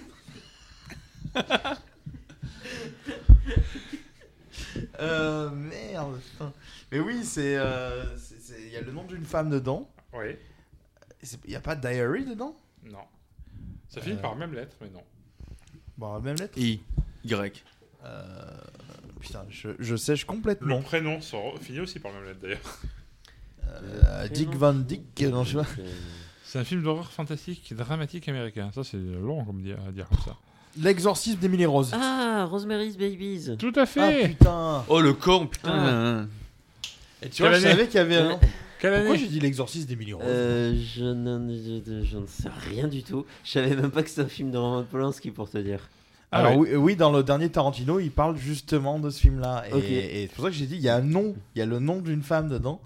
S12: euh, merde. putain. Mais oui, c'est, euh, c'est- c'est- il y a le nom d'une femme dedans.
S13: Oui.
S12: Et c'est- Il y a pas diary dedans.
S13: Non. Ça finit
S12: Euh.
S13: par même lettre, mais non.
S12: Bon, la même lettre.
S1: I. Y.
S12: Euh, putain, je, je sèche complètement.
S13: Le prénom sort- finit aussi par même lettre, d'ailleurs.
S12: Euh, Dick Van Dyck, non, je sais pas.
S13: C'est un film d'horreur fantastique, dramatique américain. Ça, c'est long comme dire, à dire comme ça.
S12: L'exorcisme d'Emily Rose.
S15: Ah, Rosemary's Babies.
S13: Tout à
S12: Ah,
S13: fait
S12: putain.
S1: Oh, le con, putain.
S12: Et tu vois, je
S13: Quelle année
S12: savais qu'il y avait un.
S15: Ouais.
S13: Ah. Quelle
S12: Pourquoi
S13: année
S12: j'ai dit l'exorcisme d'Emily Rose
S15: Euh, je n'en- je- je ne sais rien du tout. Je savais même pas que c'est un film de Roman Polanski pour te dire.
S13: Ah
S12: Alors oui, oui, dans le dernier Tarantino, il parle justement de ce film-là. Et,
S15: Ok.
S12: et c'est pour ça que j'ai dit, il y a un nom, il y a le nom d'une femme dedans.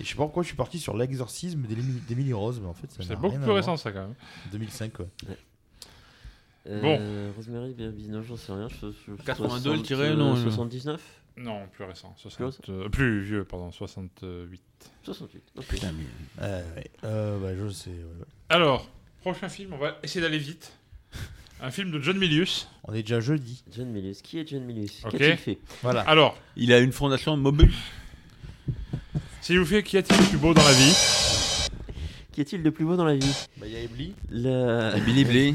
S12: Et je sais pas pourquoi je suis parti sur l'exorcisme d'Emily d'Emily Rose, mais en fait, ça n'a
S13: C'est beaucoup
S12: rien à
S13: plus
S12: voir.
S13: récent, ça, quand même.
S12: 2005, quoi.
S15: Euh,
S13: Bon.
S15: Rosemary's Babies, non, j'en sais rien. Je, je-
S1: 82, le
S15: 60,
S1: tiret, non,
S15: euh,
S1: non.
S15: 79
S13: Non, plus récent. 60,
S15: récent
S13: euh, plus vieux, pardon, 68.
S15: 68. ok.
S12: Euh, ouais. Euh, bah, je sais. ouais, ouais.
S13: Alors, prochain film, on va essayer d'aller vite. Un film de John Milius.
S12: On est déjà jeudi.
S15: John Milius. Qui est John Milius
S13: Ok.
S15: Qu'a-t-il fait
S12: Voilà.
S13: Alors,
S1: Il a une fondation mobile.
S13: si vous faites qu'y a-t-il de plus beau dans la vie
S15: Qu'y a-t-il de plus beau dans la vie
S12: Bah, il y a Emily.
S15: Le...
S1: Billy Blé.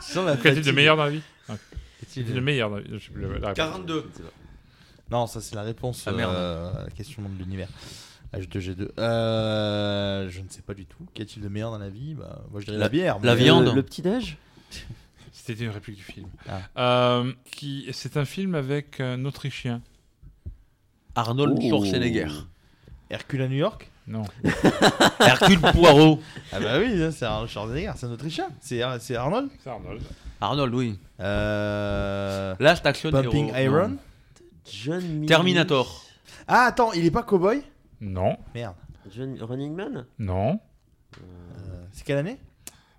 S12: Sans la
S13: Qu'y a-t-il de
S12: fatigue.
S13: meilleur dans la vie Ah,
S12: Qu'est-il de-
S13: De meilleur dans la vie. Je sais plus la- la réponse.
S1: 42.
S12: Non, ça c'est la réponse
S1: Ah, merde.
S12: euh, à la question de l'univers. Ah, H2G2. Euh, je ne sais pas du tout. Qu'y a-t-il de meilleur dans la vie bah, Moi je dirais la,
S1: La-
S12: bière.
S1: la
S12: mais-
S15: Le-
S1: viande.
S15: euh, Le petit-déj
S13: C'était une réplique du film. Euh, qui, c'est un film avec un Autrichien.
S1: Arnold
S12: Oh.
S1: Schwarzenegger.
S12: Hercule à New York
S13: Non.
S1: Hercule Poirot.
S12: Ah bah oui, c'est Arnold Schwarzenegger, c'est un Autrichien. C'est Ar- c'est Arnold
S13: C'est Arnold.
S1: Arnold, oui. Last Action
S12: Euh, Pumping
S1: Hero.
S12: Iron
S1: Non.
S15: John Milius.
S1: Terminator.
S12: Ah attends, il est pas cowboy
S13: Non.
S12: Merde.
S15: John Running Man
S13: Non.
S12: Euh, C'est quelle année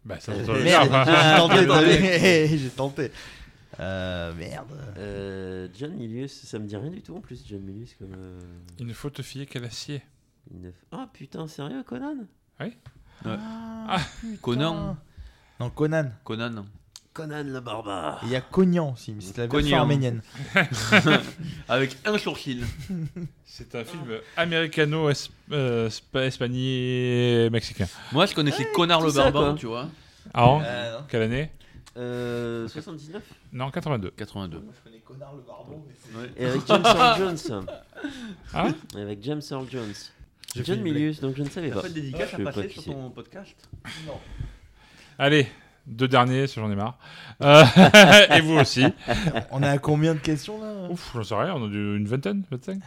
S13: Bah, ça
S12: Merde,
S13: vous
S12: j'ai
S13: en-
S12: tenté,
S13: Attendez.
S12: t'avais- j'ai tenté. Euh, merde.
S15: Euh, John Milius, ça me dit rien du tout en plus, John Milius comme. euh,
S13: Il ne faut te fier qu'à l'acier.
S15: il ne- Ah putain, sérieux, Conan
S13: Oui.
S12: Ah, putain.
S1: Conan.
S12: Non, Conan.
S1: Conan.
S15: Conan le barbare.
S12: Il y a Cognan aussi, mais c'est la version
S1: Cognan.
S12: arménienne.
S1: Avec un sourcil.
S13: C'est un film euh, américano-espagnol-mexicain.
S1: Moi, je connaissais Connard
S15: tout
S1: le
S15: ça,
S1: Barbare,
S15: quoi.
S1: tu vois.
S13: Ah, en
S12: Euh, non.
S13: Quelle année
S15: Euh, 79
S13: Non, 82.
S1: 82.
S12: Je connais Connard le barbeau, mais c'est.
S15: Et avec James Earl Jones.
S13: Ah
S15: Et Avec James Earl Jones.
S12: J'ai fait
S15: John
S12: une
S15: Milius, donc je ne savais
S1: T'as
S15: pas.
S1: pas de dédicace
S15: Ah, Je
S1: à
S15: savais pas
S1: passer
S15: qui
S1: sur
S15: c'est.
S1: ton podcast
S13: Allez, deux derniers, si j'en ai marre. Euh, et vous aussi.
S12: On est à combien de questions là
S13: Ouf, j'en sais rien, on a dû une vingtaine, 25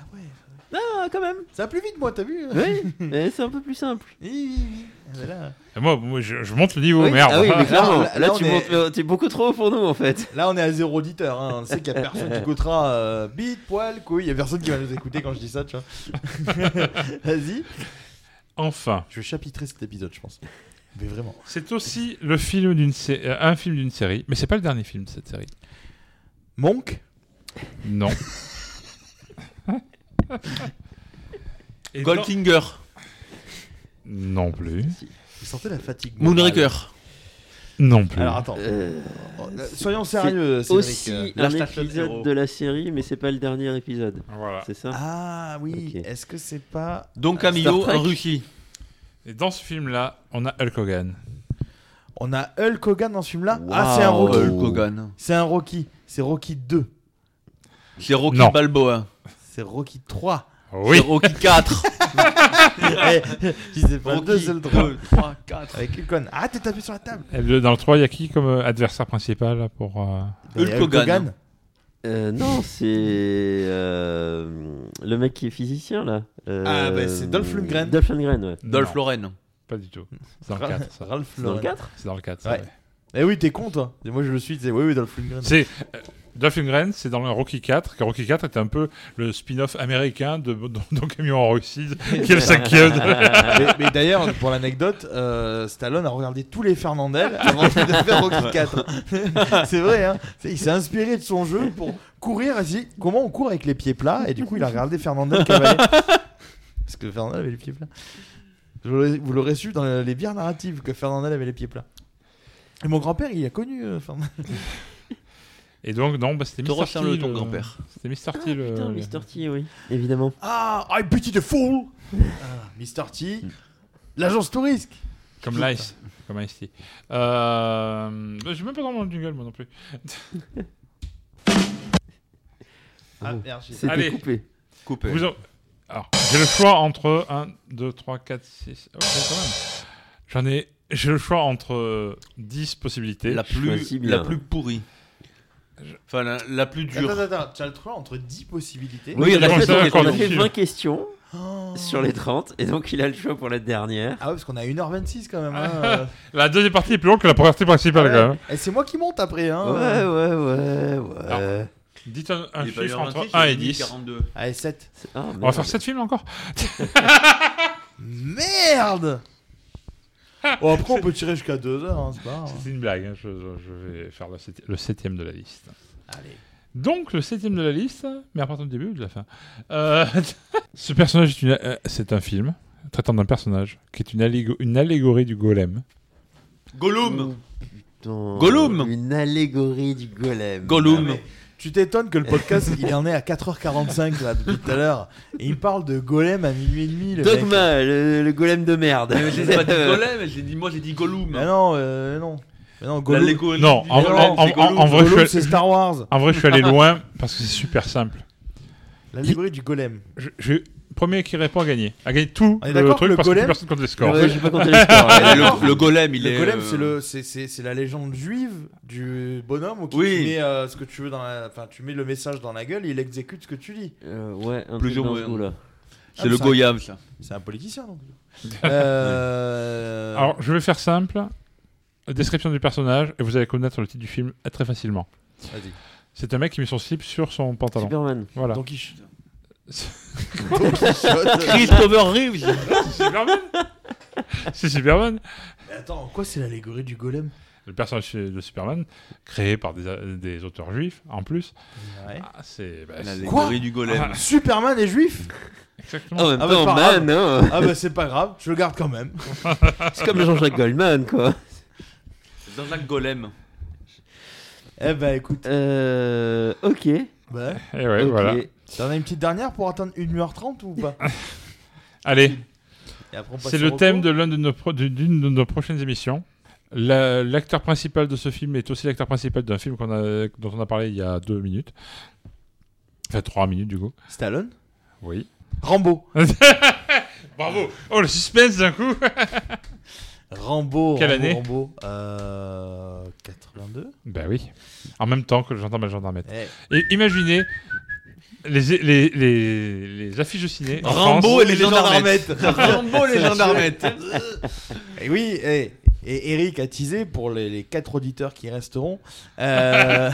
S15: Ah, quand même
S12: Ça va plus vite, moi, t'as vu hein
S15: Oui, mais c'est un peu plus simple.
S12: Hi, hi, hi. Ah, bah là.
S13: Et Moi, moi, je, je monte le niveau,
S15: Oui,
S13: Oh, merde.
S15: Ah oui, mais clairement,
S12: Là,
S15: là,
S12: là, on
S15: tu
S12: est-
S15: montes le- t'es beaucoup trop haut pour nous en fait.
S12: Là, on est à zéro auditeur. hein. On sait qu'il n'y a personne qui écoutera euh, bite, poil, couille. Il n'y a personne qui va nous écouter quand je dis ça, tu vois. Vas-y.
S13: Enfin,
S12: Je vais chapitrer cet épisode, je pense. Mais vraiment.
S13: c'est aussi le film d'une sé- euh, un film d'une série, mais c'est pas le dernier film de cette série.
S12: Monk
S13: Non. Et dans-
S1: Goldfinger.
S13: Non plus.
S12: Vous sentez la fatigue moi.
S1: Moonraker.
S13: Non plus.
S12: Alors, attends.
S15: Euh,
S12: Oh, là, Soyons sérieux,
S15: c'est
S12: Cédric.
S15: aussi
S12: Euh,
S15: un
S1: Last Action Hero.
S15: épisode de la série, mais c'est pas le dernier épisode.
S13: Voilà.
S15: C'est ça
S12: Ah oui,
S15: Ok.
S12: est-ce que c'est pas.
S1: Don
S15: Star
S1: Camillo
S15: Trek.
S1: en Russie.
S13: Et dans ce film-là, on a Hulk Hogan.
S12: On a Hulk Hogan dans ce film-là Ah, c'est un Rocky.
S1: Hulk Hogan.
S12: C'est un Rocky. C'est Rocky 2.
S1: C'est Rocky
S13: Non.
S1: Balboa.
S12: C'est Rocky 3.
S13: Oui.
S1: C'est Rocky 4.
S12: Eh, Je disais pas
S1: Rocky
S12: deux, c'est le drôle.
S1: 3, 4.
S12: Avec Hulk Ah, t'es tapé sur la table.
S13: Et le- Dans le 3, il y a qui comme euh, adversaire principal là, pour. euh,
S1: Hulk Hogan.
S15: Euh, non, c'est euh, le mec qui est physicien là. Euh,
S12: Ah, bah, c'est Dolph Lundgren.
S15: Dolph Lundgren, ouais.
S1: Dolph
S13: non,
S1: Lauren.
S13: Pas du tout. C'est dans le 4. ça.
S12: Ralph
S15: C'est dans le
S12: Lauren.
S15: 4
S13: C'est dans le 4. ça,
S12: Ouais.
S13: ouais.
S12: Eh oui, t'es con, toi. Et moi, je le suis. C'est oui, oui, Dolph Lundgren.
S13: C'est euh, Dolph Lundgren, c'est dans le Rocky 4, que Rocky 4 était un peu le spin-off américain de Don Camion en Russie, qui est le cinquième.
S12: mais mais d'ailleurs, pour l'anecdote, euh, Stallone a regardé tous les Fernandel avant de faire Rocky 4. c'est vrai, hein. C'est- Il s'est inspiré de son jeu pour courir. Il s'est dit, comment on court avec les pieds plats Et du coup, il a regardé Fernandel cavaler. Parce que Fernandel avait les pieds plats. Je l'aurais- Vous l'aurez su dans les bières narratives que Fernandel avait les pieds plats. Et mon grand-père, il a connu euh, Fernandel.
S13: Et donc, non, bah, c'était
S1: Te
S13: Mr. T.
S1: ressemble ton
S13: le-
S1: grand-père.
S13: C'était euh, Mr. T. le-
S15: Putain,
S13: le-
S15: Mr. hein, T, oui. Évidemment.
S12: Ah, I pity the fool ah, Mr. T, l'agence touriste
S13: Comme Lice. Comme Ice T. Euh... bah, J'ai même pas dans mon jingle, moi non plus.
S12: Ah,
S13: Ah,
S15: Oh.
S12: merde, j'ai-
S15: C'était
S13: Allez.
S15: coupé.
S1: Coupé.
S13: Vous en- Alors, j'ai le choix entre 1, 2, 3, 4, 6. Oh, quand même. J'en ai. J'ai le choix entre euh, 10 possibilités.
S1: La plus,
S15: Choisis bien.
S1: la plus pourrie. Enfin, la, la plus dure.
S12: Ah, Attends, attends, attends, tu as le choix entre 10 possibilités.
S1: Oui, il
S13: Comme
S1: reste
S13: ça,
S1: quelques
S13: quand
S15: On a
S1: questions.
S15: fait
S13: Dessus.
S15: 20 questions
S12: Oh.
S15: sur les 30, et donc il a le choix pour la dernière.
S12: Ah ouais, parce qu'on a 1h26 quand même. hein, euh.
S13: La deuxième partie est plus longue que la première partie
S1: Ah
S13: principale, Ah, quand même.
S12: Et c'est moi qui monte après. Hein.
S15: Ouais, ouais, ouais, ouais.
S13: Alors, Dites un, un
S1: Il est pas
S13: chiffre
S1: l'heure
S13: entre
S1: 26,
S13: 1 et
S1: il est
S13: 10.
S1: 42.
S12: Allez, 7.
S15: C'est- ah,
S13: On va
S15: merde.
S13: faire 7 films encore
S12: Merde Bon, après, on peut tirer jusqu'à 2h, hein, c'est pas grave.
S13: C'est une blague, hein, je, je- je vais faire le, septi- le septième de la liste.
S12: Allez.
S13: Donc, le septième de la liste, mais à partir du début ou de la fin Euh, Ce personnage, est, une- euh, c'est un film traitant d'un personnage qui est une, allégo- une allégorie du golem.
S1: Gollum.
S15: Dans
S1: Gollum.
S15: Une allégorie du golem. Ah
S1: Gollum.
S12: Tu t'étonnes que le podcast, il en est à 4h45 là, depuis tout à l'heure. Et il parle de golem à minuit et demi. Le mec.
S15: Dogma, le, le golem de merde.
S1: Mais j'ai pas dit Golem, j'ai dit, moi j'ai dit Gollum.
S12: Mais non, euh, non. Mais non,
S1: La
S12: golem.
S1: Lego-
S13: Non, en,
S1: Mais
S13: en- en-
S1: c'est
S13: en-
S1: Gollum.
S13: en vrai,
S12: Gollum,
S13: je suis,
S12: c'est Star Wars.
S13: en vrai, je suis allé loin parce que c'est super simple.
S12: L'allégorie du golem.
S13: Je- je- Premier qui répond a gagné. A gagné tout
S12: On est
S13: le
S12: d'accord que
S13: truc
S12: le
S13: parce
S12: golem-
S13: que personne compte les scores.
S12: Ouais, j'ai pas compté les scores.
S1: Ah, le, le golem, il
S12: le
S1: est.
S12: golem,
S1: euh,
S12: c'est le, c'est, c'est, c'est la légende juive du bonhomme où qui
S1: Oui.
S12: tu mets euh, ce que tu veux dans la, enfin tu mets le message dans la gueule, et il exécute ce que tu dis.
S15: Euh, ouais, un
S1: Plus
S15: peu
S1: ou
S15: dans ce
S1: moins.
S15: goût-là.
S1: C'est le goyave,
S12: ça.
S1: ça.
S12: C'est un politicien donc. Euh,
S13: Alors, je vais faire simple. Description du personnage, et vous allez connaître le titre du film euh, très facilement.
S12: Vas-y.
S13: C'est un mec qui met son slip sur son pantalon.
S15: Superman.
S13: Voilà.
S12: Don Quichotte.
S13: Don Quichotte.
S1: Christopher Reeves.
S13: C'est Superman. C'est Superman.
S12: Mais attends, en quoi c'est l'allégorie du golem
S13: Le personnage de Superman, créé par des, des auteurs juifs, en plus. Ah, c'est bah, c'est-
S1: L'allégorie du golem.
S13: Ah,
S12: Superman est juif
S13: Exactement.
S1: Ah,
S15: En même
S12: bah,
S15: temps,
S12: pas grave.
S15: man, hein.
S12: Ah bah c'est pas grave, je le garde quand même.
S15: C'est comme Jean-Jacques Goldman, quoi.
S1: Dans un golem.
S12: Eh bah écoute.
S15: Euh. Ok.
S12: Bah.
S13: Et Eh ouais, voilà.
S12: T'en as une petite dernière pour atteindre 1h30 ou pas
S13: Allez,
S12: Et après, on passe
S13: Ah, c'est
S12: au
S13: le thème
S12: reco.
S13: de l'une de, nos pro- d'une- d'une de nos prochaines émissions. La- L'acteur principal de ce film est aussi l'acteur principal d'un film qu'on a- dont on a parlé il y a deux minutes. Enfin, trois minutes, du coup.
S12: Stallone
S13: Oui.
S12: Rambo.
S13: Bravo Oh, le suspense d'un coup
S12: Rambo.
S13: Quelle
S12: Rambo,
S13: année
S12: Rambo. Euh, 82
S13: Ben oui. En même temps que le gendarme à la gendarmette.
S12: Eh.
S13: Et imaginez les, les, les, les affiches de ciné. en
S1: Rambo
S13: France.
S1: et les gendarmettes. Rambo et les gendarmettes.
S12: Et oui, eh, et Eric a teasé pour les, les quatre auditeurs qui resteront. euh,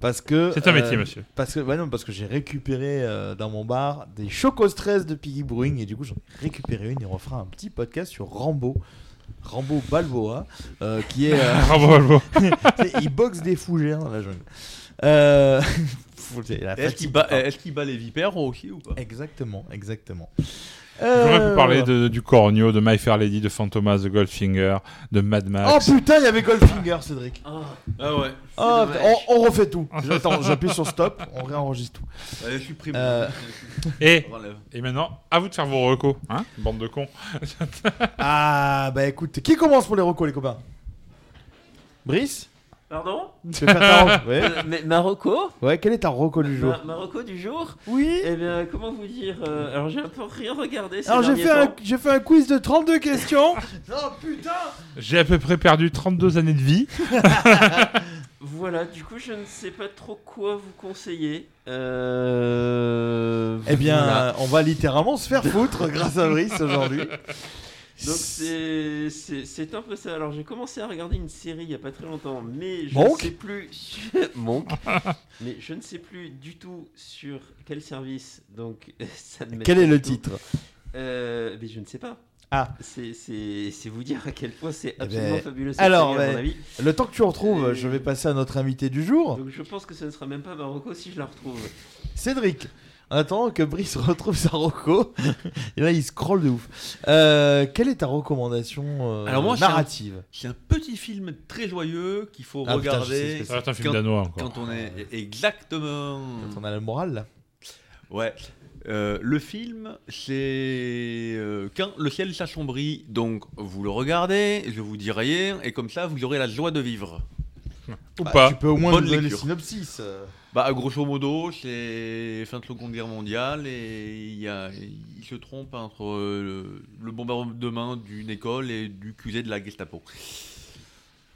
S12: Parce que euh,
S13: C'est un métier, monsieur.
S12: Parce que, ouais, non, parce que j'ai récupéré euh, dans mon bar des chocos stress de Piggy Brewing et du coup j'en ai récupéré une et on fera un petit podcast sur Rambo, Rambo Balboa, euh, qui est euh,
S13: Rambo Balboa.
S12: C'est- il boxe des fougères dans la jungle. Euh, faut- c'est la
S1: Est-ce
S12: fatigue,
S1: qu'il bat,
S12: hein.
S1: est-ce qu'il bat les vipères aussi ou pas
S12: Exactement, exactement.
S13: J'aurais
S12: Euh,
S13: pu parler de- du Cornio, de My Fair Lady, de Fantomas, de Goldfinger, de Mad
S12: Oh
S13: Max.
S12: putain, il y avait Goldfinger, Cédric.
S1: Ah ouais.
S12: Ah,
S1: C'est
S12: on,
S1: dommage.
S12: on refait tout. Attends, j'appuie sur stop, on réenregistre tout.
S1: Allez, je supprime.
S12: Euh,
S13: et,
S1: On relève.
S13: et maintenant, à vous de faire vos recos, hein, bande de cons.
S12: Ah bah écoute, qui commence pour les recos les copains Brice
S15: Pardon
S12: Tu veux faire ta reco ouais.
S15: Euh, mais Marocco
S12: ouais, quel est ta reco du jour
S1: Bah,
S15: Ma- Marocco du jour
S12: Oui
S15: Eh bien, comment vous dire euh, Alors, j'ai un peu rien regardé. Ces
S12: Alors j'ai
S15: derniers
S12: fait, un,
S15: temps.
S12: j'ai fait un quiz de 32 questions. oh putain
S13: J'ai à peu près perdu 32 années de vie.
S15: Voilà, du coup, je ne sais pas trop quoi vous conseiller. Euh...
S12: Eh bien,
S15: voilà.
S12: on va littéralement se faire foutre grâce à Brice aujourd'hui.
S15: Donc, c'est- c'est c'est un peu ça. Alors, j'ai commencé à regarder une série il n'y a pas très longtemps, mais je
S12: Monk
S15: ne sais plus. Monk. Mais je ne sais plus du tout sur quel service. Donc, ça ne m'aide
S12: Quel
S15: pas
S12: est le
S15: du tout.
S12: titre
S15: Euh, Mais je ne sais pas.
S12: Ah.
S15: C'est- C'est c'est vous dire à quel point c'est absolument
S12: ben,
S15: fabuleux. cette
S12: Alors,
S15: série, à mon
S12: ben,
S15: avis.
S12: le temps que tu retrouves,
S15: Et-
S12: je vais passer à notre invité du jour,
S15: Donc, je pense que ce ne sera même pas Marocco si je la retrouve.
S12: Cédric. En attendant que Brice retrouve sa reco, et là il scrolle de ouf. Euh, quelle est ta recommandation euh,
S1: Alors moi, c'est un-
S12: narrative
S1: C'est un petit film très joyeux qu'il faut
S12: Ah, putain, je sais ce
S1: regarder.
S12: que
S13: Ça va être un film
S1: quand-
S13: danois encore.
S1: Quand on est exactement.
S12: On a la morale là.
S1: Ouais. Euh, le film, c'est euh, quand le ciel s'assombrit. Donc vous le regardez, je vous dis rien, et comme ça vous aurez la joie de vivre.
S13: Ou
S12: Bah,
S13: pas.
S12: Tu peux au moins
S1: Bonne
S12: nous donner le
S1: lecture.
S12: synopsis. euh.
S1: Bah grosso modo, c'est fin de la Seconde Guerre mondiale et il, y a- il se trompe entre euh, le, le bombardement d'une école et du QG de la Gestapo.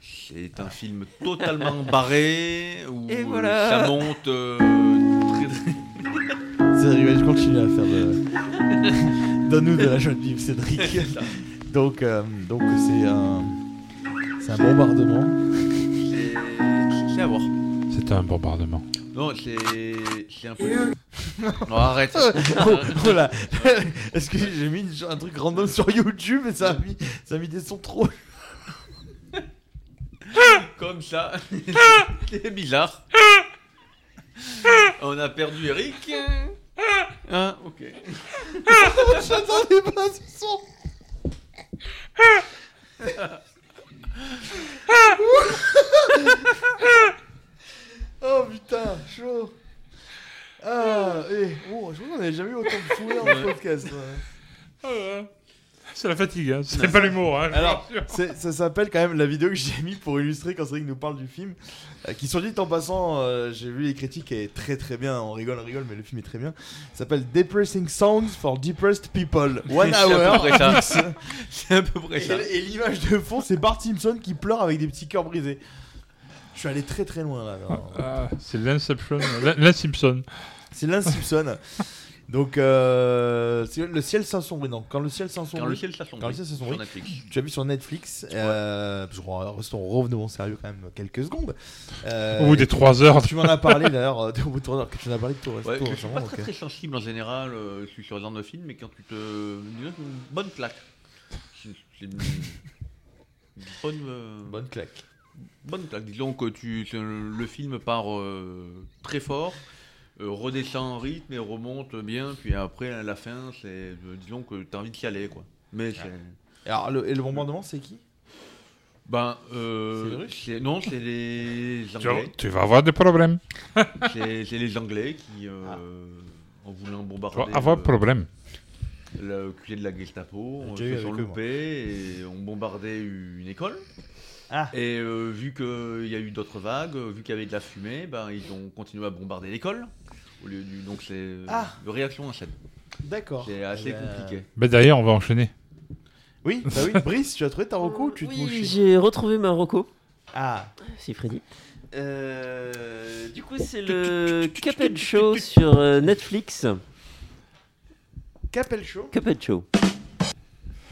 S1: C'est un film totalement barré où
S15: Et
S1: euh,
S15: voilà.
S1: ça monte euh, très, très-
S12: Cédric, vas-y, je continue à faire de. Donne-nous de la joie de vivre, Cédric. donc, euh, donc c'est un. C'est un bombardement.
S1: C'est c'est à voir.
S13: C'était un bombardement.
S1: Non, c'est c'est un peu. Non, arrête.
S12: oh, oh là Est-ce que j'ai mis une- un truc random sur YouTube et ça a mis, ça a mis des sons trop.
S1: Comme ça. c'est bizarre. On a perdu Eric.
S15: Ah,
S1: Hein, ok.
S12: J'attendais pas ce son Oh putain, chaud eh. Ah, et, oh, je crois qu'on avait jamais eu autant de foulée en podcast. ouais.
S13: C'est la fatigue, hein. c'est pas l'humour. Hein,
S12: Alors, ça s'appelle quand même la vidéo que j'ai mis pour illustrer quand Cédric nous parle du film. euh, qui, soit dit en passant, euh, j'ai vu les critiques et très très bien. On rigole, on rigole, mais le film est très bien. Ça s'appelle Depressing Songs for Depressed People. One
S1: C'est à peu
S12: hour.
S1: près ça.
S12: X.
S1: C'est à peu près
S12: Et-
S1: ça.
S12: Et l'image de fond, c'est Bart Simpson qui pleure avec des petits cœurs brisés. Je suis allé très très loin là. vraiment.
S13: Ah, C'est l'Inception, l'In- l'Insimpson.
S12: C'est Lynn Simpson. Donc, euh, c'est le ciel s'assombrit. Donc, quand le ciel s'assombrit.
S1: Quand le ciel s'assombrit.
S12: Quand le ciel s'assombrit.
S1: Sur Netflix.
S12: Tu as vu sur Netflix. Euh, parce qu'on- restons revenons sérieux quand même quelques secondes. Euh,
S13: Au bout des trois heures.
S12: Tu m'en as parlé d'ailleurs. euh, Au bout de trois heures, que tu en as parlé de toi.
S1: Ouais,
S12: toi,
S1: je suis
S12: récemment,
S1: pas très,
S12: donc, euh,
S1: très sensible en général euh, sur ce genre de film, mais quand tu te. disons que une bonne claque. C'est c'est une... une bonne. euh,
S12: Bonne claque.
S1: Bonne claque. Disons que tu, c'est le le film part euh, très fort, euh, redescend en rythme et remonte bien, puis après à la fin, c'est, euh, disons que tu as envie d'y aller. Quoi. Mais c'est.
S12: Alors, le, et le bombardement, c'est qui
S1: Ben, euh,
S12: C'est les Russes
S1: c'est- non, c'est les
S13: Tu vas-
S1: Anglais.
S13: tu vas avoir des problèmes.
S1: c'est c'est les Anglais qui, euh, en voulant bombarder.
S13: Tu vas avoir
S1: le-
S13: problème.
S1: Le culé de la Gestapo euh,
S12: J'ai eu
S1: se sont
S12: avec eux, moi.
S1: loupés et ont bombardé une école.
S12: Ah.
S1: Et euh, vu qu'il y a eu d'autres vagues, euh, vu qu'il y avait de la fumée, ben, ils ont continué à bombarder l'école. Au lieu du... Donc c'est euh,
S12: Ah.
S1: de réaction en chaîne.
S12: D'accord.
S1: C'est assez
S12: Eh ben,
S1: compliqué.
S13: Bah, derrière, on va enchaîner.
S12: Oui, bah oui, Brice, tu as trouvé ta reco ou tu te mouches
S15: Oui, j'ai retrouvé ma Rocco.
S12: Ah.
S15: C'est Freddy. Euh, du coup, c'est le Cap and Show sur euh, Netflix.
S12: Capel Show
S15: Cap and Show.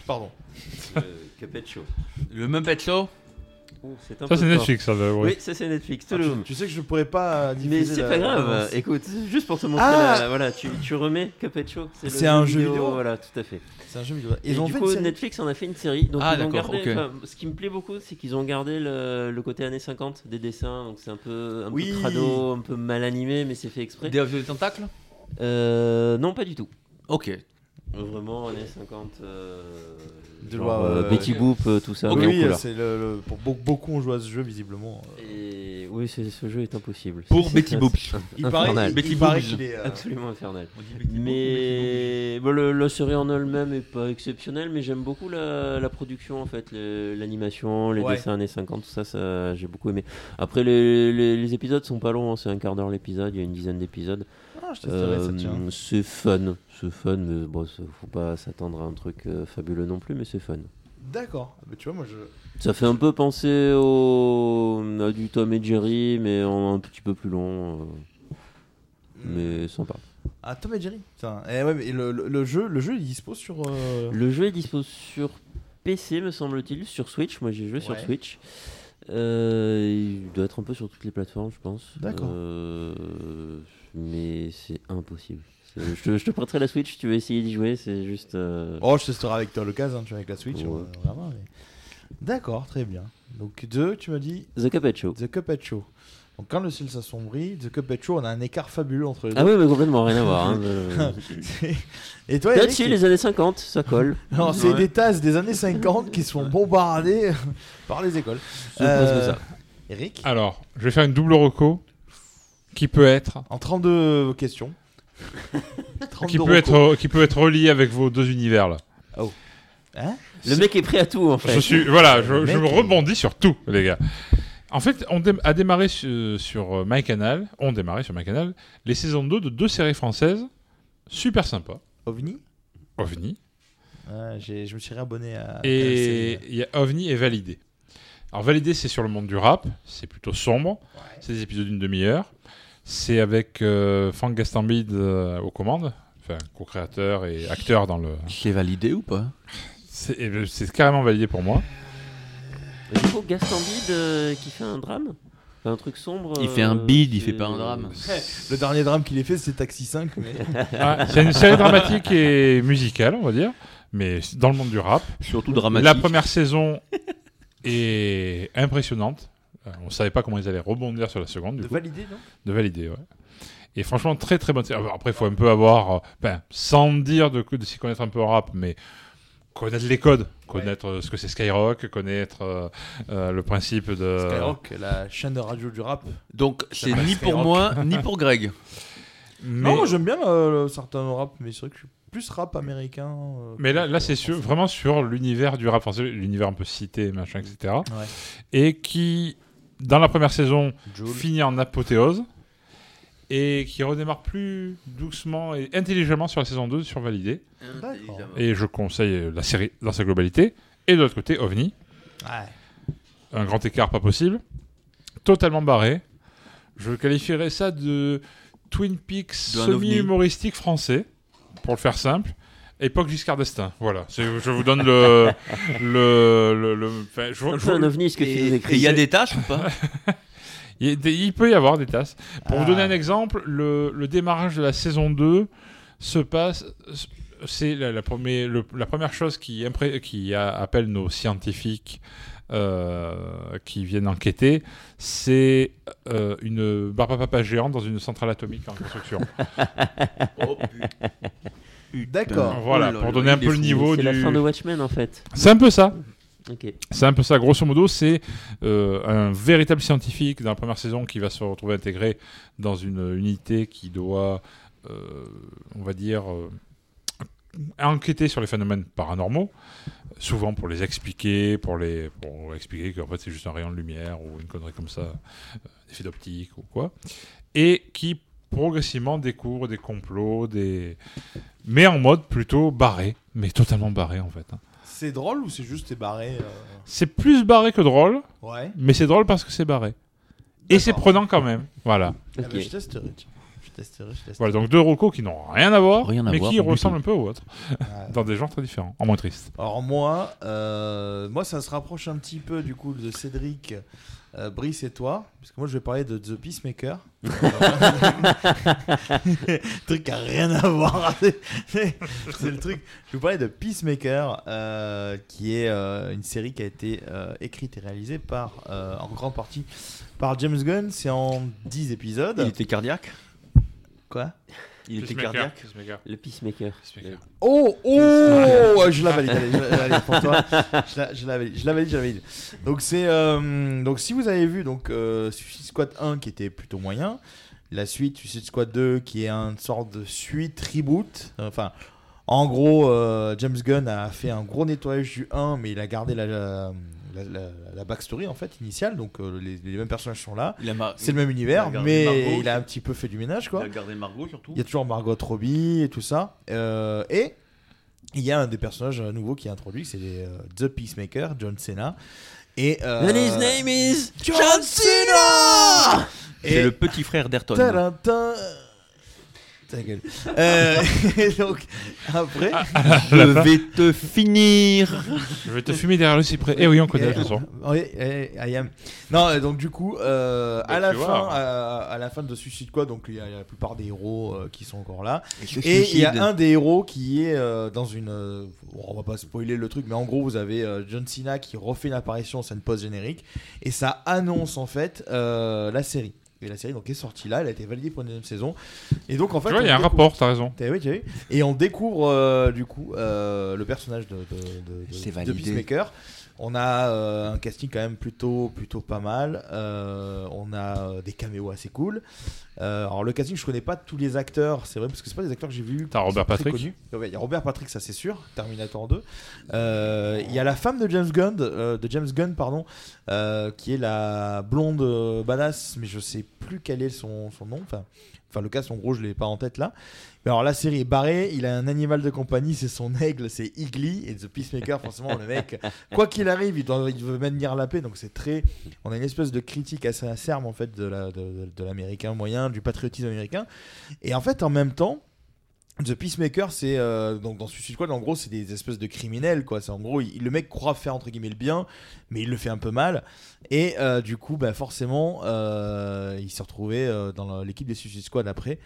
S12: Pardon. Euh,
S15: Capet Show.
S1: Le Muppet Show
S15: Oh,
S13: Ça, c'est Netflix, ça, le-
S15: Oui, ça c'est Netflix. tout
S12: Ah,
S15: le
S12: tu, tu sais que je pourrais pas euh,
S15: Mais
S12: diffuser
S15: c'est
S12: la-
S15: pas grave,
S12: l'annonce.
S15: écoute, juste pour te montrer,
S12: Ah
S15: la- voilà, tu, tu remets Cuphead Show. le
S12: C'est un jeu vidéo
S15: Voilà, tout à fait.
S12: C'est un jeu vidéo.
S15: Et,
S12: Ils ont
S15: du
S12: fait
S15: coup,
S12: une série
S15: Netflix en a fait une série. Donc
S1: Ah,
S15: ils ont
S1: d'accord,
S15: gardé,
S1: ok.
S15: enfin, ce qui me plaît beaucoup, c'est qu'ils ont gardé le, le côté années 50 des dessins. Donc c'est un peu, un peu
S1: Oui.
S15: crado, un peu mal animé, mais c'est fait exprès.
S1: Des avions des tentacles
S15: Euh, non, pas du tout.
S1: Ok.
S15: Vraiment, années 50. euh,
S12: de
S15: genre,
S12: loi,
S15: euh,
S12: euh,
S15: Betty Boop, euh, tout ça.
S12: Oui,
S15: beaucoup, là.
S12: c'est le, le- pour be- beaucoup on joue à ce jeu visiblement. euh.
S15: Et oui, c'est- ce jeu est impossible.
S1: Pour
S15: C'est-
S1: Betty
S15: c'est-
S1: Boop.
S15: c'est
S12: Il paraît-
S15: infernal.
S12: il- Betty il paraît Boop. qu'il est, euh,
S15: Absolument infernal.
S1: On dit Betty Boop ou
S15: Mais bon, le- la série en elle-même est pas exceptionnelle, mais j'aime beaucoup la, la production en fait, le- l'animation, les
S12: Ouais.
S15: dessins années 50, tout ça, ça j'ai beaucoup aimé. Après, les, les- les épisodes sont pas longs, hein, c'est un quart d'heure l'épisode, il y a une dizaine d'épisodes. Euh,
S12: Ah, je testerai ça, tiens.
S15: c'est fun, c'est fun, mais bon, ça- faut pas s'attendre à un truc euh, fabuleux non plus, mais c'est fun.
S12: D'accord. Mais tu vois moi je
S15: Ça fait un peu penser au à du Tom et Jerry, mais en un petit peu plus long.
S12: Mmh.
S15: euh, Mais sympa.
S12: Ah Tom et Jerry. Putain. Eh ouais, mais le, le- le jeu le jeu il dispose sur euh,
S15: Le jeu est dispo sur PC, me semble-t-il, sur Switch. Moi, j'ai joué sur
S12: Ouais.
S15: Switch. Euh, il doit être un peu sur toutes les plateformes, je pense.
S12: D'accord.
S15: Euh, mais c'est impossible. C'est- Je te, je te prêterai la Switch, tu veux essayer d'y jouer, c'est juste. euh,
S12: Oh, je testerai avec toi l'occasion, hein, tu vois avec la Switch,
S15: Ouais.
S12: on va- on verra, mais- D'accord, très bien. Donc deux, tu m'as dit
S15: The Cuphead Show.
S12: The Cuphead Show. Donc quand le ciel s'assombrit, The Cuphead Show, on a un écart fabuleux entre les
S15: Ah
S12: deux.
S15: oui, mais complètement rien à voir. hein, euh.
S12: C'est- Et toi,
S15: Là,
S12: Eric,
S15: dessus,
S12: il-
S15: les années 50, ça colle.
S12: Alors, c'est
S15: Ouais.
S12: des tasses des années 50 qui sont bombardées par les écoles. Euh,
S15: Je pense que ça.
S12: Eric,
S13: Alors, je vais faire une double reco qui peut être
S12: en 32 questions.
S13: qui
S12: 32
S13: peut
S12: recos.
S13: être qui peut être relié avec vos deux univers là.
S12: Hein
S15: Le mec est prêt à tout en fait.
S13: Je suis voilà, je,
S15: Le
S13: je
S15: mec est-
S13: rebondis sur tout les gars. En fait, on dé- a démarré su- sur euh, MyCanal, on démarrait sur MyCanal les saisons 2 de deux séries françaises super sympa,
S12: OVNI
S13: OVNI
S12: Ouais, j'ai- Je me suis réabonné à.
S13: et il y a OVNI et Validé. Alors Validé c'est sur le monde du rap, c'est plutôt sombre, c'est des épisodes d'une demi-heure. C'est avec euh, Franck Gastambide euh, aux commandes, enfin co-créateur et acteur dans le
S1: C'est validé ou pas
S13: c'est eh ben, c'est carrément validé pour moi.
S15: Du coup, Gaston Bide euh, qui fait un drame Enfin, Un truc sombre
S1: Il fait un
S15: euh,
S1: bide, il
S15: c'est-
S1: fait pas un drame.
S12: Le dernier drame qu'il ait fait, c'est Taxi 5. mais-
S13: Ah, c'est une série dramatique et musicale, on va dire, mais c'est dans le monde du rap.
S1: Surtout dramatique.
S13: La première saison est impressionnante. Euh, On savait pas comment ils allaient rebondir sur la seconde. Du
S12: De
S13: coup.
S12: valider, non
S13: De valider, ouais. Et franchement, très très bonne série. Alors, Après, il faut un peu avoir, euh, ben, sans dire de, de s'y connaître un peu en rap, mais connaître les codes, connaître euh, ce que c'est Skyrock, connaître euh, euh, le principe de.
S12: Skyrock, la chaîne de radio du rap.
S1: Donc, c'est
S12: s'appelle
S1: ni pour
S12: Skyrock.
S1: moi, ni pour Greg.
S13: Mais-
S12: Non, moi j'aime bien euh, le- certains rap, mais c'est vrai que je suis plus rap américain. euh,
S13: Mais là,
S12: que-
S13: là c'est sûr, vraiment sur l'univers du rap français, l'univers un peu cité, machin, etc. Et qui, dans la première saison, finit en apothéose. Et qui redémarre plus doucement et intelligemment sur la saison 2 sur Validé.
S12: D'accord.
S13: Et je conseille euh, la série dans sa globalité. Et de l'autre côté, OVNI. Un grand écart pas possible. Totalement barré. Je qualifierais ça de Twin Peaks
S1: D'un ovni.
S13: semi-humoristique français, pour le faire simple. Époque Giscard d'Estaing, voilà. C'est- Je vous donne le. le, le, le- enfin, je,
S15: un peu un ovni, ce que tu nous écris.
S13: il y a des tâches ou pas il, peut y avoir des tâches. Pour vous
S15: Ah.
S13: donner un exemple, le, le démarrage de la saison 2 se passe. C'est la, la première, le- la première chose qui, impré- qui a- appelle nos scientifiques euh, qui viennent enquêter c'est euh, une barbe à papa géante dans une centrale atomique en construction.
S1: Oh, putain.
S12: D'accord.
S13: Voilà,
S15: Oh
S13: pour donner un peu le niveau
S15: Euh, C'est
S13: du...
S15: la fin de Watchmen en fait.
S13: C'est un peu ça.
S15: Ok.
S12: Ah,
S13: C'est un peu ça, grosso modo, c'est euh, un véritable scientifique dans la première saison qui va se retrouver intégré dans une unité qui doit, euh, on va dire, euh, enquêter sur les phénomènes paranormaux, souvent pour les expliquer, pour les pour expliquer qu'en fait c'est juste un rayon de lumière ou une connerie comme ça, euh, effet d'optique ou quoi, et qui progressivement découvre des complots, des mais en mode plutôt barré, mais totalement barré en fait. hein.
S12: C'est drôle ou c'est juste t'es barré euh,
S13: C'est plus barré que drôle.
S12: Ouais.
S13: Mais c'est drôle parce que c'est barré. Et c'est prenant quand même. Voilà.
S12: Ah bah, Je testerai. tiens. Je testerai, je testerai.
S13: Voilà, donc deux rocos qui n'ont rien à voir,
S12: Rien à
S13: mais
S12: voir
S13: qui
S12: du
S13: ressemblent
S12: tout.
S13: un peu aux autres. Dans des genres très différents. En moins triste.
S12: Alors moi, euh, moi ça se rapproche un petit peu du coup de Cédric, euh, Brice et toi, parce que moi je vais parler de The Peacemaker. Euh, truc à rien à voir. C'est c'est le truc. Je vais vous parler de Peacemaker, euh, qui est euh, une série qui a été euh, écrite et réalisée par, euh, en grande partie, par James Gunn. C'est en 10 épisodes.
S1: Il était cardiaque
S12: Quoi
S1: Il était
S13: Peacemaker,
S1: cardiaque
S13: Peacemaker.
S15: Le Peacemaker.
S12: Oh, oh, je la valide, allez, je la- allez, pour toi. Je la, je la valide, je la valide, je la valide. Donc, c'est, euh, donc, si vous avez vu donc, euh, Suicide Squad 1 qui était plutôt moyen, la suite Suicide Squad 2 qui est une sorte de suite reboot, enfin, en gros, euh, James Gunn a fait un gros nettoyage du 1, mais il a gardé la, la, la- la- la backstory en fait initiale, donc euh, les, les mêmes personnages sont là,
S1: Il a mar-
S12: c'est le même
S1: il a
S12: univers,
S1: gardé
S12: mais
S1: Margot.
S12: il a un petit peu fait du ménage quoi.
S1: Il a gardé Margot, surtout.
S12: Il y a toujours Margot Robbie et tout ça. Euh, et il y a un des personnages euh, nouveaux qui est introduit, c'est les, euh, The Peacemaker, John Cena. Et, euh,
S15: And his name is
S12: John
S15: John
S12: Cena
S15: Cena
S1: C'est le petit frère d'Ayrton.
S12: Tarantin. Ta gueule. Euh, et donc, après,
S13: Ah,
S1: Je vais te finir.
S13: Je vais te fumer derrière le cyprès. Eh oui, on connaît
S12: Et-
S13: la chanson.
S12: Oui, eh, I am. Non, euh, donc du coup, euh,
S13: Bah,
S12: à, la
S13: tu
S12: fin,
S13: vois.
S12: à, à la fin de Suicide Squad, donc il y a la plupart des héros euh, qui sont encore là.
S1: Ils se
S12: Et il y a
S1: suicident.
S12: un des héros qui est euh, dans une. euh, on va pas spoiler le truc, mais en gros, vous avez euh, John Cena qui refait une apparition en scène post-générique. Et ça annonce en fait euh, la série. Et la série donc est sortie là, elle a été validée pour une deuxième saison. Et donc en fait.
S13: Tu vois, il y
S12: on
S13: a un
S12: découvre-
S13: rapport, t'as raison.
S12: T'as- Eh oui, t'as vu Et on découvre euh, du coup euh, le personnage de, de, de- de-
S1: C'est
S12: de
S1: validé.
S12: Peacemaker. On a euh, un casting quand même plutôt, plutôt pas mal. Euh, on a euh, des caméos assez cool. Euh, alors le casting, je connais pas tous les acteurs, c'est vrai, parce que c'est pas des acteurs que j'ai vus.
S13: T'as
S12: qui
S13: Robert
S12: sont très
S13: Patrick.
S12: connus. Ouais, Il y a Robert Patrick, ça c'est sûr. Terminator 2. Euh, Il y a la femme de James Gunn, euh, de James Gunn, pardon, euh, qui est la blonde euh, badass, mais je sais plus quel est son, son nom. Enfin, enfin le cas, son gros, je l'ai pas en tête là. Mais alors la série est barrée. Il a un animal de compagnie, c'est son aigle, c'est Igly et The Peacemaker. forcément, le mec, quoi qu'il arrive, il, doit, il veut maintenir la paix. Donc c'est très, on a une espèce de critique assez acerbe en fait de la- de- de- de l'américain moyen, du patriotisme américain. Et en fait, en même temps. The Peacemaker, c'est euh, donc dans Suicide Squad, en gros, c'est des espèces de criminels, quoi. C'est en gros, il- le mec croit faire entre guillemets le bien, mais il le fait un peu mal. Et euh, du coup, bah, forcément, euh, il s'est retrouvé euh, dans la- l'équipe des Suicide Squad après.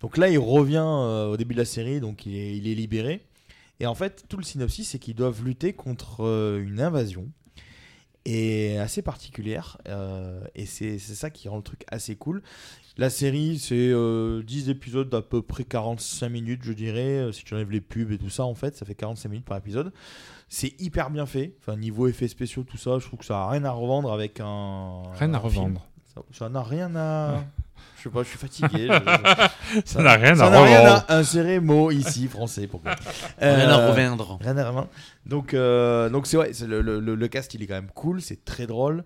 S12: Donc là, il revient euh, au début de la série, donc il est, il est libéré. Et en fait, tout le synopsis, c'est qu'ils doivent lutter contre euh, une invasion et assez particulière. euh, et c'est c'est ça qui rend le truc assez cool. La série, c'est euh, 10 épisodes d'à peu près 45 minutes, je dirais. Euh, Si tu enlèves les pubs et tout ça, en fait, ça fait 45 minutes par épisode. C'est hyper bien fait. Enfin, niveau effets spéciaux, tout ça, je trouve que ça a rien à revendre avec un.
S13: Rien à
S12: un film.
S13: revendre.
S12: Ça n'a rien à. Je sais pas, je suis fatigué. je-
S13: Ça n'a rien à
S12: Ça n'a rien
S13: revoir.
S12: à insérer mot ici, français. Pourquoi Euh,
S1: Rien à reviendre.
S12: Rien à reviendre. Donc, euh, donc c'est ouais, c'est le, le- le- le cast, il est quand même cool, c'est très drôle.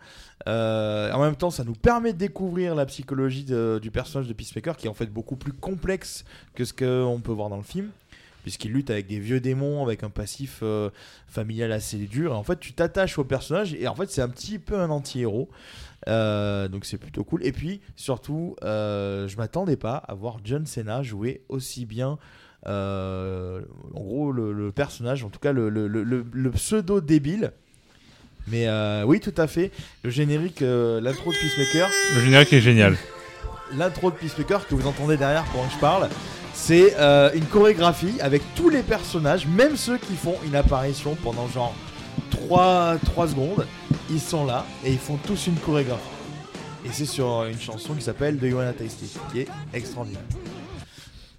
S12: Euh, en même temps, ça nous permet de découvrir la psychologie de- du personnage de Peacemaker, qui est en fait beaucoup plus complexe que ce qu'on peut voir dans le film. Puisqu'il lutte avec des vieux démons, avec un passif euh, familial assez dur. Et en fait, tu t'attaches au personnage et en fait, c'est un petit peu un anti-héros. Euh, donc c'est plutôt cool. Et puis surtout, euh, je m'attendais pas à voir John Cena jouer aussi bien. euh, en gros, le, le personnage, en tout cas le, le- le- le- le pseudo débile. Mais euh, oui, tout à fait. Le générique, euh, l'intro de Peacemaker.
S13: Le générique est génial.
S12: L'intro de Peacemaker que vous entendez derrière pendant que je parle, c'est euh, une chorégraphie avec tous les personnages, même ceux qui font une apparition pendant genre 3, 3 secondes. Ils sont là et ils font tous une chorégraphie. Et c'est sur euh, une chanson qui s'appelle The You Wanna Taste It, qui est extraordinaire.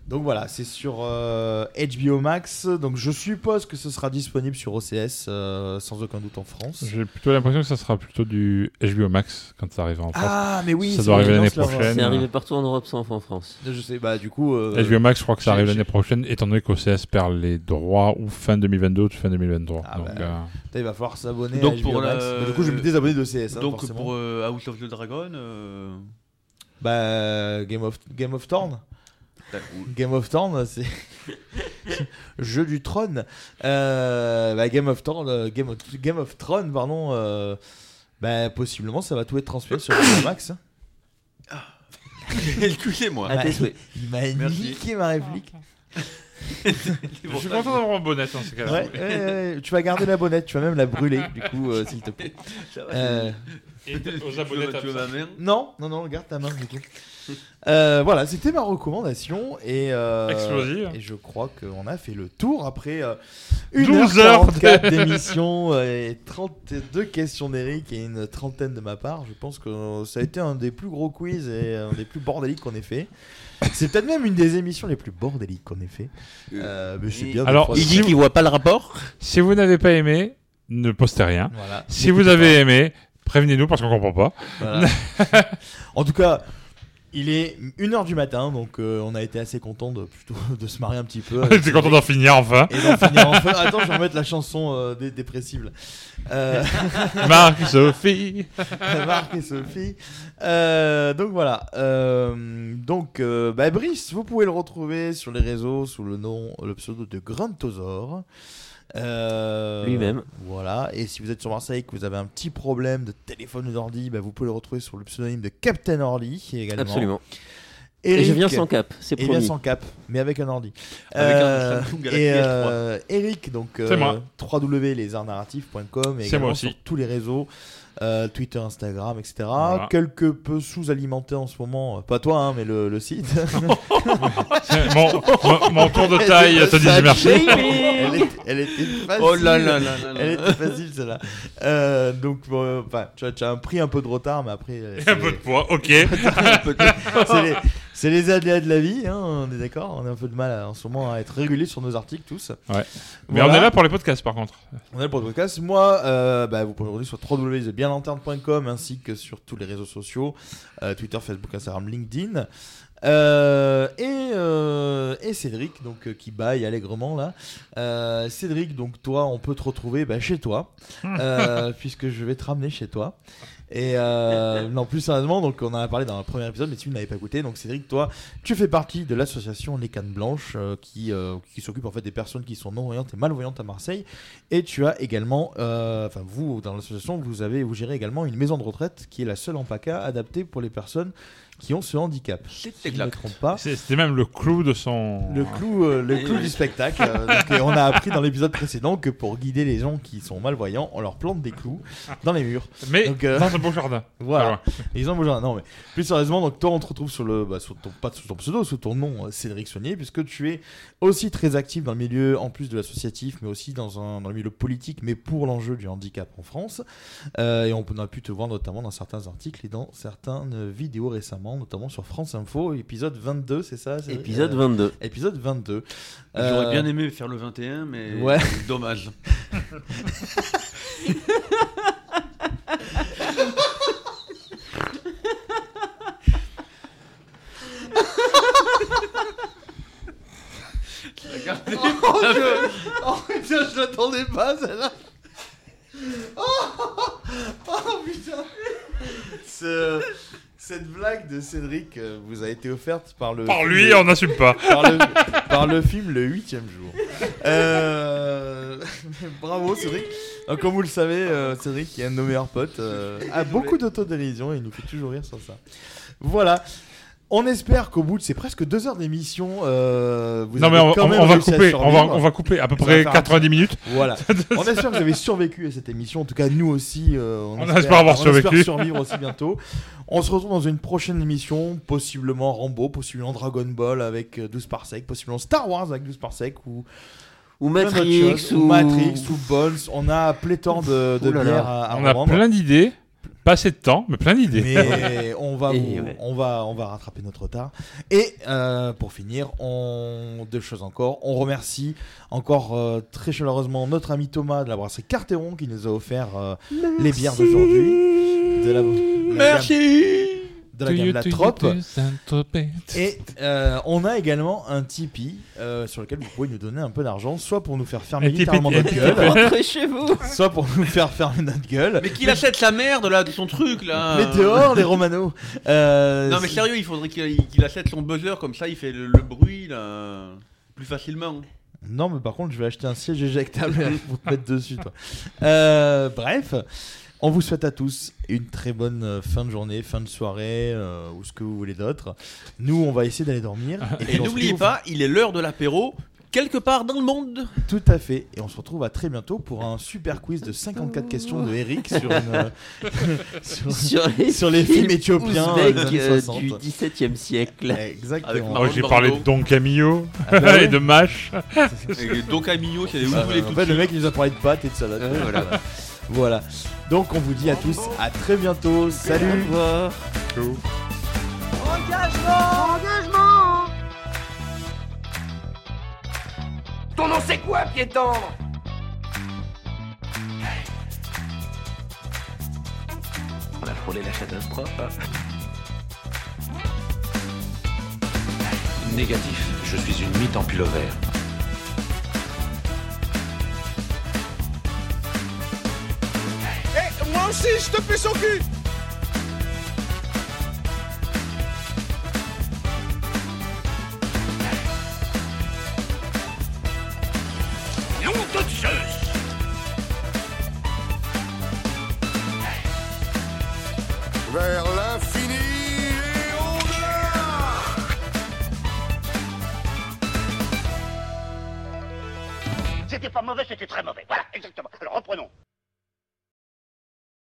S12: Donc voilà, c'est sur euh, HBO Max. Donc je suppose que ce sera disponible sur OCS euh, sans aucun doute en France.
S13: J'ai plutôt l'impression que ça sera plutôt du HBO Max quand ça arrivera en France.
S12: Ah, mais oui,
S13: Ça
S12: c'est
S13: doit arriver
S12: vrai,
S13: l'année
S12: non, c'est leur-
S13: prochaine.
S15: C'est arrivé partout en Europe sauf en France.
S12: Je sais, bah du coup. euh,
S13: HBO Max, je crois que ça
S12: j'ai-
S13: arrive
S12: j'ai-
S13: l'année prochaine, étant donné qu'OCS perd les droits ou fin 2022 ou fin 2023. Donc, euh,
S12: Putain, Il va falloir s'abonner à
S1: Donc
S12: HBO
S1: pour
S12: Max.
S1: la-
S12: Mais Du coup, je vais me désabonner de CS. hein,
S1: Donc
S12: forcément.
S1: pour euh, House of the Dragon, euh,
S12: Bah, Game of, Game of Thorn. Game of Thorn, c'est. Jeu du trône. Euh, bah, Game of Thorn, euh, Game of, Game of Thrones, pardon. euh, bah, possiblement, ça va tout être transféré sur HBO Max. hein.
S1: excusez-moi.
S12: Bah, il m'a niqué ma réplique.
S13: Je suis content d'avoir un bonnet dans ces cas-là.
S12: Ouais, ouais, ouais, tu vas garder la bonnette, tu vas même la brûler, du coup, euh, s'il te plaît.
S1: Ça va.
S12: Euh,
S13: Et aux
S1: abonnés, Tu veux- tu veux ma mère
S12: Non, non, non, garde ta main du coup. Euh, voilà, c'était ma recommandation et, euh,
S13: Explosive.
S12: et je crois qu'on a fait le tour après euh,
S13: 12 heures
S12: 1h44 d'émission euh, et 32 questions d'Eric et une trentaine de ma part. Je pense que ça a été un des plus gros quiz et un des plus bordéliques qu'on ait fait. C'est peut-être même une des émissions les plus bordéliques qu'on ait fait. Euh, mais c'est bien. des
S13: Alors,
S12: fois,
S13: si vous-
S15: voit pas le rapport
S13: Si vous n'avez pas aimé, ne postez rien.
S12: Voilà.
S13: Si vous avez aimé, prévenez-nous parce qu'on comprend pas.
S12: Voilà. en tout cas, il est 1h du matin, donc euh, on a été assez content de, plutôt, de se marier un petit peu.
S13: On était content d'en finir enfin.
S12: Et d'en finir enfin. Attends, je vais remettre la chanson euh, des dépressibles. Euh,
S13: Marc, Sophie.
S12: Marc et Sophie. Euh, donc voilà. Euh, donc, euh, bah, Brice, vous pouvez le retrouver sur les réseaux sous le nom, le pseudo de Gruntosaur. Euh,
S15: Lui-même.
S12: Voilà. Et si vous êtes sur Marseille et que vous avez un petit problème de téléphone ou d'ordi, bah, vous pouvez le retrouver sur le pseudonyme de Captain Orly également.
S15: Absolument.
S12: Eric,
S15: Et je viens sans cap, c'est
S12: et
S15: promis.
S12: bien sans cap, mais avec un ordi.
S15: Avec un
S12: Euh,
S15: Samsung Galaxy
S12: et
S15: S3.
S12: euh, Eric, donc euh,
S13: C'est moi.
S12: www.lesartsnarratifs.com et
S13: C'est
S12: également
S13: moi aussi.
S12: sur tous les réseaux, euh, Twitter, Instagram, etc.
S13: Voilà.
S12: Quelque peu sous-alimenté en ce moment, euh, pas toi, hein, mais le, le site.
S13: mon, mon- mon tour de taille euh, te dit merci.
S12: Elle était, elle était facile.
S1: Oh là là là là là.
S12: Ah, Elle était facile celle-là. Euh, donc, bon, enfin, tu, as, tu as pris un peu de retard, mais après. euh,
S13: Et
S12: c'est-
S13: un peu de poids, ok.
S12: Un peu de- c'est les- c'est les, aléas de la vie, hein, on est d'accord. On a un peu de mal à- en ce moment à être régulé sur nos articles tous.
S13: Ouais. Mais
S12: Voilà.
S13: on est là pour les podcasts par contre.
S12: On est là pour le podcast. Moi, euh, bah, vous pouvez me retrouver sur www.bienlanterne.com ainsi que sur tous les réseaux sociaux euh, Twitter, Facebook, Instagram, LinkedIn. Euh, et, euh, et Cédric, donc euh, qui baille allègrement là. Euh, Cédric, donc toi, on peut te retrouver bah, chez toi, euh, puisque je vais te ramener chez toi. Et euh, non, plus sérieusement, donc on en a parlé dans le premier épisode, mais si vous n'avez pas écouté, donc Cédric, toi, tu fais partie de l'association Les Cannes Blanches euh, qui, euh, qui s'occupe en fait des personnes qui sont non-voyantes et malvoyantes à Marseille. Et tu as également, euh, enfin vous, dans l'association, vous avez, vous gérez également une maison de retraite qui est la seule en PACA adaptée pour les personnes qui ont ce handicap. Si je ne me
S1: exact.
S12: trompe pas.
S13: C'est- C'était même le clou de son.
S12: Le clou, euh, le
S1: Et
S12: clou
S1: oui.
S12: du spectacle. Euh, donc, et on a appris dans l'épisode précédent que pour guider les gens qui sont malvoyants, on leur plante des clous dans les murs.
S13: Mais
S12: Donc, euh,
S13: dans un beau jardin.
S12: Voilà.
S13: Pas
S12: Ils ont besoin. Non, mais plus sérieusement, donc toi, on te retrouve sur le, bah, sous ton, pas sous ton pseudo, sous ton nom, euh, Cédric Saunier, puisque tu es aussi très actif dans le milieu, en plus de l'associatif, mais aussi dans, un, dans le milieu politique, mais pour l'enjeu du handicap en France. Euh, et on a pu te voir notamment dans certains articles et dans certaines vidéos récemment, notamment sur France Info, épisode 22, c'est ça Cédric
S15: Épisode
S12: Euh,
S15: 22.
S12: Épisode 22.
S1: J'aurais
S12: Euh,
S1: bien aimé faire le 21, mais
S12: Ouais.
S1: dommage. Regardez.
S12: Oh, je... oh putain, je l'attendais pas celle-là. Oh, oh, putain. Ce- Cette blague de Cédric euh, vous a été offerte par le.
S13: Par lui, on n'assume pas.
S12: par, le... par le film Le huitième jour. Euh, Bravo Cédric. Euh, Comme vous le savez, euh, Cédric, qui est un de nos meilleurs potes, euh, a beaucoup d'autodérision et il nous fait toujours rire sur ça. Voilà. On espère qu'au bout de ces presque deux heures d'émission, euh, vous
S13: Non,
S12: avez
S13: mais on-
S12: quand
S13: on-
S12: même
S13: on va
S12: réussi à
S13: couper,
S12: survivre.
S13: on va- on va couper à peu
S12: Ça
S13: près
S12: va faire un
S13: 90
S12: petit-
S13: minutes.
S12: Voilà. on espère que vous avez survécu à cette émission. En tout cas, nous aussi, euh,
S13: On espère avoir survécu.
S12: survivre aussi bientôt. On se retrouve dans une prochaine émission, possiblement Rambo, possiblement Dragon Ball avec euh, 12 parsecs, possiblement Star Wars avec 12 parsecs ou
S15: ou
S13: Matrix, ou-
S12: Matrix ou Bones. On a pléthore de, de
S13: Ouh là là.
S12: bières à, à
S13: On a
S12: revendre.
S13: plein d'idées. Pas assez de temps, mais plein d'idées.
S12: Mais on va,
S15: Et
S12: vous-
S15: ouais.
S12: on va, on va rattraper notre retard. Et euh, pour finir, on... deux choses encore. On remercie encore euh, très chaleureusement notre ami Thomas de la brasserie Carteron qui nous a offert euh, les bières d'aujourd'hui. De la, Merci. De la gamme La Trope. Et euh, on a également un Tipeee euh, sur lequel vous pouvez nous donner un peu d'argent, soit pour nous faire fermer
S13: Un Tipeee-
S12: littéralement
S13: un
S12: notre
S13: Tipeee.
S12: gueule,
S13: Rentrez
S12: chez vous. soit pour nous faire fermer notre gueule.
S1: Mais qu'il achète la merde là de son truc là.
S12: Mais dehors, les Romano. Euh,
S1: euh, Non mais
S12: c'est-
S1: sérieux, il faudrait qu'il qu'il achète son buzzer comme ça, il fait le, le bruit là plus facilement.
S12: Non, mais par contre, je vais acheter un siège éjectable pour te mettre dessus, toi. Euh, bref, on vous souhaite à tous une très bonne euh, fin de journée, fin de soirée, euh, ou ce que vous voulez d'autre. Nous, on va essayer d'aller dormir. puis
S1: Ah, Et
S12: on se
S1: n'oubliez
S12: retrouve-
S1: pas, il est l'heure de l'apéro quelque part dans le monde.
S12: Tout à fait. Et on se retrouve à très bientôt pour un super quiz de 54 questions de Eric sur, une- euh, sur- sur les films éthiopiens euh, des
S15: ouzbeks,
S12: années
S15: euh,
S12: 60.
S15: du 17 e siècle.
S12: Exactement.
S13: Oh, J'ai parlé de Don Camillo
S12: Ah bah ouais.
S13: et de Mash.
S1: Et donc Amillo, c'est où vous
S12: Bah,
S1: voulez
S12: en
S1: tout
S12: fait,
S1: de
S12: le mec
S1: suite.
S12: il nous a parlé de pâtes et de salade.
S1: Ouais, voilà.
S12: Voilà. Donc on vous dit à tous à très bientôt. Salut.
S11: Engagement Engagement
S2: Ton nom c'est quoi, piéton
S16: On a frôlé la catastrophe. Négatif, je suis une mythe en pullover.
S2: Eh, moi aussi, je te pue son cul Nom de Zeus
S17: Vers l'infini et au-delà
S11: C'était pas mauvais, c'était très mauvais. Voilà, exactement. Alors reprenons.